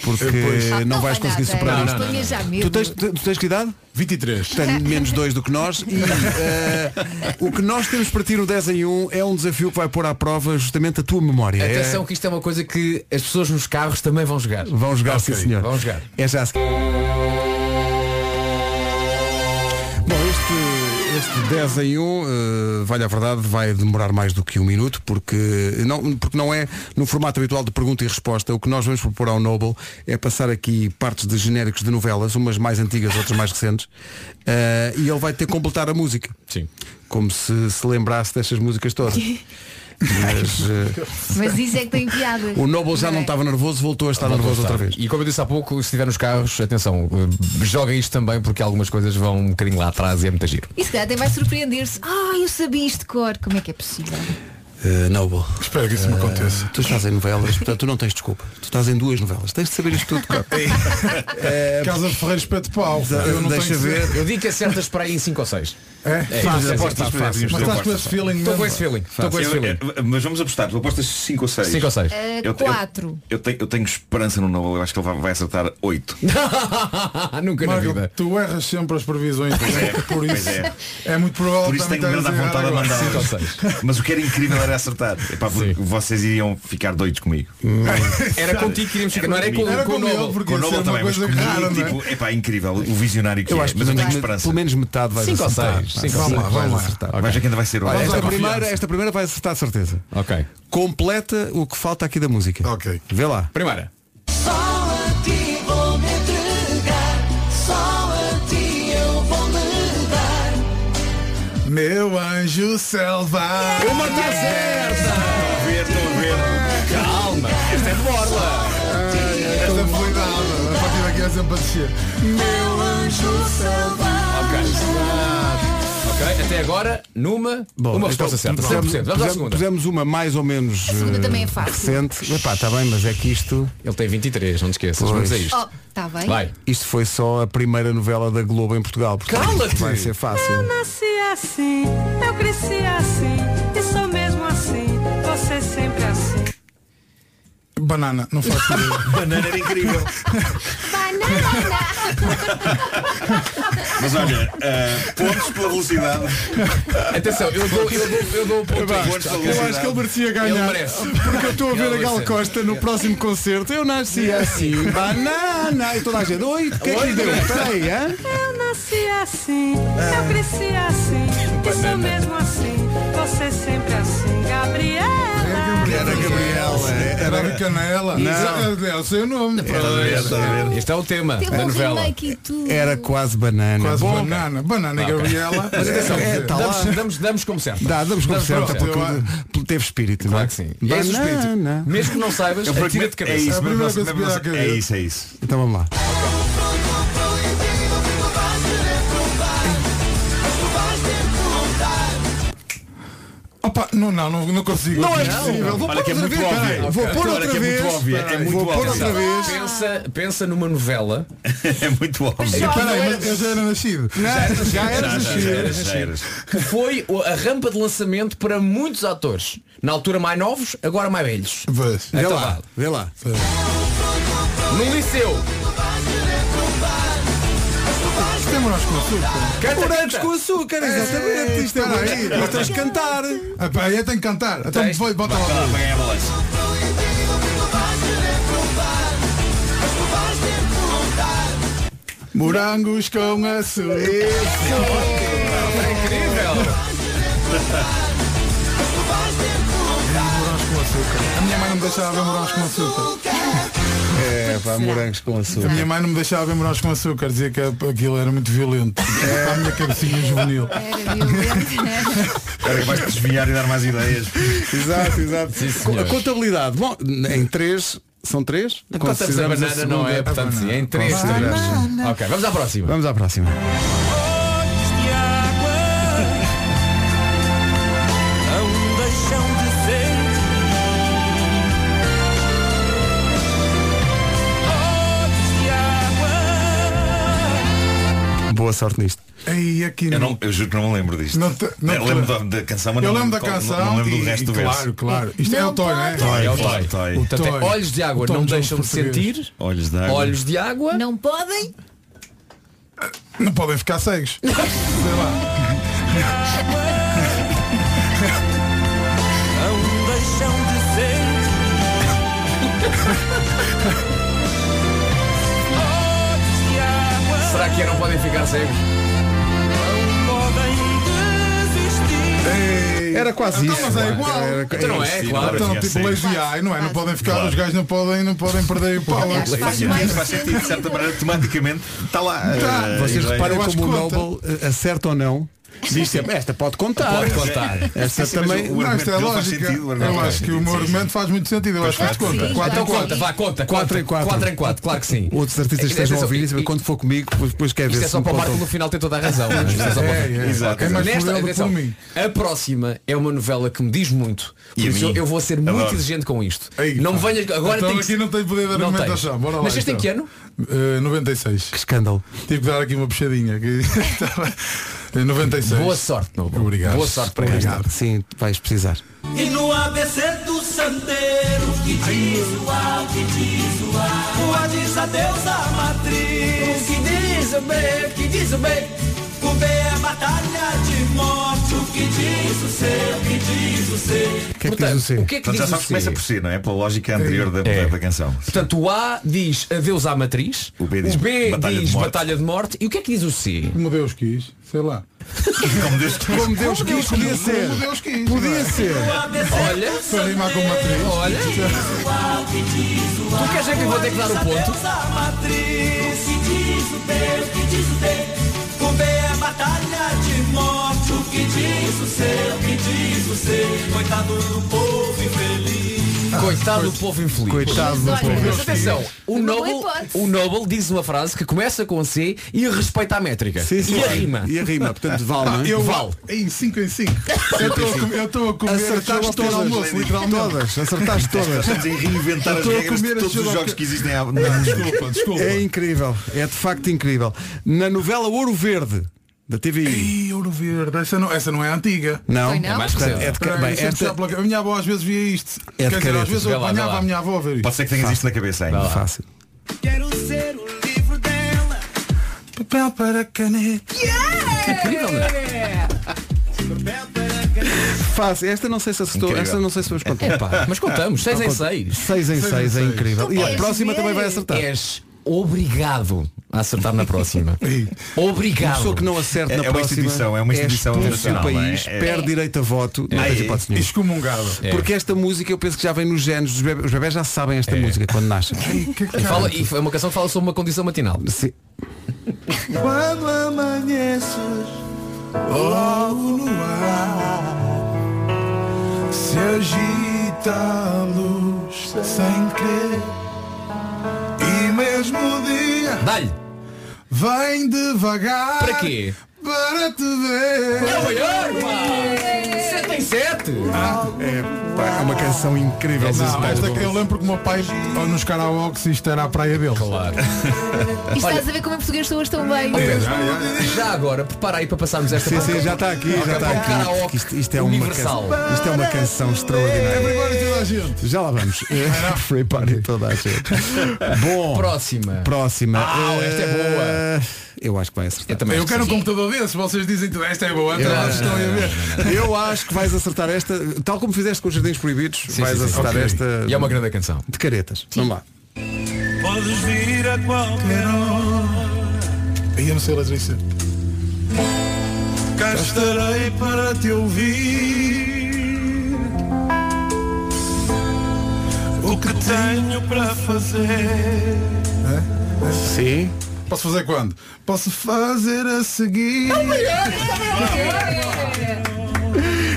Speaker 1: porque
Speaker 18: Pois.
Speaker 1: não,
Speaker 18: Não
Speaker 1: vais
Speaker 18: vai
Speaker 1: conseguir
Speaker 18: nada,
Speaker 1: superar
Speaker 18: não,
Speaker 1: isto.
Speaker 18: não, não, não.
Speaker 2: Já
Speaker 1: Tu
Speaker 2: mesmo.
Speaker 1: tens, tu, tu tens que idade?
Speaker 18: 23.
Speaker 1: Tem menos dois do que nós. E eh, o que nós temos para ti no 10 em 1 é um desafio que vai pôr à prova justamente a tua memória. É-
Speaker 6: Atenção que isto é uma coisa que as pessoas nos carros também vão jogar.
Speaker 1: Vão jogar,
Speaker 6: Ok,
Speaker 1: sim senhor.
Speaker 6: Vão jogar.
Speaker 1: É já a seguir. Bom, este, este 10 em 1, eh, vale a verdade, vai demorar mais do que um minuto, porque não, porque não é no formato habitual de pergunta e resposta. O que nós vamos propor ao Noble é passar aqui partes de genéricos de novelas, umas mais antigas, outras mais recentes, eh, e ele vai ter que completar a música. Sim. Como se se lembrasse destas músicas todas. Mas, eh,
Speaker 2: Mas isso é que tem piada.
Speaker 1: o Noble já não estava nervoso, voltou a estar
Speaker 6: Voltou
Speaker 1: nervoso
Speaker 6: a
Speaker 1: outra
Speaker 6: estar.
Speaker 1: vez.
Speaker 6: E como eu disse há pouco, se estiver nos carros, atenção, eh, joguem isto também porque algumas coisas vão um bocadinho lá atrás e é muito giro.
Speaker 2: E se calhar até vai surpreender-se. Ah, eu sabia isto de cor. Como é que é possível?
Speaker 1: Uh, Noble.
Speaker 18: Espero que isso me aconteça.
Speaker 1: Eh, Tu estás em novelas, portanto tu não tens desculpa. Tu estás em duas novelas. Tens de saber isto tudo. Cor. Eh,
Speaker 18: Casa de Ferreiros Pé de Pau.
Speaker 1: Exa-
Speaker 18: Eu não
Speaker 1: deixa
Speaker 18: tenho que
Speaker 1: ver.
Speaker 18: dizer.
Speaker 6: Eu digo que acertas para aí em 5 ou 6.
Speaker 18: É? Fácil, apostas, fácil. Mas estás com esse feeling
Speaker 6: Estou com
Speaker 18: mesmo?
Speaker 6: esse feeling. Estou com esse
Speaker 12: Eu-
Speaker 6: feeling.
Speaker 12: eu- Mas vamos apostar, tu apostas 5 ou 6.
Speaker 6: Cinco ou
Speaker 16: Ah,
Speaker 6: seis.
Speaker 2: Eh,
Speaker 12: Eu- eu-
Speaker 2: quatro.
Speaker 12: Eu tenho, eu tenho esperança no Nobel, eu acho que ele vai, vai acertar 8.
Speaker 6: Nunca
Speaker 18: Marco, tu erras sempre as previsões.
Speaker 12: Pois é,
Speaker 18: Por
Speaker 12: pois
Speaker 18: isso
Speaker 12: é.
Speaker 18: é muito provável
Speaker 12: Por isso
Speaker 18: também
Speaker 12: tenho medo da
Speaker 18: estares a
Speaker 12: vontade de
Speaker 18: errar
Speaker 12: mandar.
Speaker 18: agora.
Speaker 12: Mas o que era incrível era acertar. Epá, porque vocês iriam ficar doidos comigo.
Speaker 6: Era contigo que iríamos ficar. Não era
Speaker 12: comigo.
Speaker 6: com, com o Nobel.
Speaker 12: Com o Nobel também, mas comigo, tipo, epá, é incrível, o visionário que
Speaker 1: Eu
Speaker 12: é.
Speaker 1: acho que
Speaker 12: mas eu tenho
Speaker 1: pelo menos-
Speaker 12: esperança.
Speaker 1: pelo menos metade vai
Speaker 12: Cinco ou
Speaker 1: acertar.
Speaker 12: seis,
Speaker 1: Pá,
Speaker 12: cinco
Speaker 1: vamos
Speaker 12: ou
Speaker 1: lá,
Speaker 12: seis.
Speaker 1: vamos lá.
Speaker 12: Vais acertar. Vais ver que ainda vai ser hoje.
Speaker 1: Olha,
Speaker 12: Vamos
Speaker 1: esta,
Speaker 12: à
Speaker 1: primeira,
Speaker 12: confiança.
Speaker 1: esta primeira vai acertar de certeza.
Speaker 6: Ok.
Speaker 1: Completa o que falta aqui da música.
Speaker 18: Ok.
Speaker 1: Vê lá.
Speaker 6: Primeira.
Speaker 19: Só a ti vou me entregar, só a ti eu vou me dar.
Speaker 18: Meu anjo selvagem.
Speaker 19: Uma tá certa.
Speaker 18: Calma, esta é de borla. Ah, Esta foi da alma. A partir daqui é sempre a descer.
Speaker 19: Meu anjo selvagem.
Speaker 6: Ok, até agora, numa,
Speaker 18: então
Speaker 6: uma resposta certa. 100%. então, Vamos à
Speaker 1: pusemos,
Speaker 6: segunda.
Speaker 1: pusemos uma mais ou menos
Speaker 2: segunda
Speaker 1: eh,
Speaker 2: também é fácil.
Speaker 1: recente. Epá, está bem, mas é que isto.
Speaker 6: Ele tem 23, não te esqueças.
Speaker 1: Pois.
Speaker 6: Vamos a isto.
Speaker 2: Oh, está bem?
Speaker 1: Isto foi só a primeira novela da Globo em Portugal. portanto,
Speaker 19: Cala-te!
Speaker 1: Vai ser fácil.
Speaker 19: Eu nasci assim, eu cresci assim, e sou mesmo assim, você sempre assim.
Speaker 18: Banana, não faço ideia.
Speaker 12: Banana era incrível. Mas olha, eh, pontos pela velocidade.
Speaker 6: Atenção, eu dou, eu dou, eu dou um ponto.
Speaker 18: Eu
Speaker 6: a
Speaker 18: acho-
Speaker 6: isto, ok?
Speaker 18: eu acho que ele merecia ganhar.
Speaker 6: Ele merece.
Speaker 18: Porque eu estou a ver
Speaker 6: Ele
Speaker 18: a Gal
Speaker 6: merece.
Speaker 18: Costa no próximo
Speaker 1: concerto. Eu nasci assim, banana. E toda a gente. Oi, o que é que lhe deu? Espera aí, hã?
Speaker 19: Eu nasci assim, eu cresci assim, e sou mesmo assim, você sempre assim, Gabriela.
Speaker 18: Era Gabriela. Era de Canela.
Speaker 1: Não.
Speaker 18: Não. É o seu nome.
Speaker 6: Este é o tema
Speaker 18: Teve
Speaker 6: da
Speaker 18: um
Speaker 6: novela.
Speaker 18: remake e tudo.
Speaker 1: Era quase banana.
Speaker 18: Quase
Speaker 1: Bom,
Speaker 18: banana. Banana
Speaker 1: Ah, ok.
Speaker 18: Gabriela.
Speaker 6: Mas atenção,
Speaker 1: É, tá lá.
Speaker 6: damos, damos, damos como certo.
Speaker 1: Dá, damos como certo, porque ele teve espírito. Claro que
Speaker 6: sim. E é esse o espírito. Mesmo que não saibas, atira de cabeça.
Speaker 12: É isso,
Speaker 6: A primeira
Speaker 12: mesmo
Speaker 6: coisa
Speaker 12: não-
Speaker 6: que
Speaker 12: mesmo
Speaker 6: me
Speaker 12: não-
Speaker 6: dá a
Speaker 12: é
Speaker 6: cabeça.
Speaker 12: isso, é isso.
Speaker 1: Então vamos lá.
Speaker 18: Opa, não, não, não, não consigo.
Speaker 6: Não é
Speaker 18: Não.
Speaker 6: possível.
Speaker 18: Vou
Speaker 6: Olha que
Speaker 18: pôr
Speaker 6: é
Speaker 18: outra
Speaker 6: muito óbvio.
Speaker 18: vez, peraí.
Speaker 6: Ok.
Speaker 18: Vou pôr
Speaker 6: Olha
Speaker 18: outra
Speaker 6: que é muito
Speaker 18: vez.
Speaker 6: óbvio, é
Speaker 18: Peraí,
Speaker 6: muito
Speaker 18: Vou pôr
Speaker 6: óbvio.
Speaker 18: outra vez.
Speaker 6: Pensa, pensa numa novela.
Speaker 12: é muito óbvio.
Speaker 18: Peraí, mas eu já era nascido.
Speaker 6: Não, já eras
Speaker 12: Já, já,
Speaker 6: nascido.
Speaker 12: já eras, já eras.
Speaker 6: que foi o- a rampa de lançamento para muitos atores. Na altura mais novos, agora mais velhos.
Speaker 18: Vê
Speaker 6: Então
Speaker 18: lá,
Speaker 6: vá.
Speaker 1: vê lá.
Speaker 6: No liceu.
Speaker 18: Temos nós com açúcar.
Speaker 6: Canta,
Speaker 1: Morangos com açúcar, exatamente. Isto é
Speaker 18: Peraí,
Speaker 1: bonito.
Speaker 18: mas tens que cantar. Ah, pá, eu tenho que cantar. Então
Speaker 1: Tens.
Speaker 18: foi, bota lá.
Speaker 12: Vai lá, vai ganhar balanço.
Speaker 18: Morangos com açúcar. É
Speaker 6: incrível.
Speaker 18: Morangos com açúcar. A minha mãe não me deixava ver morangos com açúcar.
Speaker 1: É, pá, morangos com açúcar.
Speaker 18: A minha mãe não me deixava ver morangos com açúcar. Dizia que aquilo era muito violento. Para a minha cabecinha juvenil.
Speaker 12: Era capaz de desviar e dar mais ideias.
Speaker 1: Exato, exato. Co- a contabilidade. Bom, em três. São três?
Speaker 6: Contamos a
Speaker 1: Consideramos a
Speaker 6: banana, não é?
Speaker 1: segunda.
Speaker 6: Portanto, sim, em três.
Speaker 1: Consideramos.
Speaker 6: três. Ok, vamos à próxima.
Speaker 1: Vamos à próxima.
Speaker 19: Não deixam de sentir
Speaker 1: boa sorte nisto.
Speaker 18: Ei, aqui
Speaker 12: Eu,
Speaker 18: não.
Speaker 12: não, eu juro que não me lembro disto.
Speaker 18: Não te- não
Speaker 12: Eu
Speaker 18: te-
Speaker 12: lembro da, da canção, mas
Speaker 18: eu
Speaker 12: não
Speaker 18: lembro da
Speaker 12: qual- não-
Speaker 18: canção
Speaker 12: Não lembro
Speaker 18: e,
Speaker 12: do resto do
Speaker 18: claro,
Speaker 12: verso.
Speaker 18: claro. Isto é o Toy, não é?
Speaker 12: Toy,
Speaker 6: É o
Speaker 12: Toy,
Speaker 6: Toy.
Speaker 12: Toy.
Speaker 6: Portanto, é
Speaker 12: Toy.
Speaker 6: olhos de água,
Speaker 12: O Tom
Speaker 6: não
Speaker 12: Jones
Speaker 6: deixam de
Speaker 12: português.
Speaker 6: sentir.
Speaker 12: Olhos de água.
Speaker 6: Olhos de água.
Speaker 2: Não podem.
Speaker 18: Não podem ficar cegos. Sei lá.
Speaker 16: Não deixam de ser. Oh,
Speaker 6: Será que é não podem ficar cegos?
Speaker 1: Era quase
Speaker 18: então,
Speaker 1: isso.
Speaker 18: Mas é
Speaker 1: Era-
Speaker 18: igual.
Speaker 1: era-
Speaker 18: Então,
Speaker 1: era-
Speaker 18: não
Speaker 1: era-
Speaker 18: é,
Speaker 1: era-
Speaker 18: claro. Então,
Speaker 1: era-
Speaker 18: tipo,
Speaker 1: era-
Speaker 18: lazy eye, não é? Não podem ficar, os gajos não podem, não podem perder o pau.
Speaker 12: Faz, sentido, de certa maneira, tematicamente, está lá.
Speaker 1: Tá.
Speaker 12: Eh,
Speaker 1: Vocês
Speaker 12: e bem.
Speaker 1: reparam
Speaker 12: Eu acho
Speaker 1: como o
Speaker 12: que conta.
Speaker 1: Noble eh, acerta ou não. Diz sempre, esta pode contar.
Speaker 12: Pode contar.
Speaker 1: Esta
Speaker 12: Sim, sim, mas
Speaker 1: também.
Speaker 12: o
Speaker 18: Não, isto
Speaker 12: argumento
Speaker 18: é
Speaker 12: dele faz sentido,
Speaker 18: lógica.
Speaker 12: o
Speaker 18: Eu
Speaker 12: argumento
Speaker 18: acho que o meu argumento faz muito sentido. Eu acho que faz conta. Quatro
Speaker 6: Então
Speaker 18: em quatro.
Speaker 6: conta, vá, conta. 4 em 4. 4 em 4, claro que é sim.
Speaker 1: Outros artistas que estejam a ouvir e
Speaker 6: Atenção,
Speaker 1: dizem, quando for comigo, depois, depois quer ver
Speaker 6: Isto é
Speaker 1: se
Speaker 6: só
Speaker 1: me
Speaker 6: para o
Speaker 1: contam.
Speaker 6: Marco no final tem toda a razão. não é? Isto só para o Marco.
Speaker 1: É, é, é. Exato,
Speaker 6: É
Speaker 1: exato.
Speaker 6: mais Nesta,
Speaker 1: modelo do
Speaker 6: atenção,
Speaker 1: por mim.
Speaker 6: a próxima é uma novela que me diz muito.
Speaker 1: E
Speaker 6: Por
Speaker 1: a
Speaker 6: isso eu,
Speaker 1: mim.
Speaker 6: eu vou ser muito
Speaker 1: Adoro.
Speaker 6: exigente com isto. não me venhas. Agora
Speaker 18: então
Speaker 6: tem
Speaker 18: aqui não tenho poder de
Speaker 6: Não
Speaker 18: argumentação.
Speaker 6: tens.
Speaker 18: Bora lá.
Speaker 6: Nasceste em
Speaker 18: então.
Speaker 6: que ano?
Speaker 18: Eh, 96. Que
Speaker 1: escândalo.
Speaker 18: Tive que dar aqui uma puxadinha. que estava- Eh, 96.
Speaker 6: Boa sorte, Nobo.
Speaker 18: Obrigado.
Speaker 6: Boa sorte para
Speaker 18: Obrigado.
Speaker 1: esta. Sim, vais precisar.
Speaker 16: E no ABC do santeiro que diz o A, que diz o A. O A diz adeus à matriz. O que diz o B, o que diz o B. O B é batalha de morte. O que diz o C, o que diz o C.
Speaker 1: que é que diz o C?
Speaker 6: O que é que
Speaker 12: Portanto, já
Speaker 6: diz o
Speaker 12: sabes
Speaker 6: C?
Speaker 12: que começa por si, não é? Pela lógica anterior da, da, da canção.
Speaker 6: Portanto, o A diz adeus à matriz, o B diz,
Speaker 12: Batalha de Morte.
Speaker 6: batalha de morte e o que é que diz o C?
Speaker 18: Como Deus quis, sei lá.
Speaker 12: Como Deus quis.
Speaker 18: Como Deus quis, podia ser. Como Deus quis. Podia ser.
Speaker 6: Olha,
Speaker 18: Para rimar com matriz.
Speaker 6: Olha. Tu queres ver que eu vou ter que dar o ponto?
Speaker 16: A matriz. O que diz o B, o que diz o B. O B é batalha de morte. O que diz o C, o que diz o C. Coitado do povo infeliz.
Speaker 6: Coitado do povo infeliz.
Speaker 16: Coitado do Mas povo olha, infeliz.
Speaker 6: Mas atenção, o
Speaker 16: Uma boa
Speaker 6: Noble,
Speaker 16: hipótese.
Speaker 6: o Noble diz uma frase que começa com C e respeita a métrica.
Speaker 1: Sim, sim.
Speaker 6: E a rima.
Speaker 1: E a rima, portanto, vale, não
Speaker 18: Ah,
Speaker 1: é?
Speaker 18: eu
Speaker 1: Vale.
Speaker 18: Em 5 em 5. Eu estou a comer
Speaker 1: Acertaste
Speaker 18: a
Speaker 1: todas,
Speaker 18: almoço,
Speaker 1: Lady.
Speaker 18: literalmente.
Speaker 1: Todas, acertaste todas.
Speaker 12: Estamos a reinventar
Speaker 1: Eu
Speaker 12: as
Speaker 1: estou a
Speaker 12: regras de
Speaker 1: comer a
Speaker 12: todos os
Speaker 1: chuva-
Speaker 12: jogos que existem à
Speaker 1: Não,
Speaker 18: Desculpa, desculpa.
Speaker 1: É incrível, é de facto incrível. Na novela Ouro Verde, da TVI.
Speaker 18: Ih, Ouro Verde, essa não, essa não é antiga.
Speaker 1: Não? Foi não? É mais
Speaker 18: Portanto,
Speaker 1: recente.
Speaker 18: é de ca- bem, esta- A minha avó às vezes via isto.
Speaker 1: É de
Speaker 18: Quer dizer, às
Speaker 1: caretas.
Speaker 18: vezes
Speaker 1: Vê
Speaker 18: eu
Speaker 1: lá, vê
Speaker 18: apanhava
Speaker 1: lá.
Speaker 18: a minha avó a ver isto.
Speaker 12: Pode ser que tenhas isto na cabeça ainda.
Speaker 1: Fácil.
Speaker 16: Quero ser o livro dela.
Speaker 18: Papel para caneta.
Speaker 16: Incrível,
Speaker 1: não
Speaker 6: né?
Speaker 1: Fácil. Esta não sei se acertou,
Speaker 6: Incrível.
Speaker 1: esta não sei se vamos contar.
Speaker 6: Epá, mas contamos, seis
Speaker 1: Não
Speaker 6: em
Speaker 1: conto.
Speaker 6: seis. É.
Speaker 1: Seis em seis, é incrível.
Speaker 16: Então
Speaker 1: E a
Speaker 6: Olha,
Speaker 1: próxima também vai acertar.
Speaker 6: És obrigado a acertar na próxima.
Speaker 1: Uma
Speaker 6: obrigado.
Speaker 1: pessoa que não acerte
Speaker 6: É-
Speaker 1: na
Speaker 6: é uma
Speaker 1: próxima
Speaker 6: instituição, é uma instituição
Speaker 1: é expulso do
Speaker 6: internacional,
Speaker 1: país,
Speaker 6: não é? É-
Speaker 1: perde direito a voto, não
Speaker 6: É.
Speaker 1: tens hipótese nenhuma.
Speaker 18: Excomungado.
Speaker 6: É.
Speaker 1: Porque esta música eu penso que já vem nos genes dos bebés. Os bebés já sabem
Speaker 6: É.
Speaker 1: esta música quando nascem.
Speaker 6: E fala- e é uma canção que fala sobre uma condição matinal.
Speaker 16: Quando amanheces logo no ar
Speaker 18: Se agita a luz sem querer E mesmo o dia
Speaker 6: Dá-lhe
Speaker 18: Vem devagar
Speaker 6: Para quê?
Speaker 18: Para te ver
Speaker 6: Nova Iorque, pá! 77!
Speaker 18: é,
Speaker 1: pá, é uma canção incrível
Speaker 18: Não,
Speaker 6: é
Speaker 1: Zezé.
Speaker 18: esta, eu lembro que o meu pai ou nos karaokes isto era a praia dele
Speaker 6: Claro
Speaker 2: E estás a ver como em português estou hoje tão bem.
Speaker 6: Já agora, prepara aí para passarmos esta
Speaker 1: Sim, sim,
Speaker 6: parte.
Speaker 1: já está aqui, já
Speaker 6: Ok,
Speaker 1: está
Speaker 6: bom,
Speaker 1: aqui.
Speaker 6: karaoke
Speaker 1: Isto, isto é uma
Speaker 6: universal.
Speaker 1: canção, isto é uma canção extraordinária. Já lá vamos. Free party toda a gente. Bom.
Speaker 6: Próxima.
Speaker 1: Próxima.
Speaker 6: Ah, esta é
Speaker 1: Eh, Eu acho que vai acertar.
Speaker 18: eu quero um computador desse, vocês dizem tudo, esta é boa, então vocês estão a ver.
Speaker 1: Eu acho que vais acertar esta, tal como fizeste com os Jardins Proibidos,
Speaker 6: Sim,
Speaker 1: vais
Speaker 6: sim, sim.
Speaker 1: acertar
Speaker 6: Ok.
Speaker 1: esta.
Speaker 6: E é uma grande canção.
Speaker 1: De caretas. Vamos lá.
Speaker 16: Podes vir a qualquer hora
Speaker 18: Aí eu não sei a letra disso.
Speaker 16: Cá estarei para te ouvir O que tenho para fazer
Speaker 1: Sim.
Speaker 18: Posso fazer quando? Posso fazer a seguir.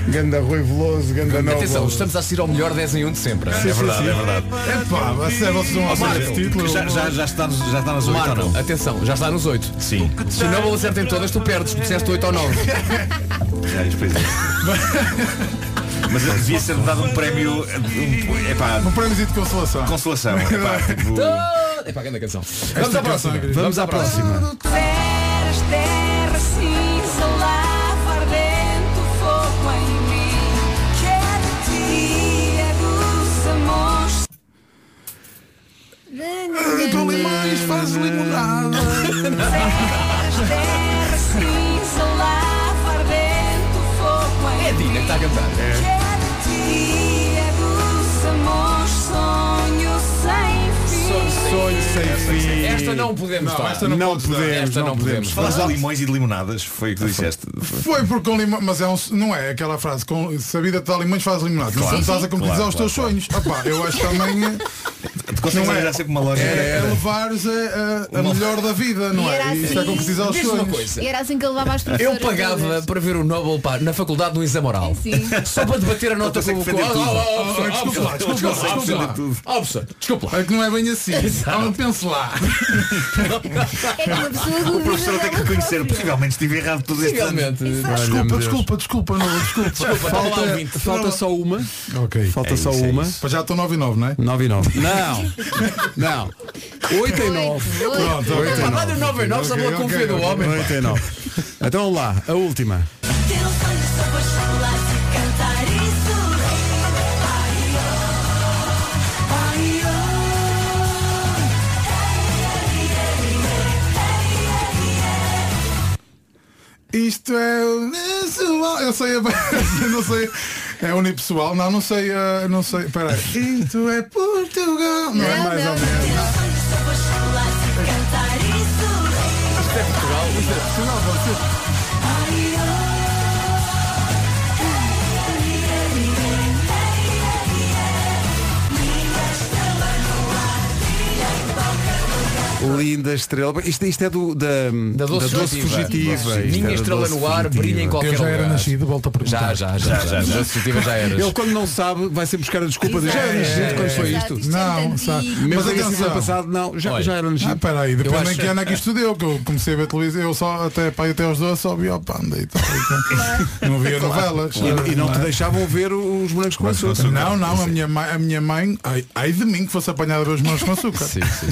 Speaker 1: Ganda Rui Veloso, Ganda Nova.
Speaker 6: Atenção, estamos a assistir ao melhor 10 em 1 de sempre.
Speaker 12: É verdade, é verdade.
Speaker 18: É pá, vocês vocês vão
Speaker 6: Ó,
Speaker 18: fazer
Speaker 6: Marco,
Speaker 18: esse título.
Speaker 12: Já, já, já está nos, já está nos oito ou
Speaker 6: Marco,
Speaker 12: não?
Speaker 6: atenção, já está nos 8.
Speaker 12: Sim.
Speaker 6: Se não vou acertar em todas, tu perdes, porque disseste 8 ou 9.
Speaker 12: Já lhes fez isso. Mas eu devia ser dado um prémio. Um, epá,
Speaker 18: Um prémio de consolação.
Speaker 12: Consolação. Epá, tipo,
Speaker 6: Então, É para a grande canção. Vamos à
Speaker 18: canção
Speaker 6: próxima.
Speaker 18: é incrível.
Speaker 6: Vamos à próxima.
Speaker 16: Eras terra
Speaker 12: Então
Speaker 6: está É a cantar.
Speaker 16: Sonho
Speaker 12: sem fim.
Speaker 6: Esta não podemos
Speaker 12: Não,
Speaker 6: dar.
Speaker 12: esta não é assim. Não
Speaker 18: podes dar. podemos,
Speaker 6: Esta
Speaker 18: não
Speaker 6: não podemos.
Speaker 12: Falaste de limões e de limonadas, foi o que tu disseste.
Speaker 18: Foi porque um limão, mas é um, não é aquela frase, com, se a vida te dá limões faz limonada.
Speaker 12: Claro,
Speaker 18: Claro, não estás a concretizar
Speaker 12: claro,
Speaker 18: os
Speaker 12: claro,
Speaker 18: teus
Speaker 12: claro.
Speaker 18: sonhos. Opá, eu acho também eh,
Speaker 12: Tu consegues
Speaker 18: Não é.
Speaker 12: arranjar sempre uma lógica.
Speaker 18: é, é levares a, a- a
Speaker 12: Uma-
Speaker 18: melhor da vida, não
Speaker 2: E era
Speaker 18: é? E Isto é
Speaker 2: assim-
Speaker 18: concretizar os
Speaker 6: Diz-me uma
Speaker 18: sonhos.
Speaker 6: coisa.
Speaker 2: E era assim que ele levava as
Speaker 6: Eu
Speaker 2: professoras
Speaker 6: pagava
Speaker 2: todas.
Speaker 6: para ver o Nobel pá, na faculdade no exame oral.
Speaker 2: Sim.
Speaker 6: Só para debater a
Speaker 18: Ele
Speaker 6: nota
Speaker 18: consegue
Speaker 6: com o
Speaker 18: defender tudo.
Speaker 6: Oh, Desculpa
Speaker 18: Desculpa lá,
Speaker 6: lá,
Speaker 18: desculpa lá, desculpa lá.
Speaker 6: desculpa lá.
Speaker 18: É que não é bem assim.
Speaker 6: Exato.
Speaker 18: Não pense lá.
Speaker 2: É que uma pessoa
Speaker 12: O professor tem que reconhecer, possivelmente estive errado todo este ano.
Speaker 18: Desculpa, desculpa, desculpa, não, desculpa.
Speaker 12: Desculpa,
Speaker 18: falta,
Speaker 12: estava lá ouvinte.
Speaker 18: falta só uma. Ok.
Speaker 12: É
Speaker 1: Falta só uma.
Speaker 18: Mas já estão 9 e 9, não é?
Speaker 1: 9 e 9. Não. Não. 8 e 9.
Speaker 18: Oito. Pronto,
Speaker 1: Oito
Speaker 18: ok.
Speaker 1: e
Speaker 18: Olha, nove e nove, só pela confia do homem, pá.
Speaker 1: 8 e 9. Então vamos lá, a última.
Speaker 18: Isto é unipessoal. Eu sei, eu não sei. É unipessoal, não, não sei, eh, não sei. Espera aí. Isto é Portugal. Não é mais ou menos.
Speaker 16: Isto é Portugal, isto é Portugal,
Speaker 1: Linda estrela. Isto, isto é do, da, da
Speaker 6: doce fugitiva.
Speaker 1: fugitiva.
Speaker 6: Sim.
Speaker 1: Isto
Speaker 6: Minha
Speaker 1: é da
Speaker 6: estrela
Speaker 1: doce
Speaker 6: no ar,
Speaker 1: fugitiva.
Speaker 6: brilha em qualquer
Speaker 18: Eu já era
Speaker 6: lugar.
Speaker 18: nascido, volta a perguntar.
Speaker 6: Já, já, já, já, já. Da fugitiva já eras. É,
Speaker 1: Ele quando não sabe vai sempre buscar a desculpa de já era nascido quando foi isto. é
Speaker 18: Não, sabe.
Speaker 1: Mesmo que tenha sido
Speaker 18: atenção.
Speaker 1: ano passado, não, já,
Speaker 18: Olha.
Speaker 1: já era nascido.
Speaker 18: Ah, peraí,
Speaker 1: Eu
Speaker 18: depende
Speaker 1: acho-
Speaker 18: em que ano é que isto deu, que eu comecei a ver televisão, eu só até, pá, até aos 12 só vi ao panda e tal. Ah, então. Não via
Speaker 1: Claro,
Speaker 18: novelas.
Speaker 1: claro. E- e não te deixavam ver os bonecos com açúcar.
Speaker 18: Não, não, a minha mãe, a minha mãe ai, ai de mim que fosse apanhada a ver os bonecos com açúcar.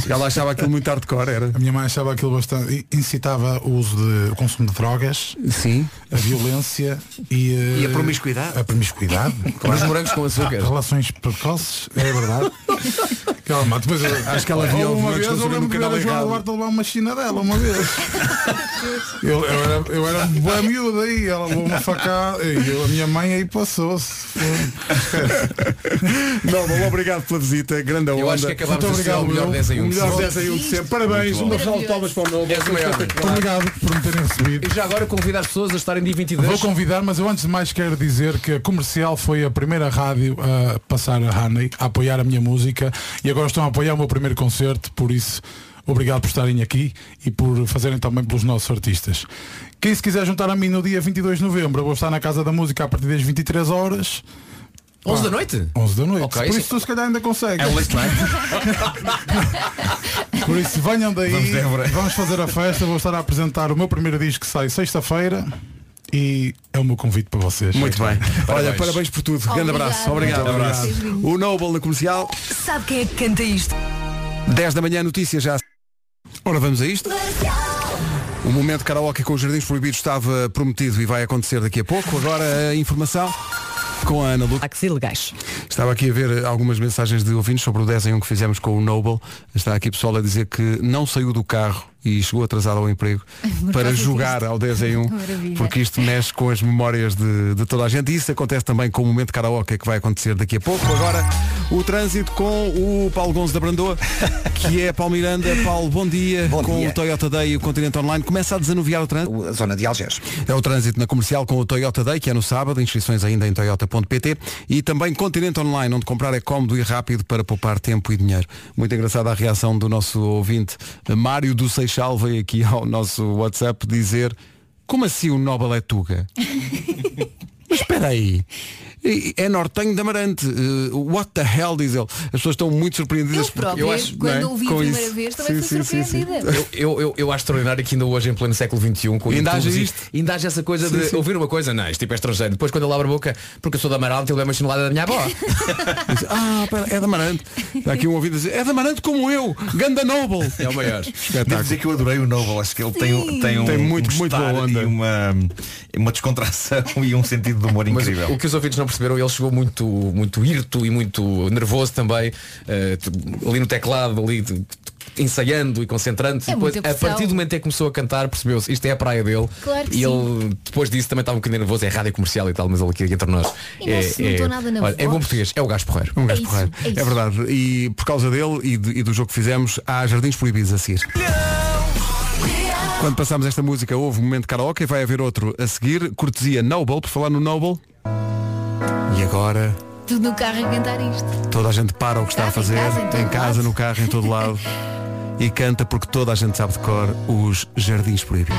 Speaker 1: Ela achava aquilo muito hardcore, era.
Speaker 18: A minha mãe achava aquilo bastante. e incitava o uso de o consumo de drogas,
Speaker 1: sim.
Speaker 18: a violência e, eh,
Speaker 1: E a promiscuidade.
Speaker 18: A promiscuidade.
Speaker 1: Claro. Os morangos com açúcar.
Speaker 18: Relações precoces, é verdade. Calma, depois eu-
Speaker 1: Acho que ela via
Speaker 18: Houve
Speaker 1: os
Speaker 18: uma
Speaker 1: morangos
Speaker 18: vez,
Speaker 1: com
Speaker 18: eu
Speaker 1: açúcar no
Speaker 18: lembro que
Speaker 1: canal
Speaker 18: era João
Speaker 1: errado.
Speaker 18: é Duarte a levar uma china dela uma vez. Eu, eu era, eu era um boa miúda aí, ela levou uma facada e eu- a minha mãe aí passou-se.
Speaker 1: Não, bom, obrigado pela visita, grande onda.
Speaker 18: Eu acho que acabámos
Speaker 1: Muito
Speaker 18: de assistir ao
Speaker 1: obrigado, meu.
Speaker 18: melhor 10 em um
Speaker 1: O
Speaker 18: de
Speaker 1: melhor
Speaker 18: sempre.
Speaker 1: 10 em um de sempre. Parabéns,
Speaker 6: Muito
Speaker 1: uma
Speaker 6: bom.
Speaker 1: salva de palmas para o meu.
Speaker 6: És o maior. é?
Speaker 18: Obrigado por me terem recebido.
Speaker 6: E já agora convido as pessoas a estarem dia 22.
Speaker 18: Vou convidar, mas eu antes de mais quero dizer que a Comercial foi a primeira rádio a passar a Honey, a apoiar a minha música e agora estão a apoiar o meu primeiro concerto, por isso obrigado por estarem aqui e por fazerem também pelos nossos artistas. Quem se quiser juntar a mim no dia 22 de novembro, eu vou estar na Casa da Música a partir das 23 horas.
Speaker 6: 11 da
Speaker 18: Pá,
Speaker 6: noite?
Speaker 18: 11 da noite.
Speaker 6: Ok, é
Speaker 18: por
Speaker 6: sim.
Speaker 18: isso tu se calhar ainda consegues.
Speaker 6: É um late
Speaker 18: Por isso venham daí,
Speaker 12: Vamos, Débora.
Speaker 18: vamos, fazer a festa, vou estar a apresentar o meu primeiro disco que sai sexta-feira e é o meu convite para vocês.
Speaker 1: Muito bem. Olha, parabéns por tudo. Grande
Speaker 18: Obrigada.
Speaker 1: abraço. Obrigado.
Speaker 18: Muito
Speaker 1: abraço.
Speaker 18: obrigado.
Speaker 1: O Noble na comercial,
Speaker 20: Sabe quem é que canta isto?
Speaker 1: 10 da manhã, notícias já. Ora, vamos a isto. O momento karaoke com os Jardins Proibidos estava prometido e vai acontecer daqui a pouco. Agora a informação com a Ana Lu.
Speaker 20: Axil Gás.
Speaker 1: Estava aqui a ver eh, algumas mensagens de ouvintes sobre o 10 em 1 que fizemos com o Noble. Está aqui pessoal a dizer que não saiu do carro e chegou atrasado ao emprego
Speaker 2: Por
Speaker 1: para
Speaker 2: causa
Speaker 1: jogar
Speaker 2: disto.
Speaker 1: ao 10 em 1
Speaker 2: Maravilha.
Speaker 1: porque isto mexe com as memórias de, de toda a gente. E isso acontece também com o momento karaoke que vai acontecer daqui a pouco. Agora o trânsito com o Paulo Gonzo da Brandoa, que é Paulo Miranda. Paulo, bom dia. com
Speaker 3: dia.
Speaker 1: o Toyota Day e o Continente Online. Começa a desanuviar o trânsito.
Speaker 3: é. A zona de Algés.
Speaker 1: É o trânsito na comercial com o Toyota Day, que é no sábado, inscrições ainda em toyota.pt e também Continente Online, onde comprar é cómodo e rápido para poupar tempo e dinheiro. Muito engraçada a reação do nosso ouvinte, eh, Mário do Seixal, veio aqui ao nosso WhatsApp dizer como assim o Nobel é Tuga? Mas espera aí. É nortenho de Amarante. Eh, what the hell, diz ele. As pessoas estão muito surpreendidas.
Speaker 2: Eu própria, quando
Speaker 16: é?
Speaker 2: ouvi a
Speaker 1: é? Com
Speaker 2: primeira
Speaker 1: isso.
Speaker 2: vez, também
Speaker 1: Sim,
Speaker 2: fui
Speaker 1: sim, sim, sim.
Speaker 2: surpreendida.
Speaker 6: Eu, eu, eu acho extraordinário que ainda hoje em pleno século XXI com
Speaker 1: Ainda
Speaker 6: YouTubes
Speaker 1: haja
Speaker 6: e-
Speaker 1: isto?
Speaker 6: ainda haja essa coisa
Speaker 1: Sim,
Speaker 6: de
Speaker 1: sim.
Speaker 6: ouvir uma coisa, não, este tipo é estrangeiro. Depois quando ele abre a boca, porque eu sou da Amaral, ele é uma chinelada da minha avó.
Speaker 1: Diz, ah, pera, é da Amarante. Está aqui um ouvido a dizer, é da Amarante como eu, Ganda Noble.
Speaker 6: É o maior.
Speaker 12: Devo dizer que eu adorei o Noble, acho que ele tem, um- tem um,
Speaker 1: Tem muito,
Speaker 12: um
Speaker 1: muito
Speaker 12: gostar
Speaker 1: boa onda.
Speaker 12: e uma, uma descontração e um sentido de humor
Speaker 6: Mas
Speaker 12: incrível.
Speaker 6: o que os ouvintes não perceberam, ele chegou muito, muito irto e muito nervoso também, eh, t- ali no teclado, ali t- t- ensaiando e concentrando-se.
Speaker 2: É
Speaker 6: depois,
Speaker 2: muita
Speaker 6: a
Speaker 2: pressão.
Speaker 6: partir do momento em que começou a cantar, percebeu-se isto é a praia dele.
Speaker 2: Claro que
Speaker 6: e ele depois disso também estava um bocadinho nervoso, é rádio comercial e tal, mas ele aqui entre nós. é,
Speaker 2: E não se notou nada na
Speaker 6: olha, em bom
Speaker 2: voz.
Speaker 6: português, é o gajo porreiro.
Speaker 1: Um
Speaker 2: É
Speaker 1: gajo
Speaker 2: isso,
Speaker 1: porreiro.
Speaker 2: é isso.
Speaker 1: É verdade. E por causa dele e, de- e do jogo que fizemos, há jardins proibidos a seguir. Quando passamos esta música, houve um momento de karaoke e vai haver outro a seguir. Cortesia Noble, por falar no Noble. E agora
Speaker 2: Tudo no carro a cantar isto.
Speaker 1: toda a gente para o que está a fazer,
Speaker 2: casa, em todo
Speaker 1: em casa, no carro, em todo lado. E canta porque toda a gente sabe de cor os jardins proibidos.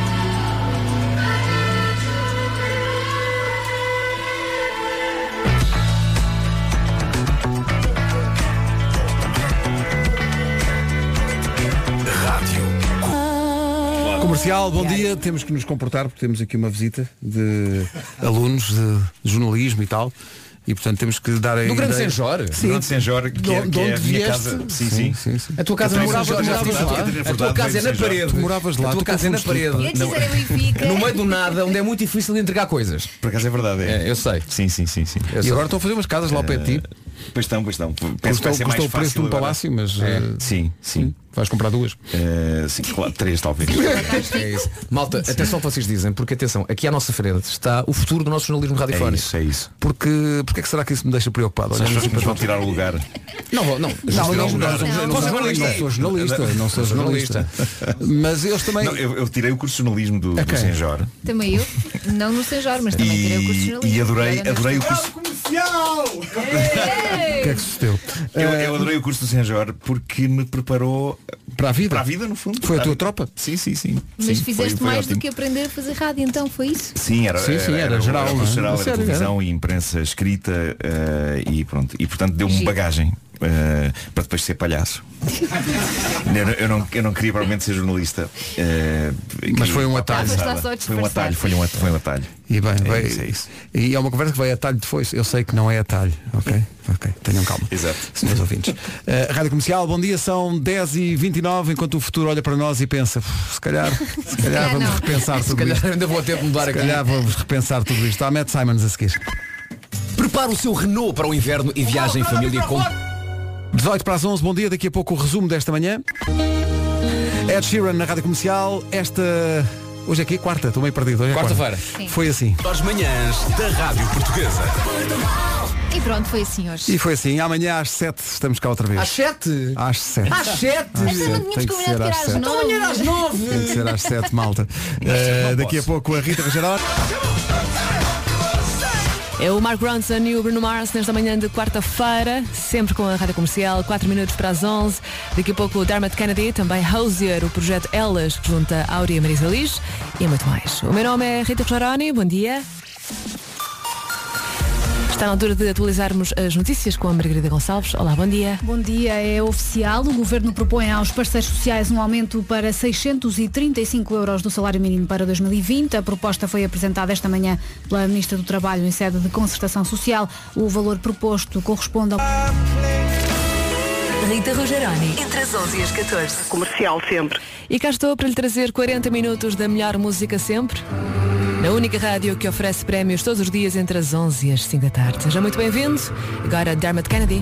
Speaker 1: Comercial, bom dia. Temos que nos comportar porque temos aqui uma visita de alunos de jornalismo e tal. E portanto temos que dar a
Speaker 6: Do Grande
Speaker 1: ideia-
Speaker 6: Senjor? Do
Speaker 1: Sim.
Speaker 12: Grande Senjor, que
Speaker 1: De
Speaker 12: é-
Speaker 1: onde-
Speaker 12: que é
Speaker 1: de
Speaker 12: a
Speaker 1: onde
Speaker 12: minha
Speaker 1: vieste?
Speaker 12: casa. Sim, sim.
Speaker 6: A tua casa
Speaker 1: É
Speaker 12: Eu também
Speaker 6: morava,
Speaker 12: sou de
Speaker 6: moravas
Speaker 12: Jorge Furtado,
Speaker 6: lá.
Speaker 12: Catarina
Speaker 6: A tua
Speaker 12: Furtado,
Speaker 6: casa é na
Speaker 12: veio de São
Speaker 6: parede.
Speaker 12: Jorge. Tu moravas lá,
Speaker 6: A tua
Speaker 12: tu
Speaker 6: casa é na parede.
Speaker 12: confundiste, pá. Eu ia dizer, era
Speaker 2: um
Speaker 6: No meio do nada, onde é muito difícil de entregar coisas.
Speaker 12: Por acaso é verdade, é.
Speaker 6: eu sei.
Speaker 12: Sim, sim, sim, sim.
Speaker 6: E agora estão a fazer umas casas lá ao pé de ti.
Speaker 12: Pois estão, pois estão. Penso que
Speaker 1: Custou,
Speaker 12: vai ser mais
Speaker 1: custou o preço de
Speaker 12: fácil
Speaker 1: um
Speaker 12: agora.
Speaker 1: palácio, mas
Speaker 12: É.
Speaker 1: eh,
Speaker 12: Sim, sim.
Speaker 1: Vais comprar duas?
Speaker 12: sim, claro, três talvez.
Speaker 6: É isso. Malta, atenção ao que vocês dizem, porque atenção, aqui à nossa frente está o futuro do nosso jornalismo radiofónico.
Speaker 12: isso, é isso.
Speaker 1: porque, porque é que será que isso me deixa preocupado?
Speaker 12: São as
Speaker 1: Olhando
Speaker 12: pessoas que nos
Speaker 1: para
Speaker 12: vão tirar o lugar.
Speaker 6: Não, vou- não, jornalismo, não, não,
Speaker 12: Não, não,
Speaker 6: sou jornalista.
Speaker 1: Não sou jornalista, não sou jornalista. Mas eles também.
Speaker 12: Não, eu, eu tirei o curso de jornalismo do, do
Speaker 1: Ok.
Speaker 12: Senjor
Speaker 2: Também eu. Não no Senjor, mas também tirei o curso de
Speaker 12: e,
Speaker 2: jornalismo.
Speaker 12: e adorei,
Speaker 2: Olha,
Speaker 12: adorei o
Speaker 2: nós-
Speaker 12: curso.
Speaker 2: Ei!
Speaker 1: é
Speaker 12: Eu, eu adorei o curso do Senjor porque me preparou
Speaker 1: Eh, para a vida.
Speaker 12: Para a vida, no fundo.
Speaker 1: Foi a tua
Speaker 12: tropa? Sim, sim, sim. Sim,
Speaker 2: Mas
Speaker 12: foi-
Speaker 2: fizeste
Speaker 12: foi
Speaker 2: mais
Speaker 12: ótimo.
Speaker 2: do que aprender a fazer rádio, então foi isso?
Speaker 12: Sim, era,
Speaker 1: Sim, sim, era geral,
Speaker 12: Era,
Speaker 1: não é?
Speaker 12: geral,
Speaker 1: A
Speaker 12: era
Speaker 1: sério,
Speaker 12: televisão e imprensa escrita eh, e pronto. E portanto deu-me
Speaker 2: Giro.
Speaker 12: bagagem eh, para depois ser palhaço. eu, não- eu não, eu não queria provavelmente ser jornalista. eh,
Speaker 1: Mas
Speaker 12: que-
Speaker 1: foi um atalho.
Speaker 12: Foi
Speaker 1: Foste lá só
Speaker 12: um
Speaker 1: disfarçar.
Speaker 12: atalho, foi um atalho. Foi um atalho.
Speaker 1: E bem,
Speaker 12: É
Speaker 1: vai-
Speaker 12: isso, é isso.
Speaker 1: E é uma conversa que vai a talho de foice. Eu sei que não é a talho, ok? Ok, tenham calma.
Speaker 12: Exato.
Speaker 1: Senhores ouvintes. Eh, Rádio Comercial, bom dia, são 10h29, enquanto o futuro olha para nós e pensa, "Pff, se calhar, se calhar
Speaker 6: calhar
Speaker 1: vamos
Speaker 6: não."
Speaker 1: repensar
Speaker 6: Se
Speaker 1: tudo
Speaker 6: calhar
Speaker 1: isto.
Speaker 6: ainda vou ter de mudar
Speaker 1: Se
Speaker 6: aqui.
Speaker 1: calhar vamos repensar tudo isto. Há Matt Simons a seguir.
Speaker 6: Prepara o seu Renault para o inverno e viaja em família com.
Speaker 1: 18 para as 11, bom dia. Daqui a pouco o resumo desta manhã. Ed Sheeran na Rádio Comercial. Esta... Hoje é aqui quarta, estou meio perdido. Hoje é
Speaker 6: Quarta-feira.
Speaker 1: quarta. Foi assim.
Speaker 6: As manhãs da Rádio Portuguesa.
Speaker 2: E pronto, foi assim hoje.
Speaker 1: E foi assim, amanhã às 7 estamos cá outra vez.
Speaker 2: Às
Speaker 6: 7?
Speaker 1: Às 7.
Speaker 2: Às sete? Mas não tínhamos
Speaker 1: Tem que
Speaker 2: combinado
Speaker 1: ser
Speaker 2: que era
Speaker 1: às
Speaker 2: às
Speaker 1: 7.
Speaker 2: nove. Então amanhã às nove.
Speaker 1: Tem que ser às 7, malta. Eh, daqui a pouco a Rita Rogeró.
Speaker 14: É o Mark Ronson e o Bruno Mars nesta manhã de quarta-feira, sempre com a rádio comercial, 4 minutos para as 11. Daqui a pouco o Dermot Kennedy, também Hosier, o projeto Elas, que junta Áurea e Marisa Liz e muito mais. O meu nome é Rita Rogeroni, bom dia. Está na altura de atualizarmos as notícias com a Margarida Gonçalves. Olá, bom dia.
Speaker 20: Bom dia, é oficial. O governo propõe aos parceiros sociais um aumento para 635 euros do salário mínimo para 2020. A proposta foi apresentada esta manhã pela Ministra do Trabalho em sede de concertação social. O valor proposto corresponde ao.
Speaker 14: Rita Rogeroni, entre as 11 e as 14.
Speaker 13: Comercial sempre.
Speaker 14: E cá estou para lhe trazer 40 minutos da melhor música sempre. Na única rádio que oferece prémios todos os dias entre as 11 e as 5 da tarde. Seja muito bem-vindo. Agora Dermot Kennedy.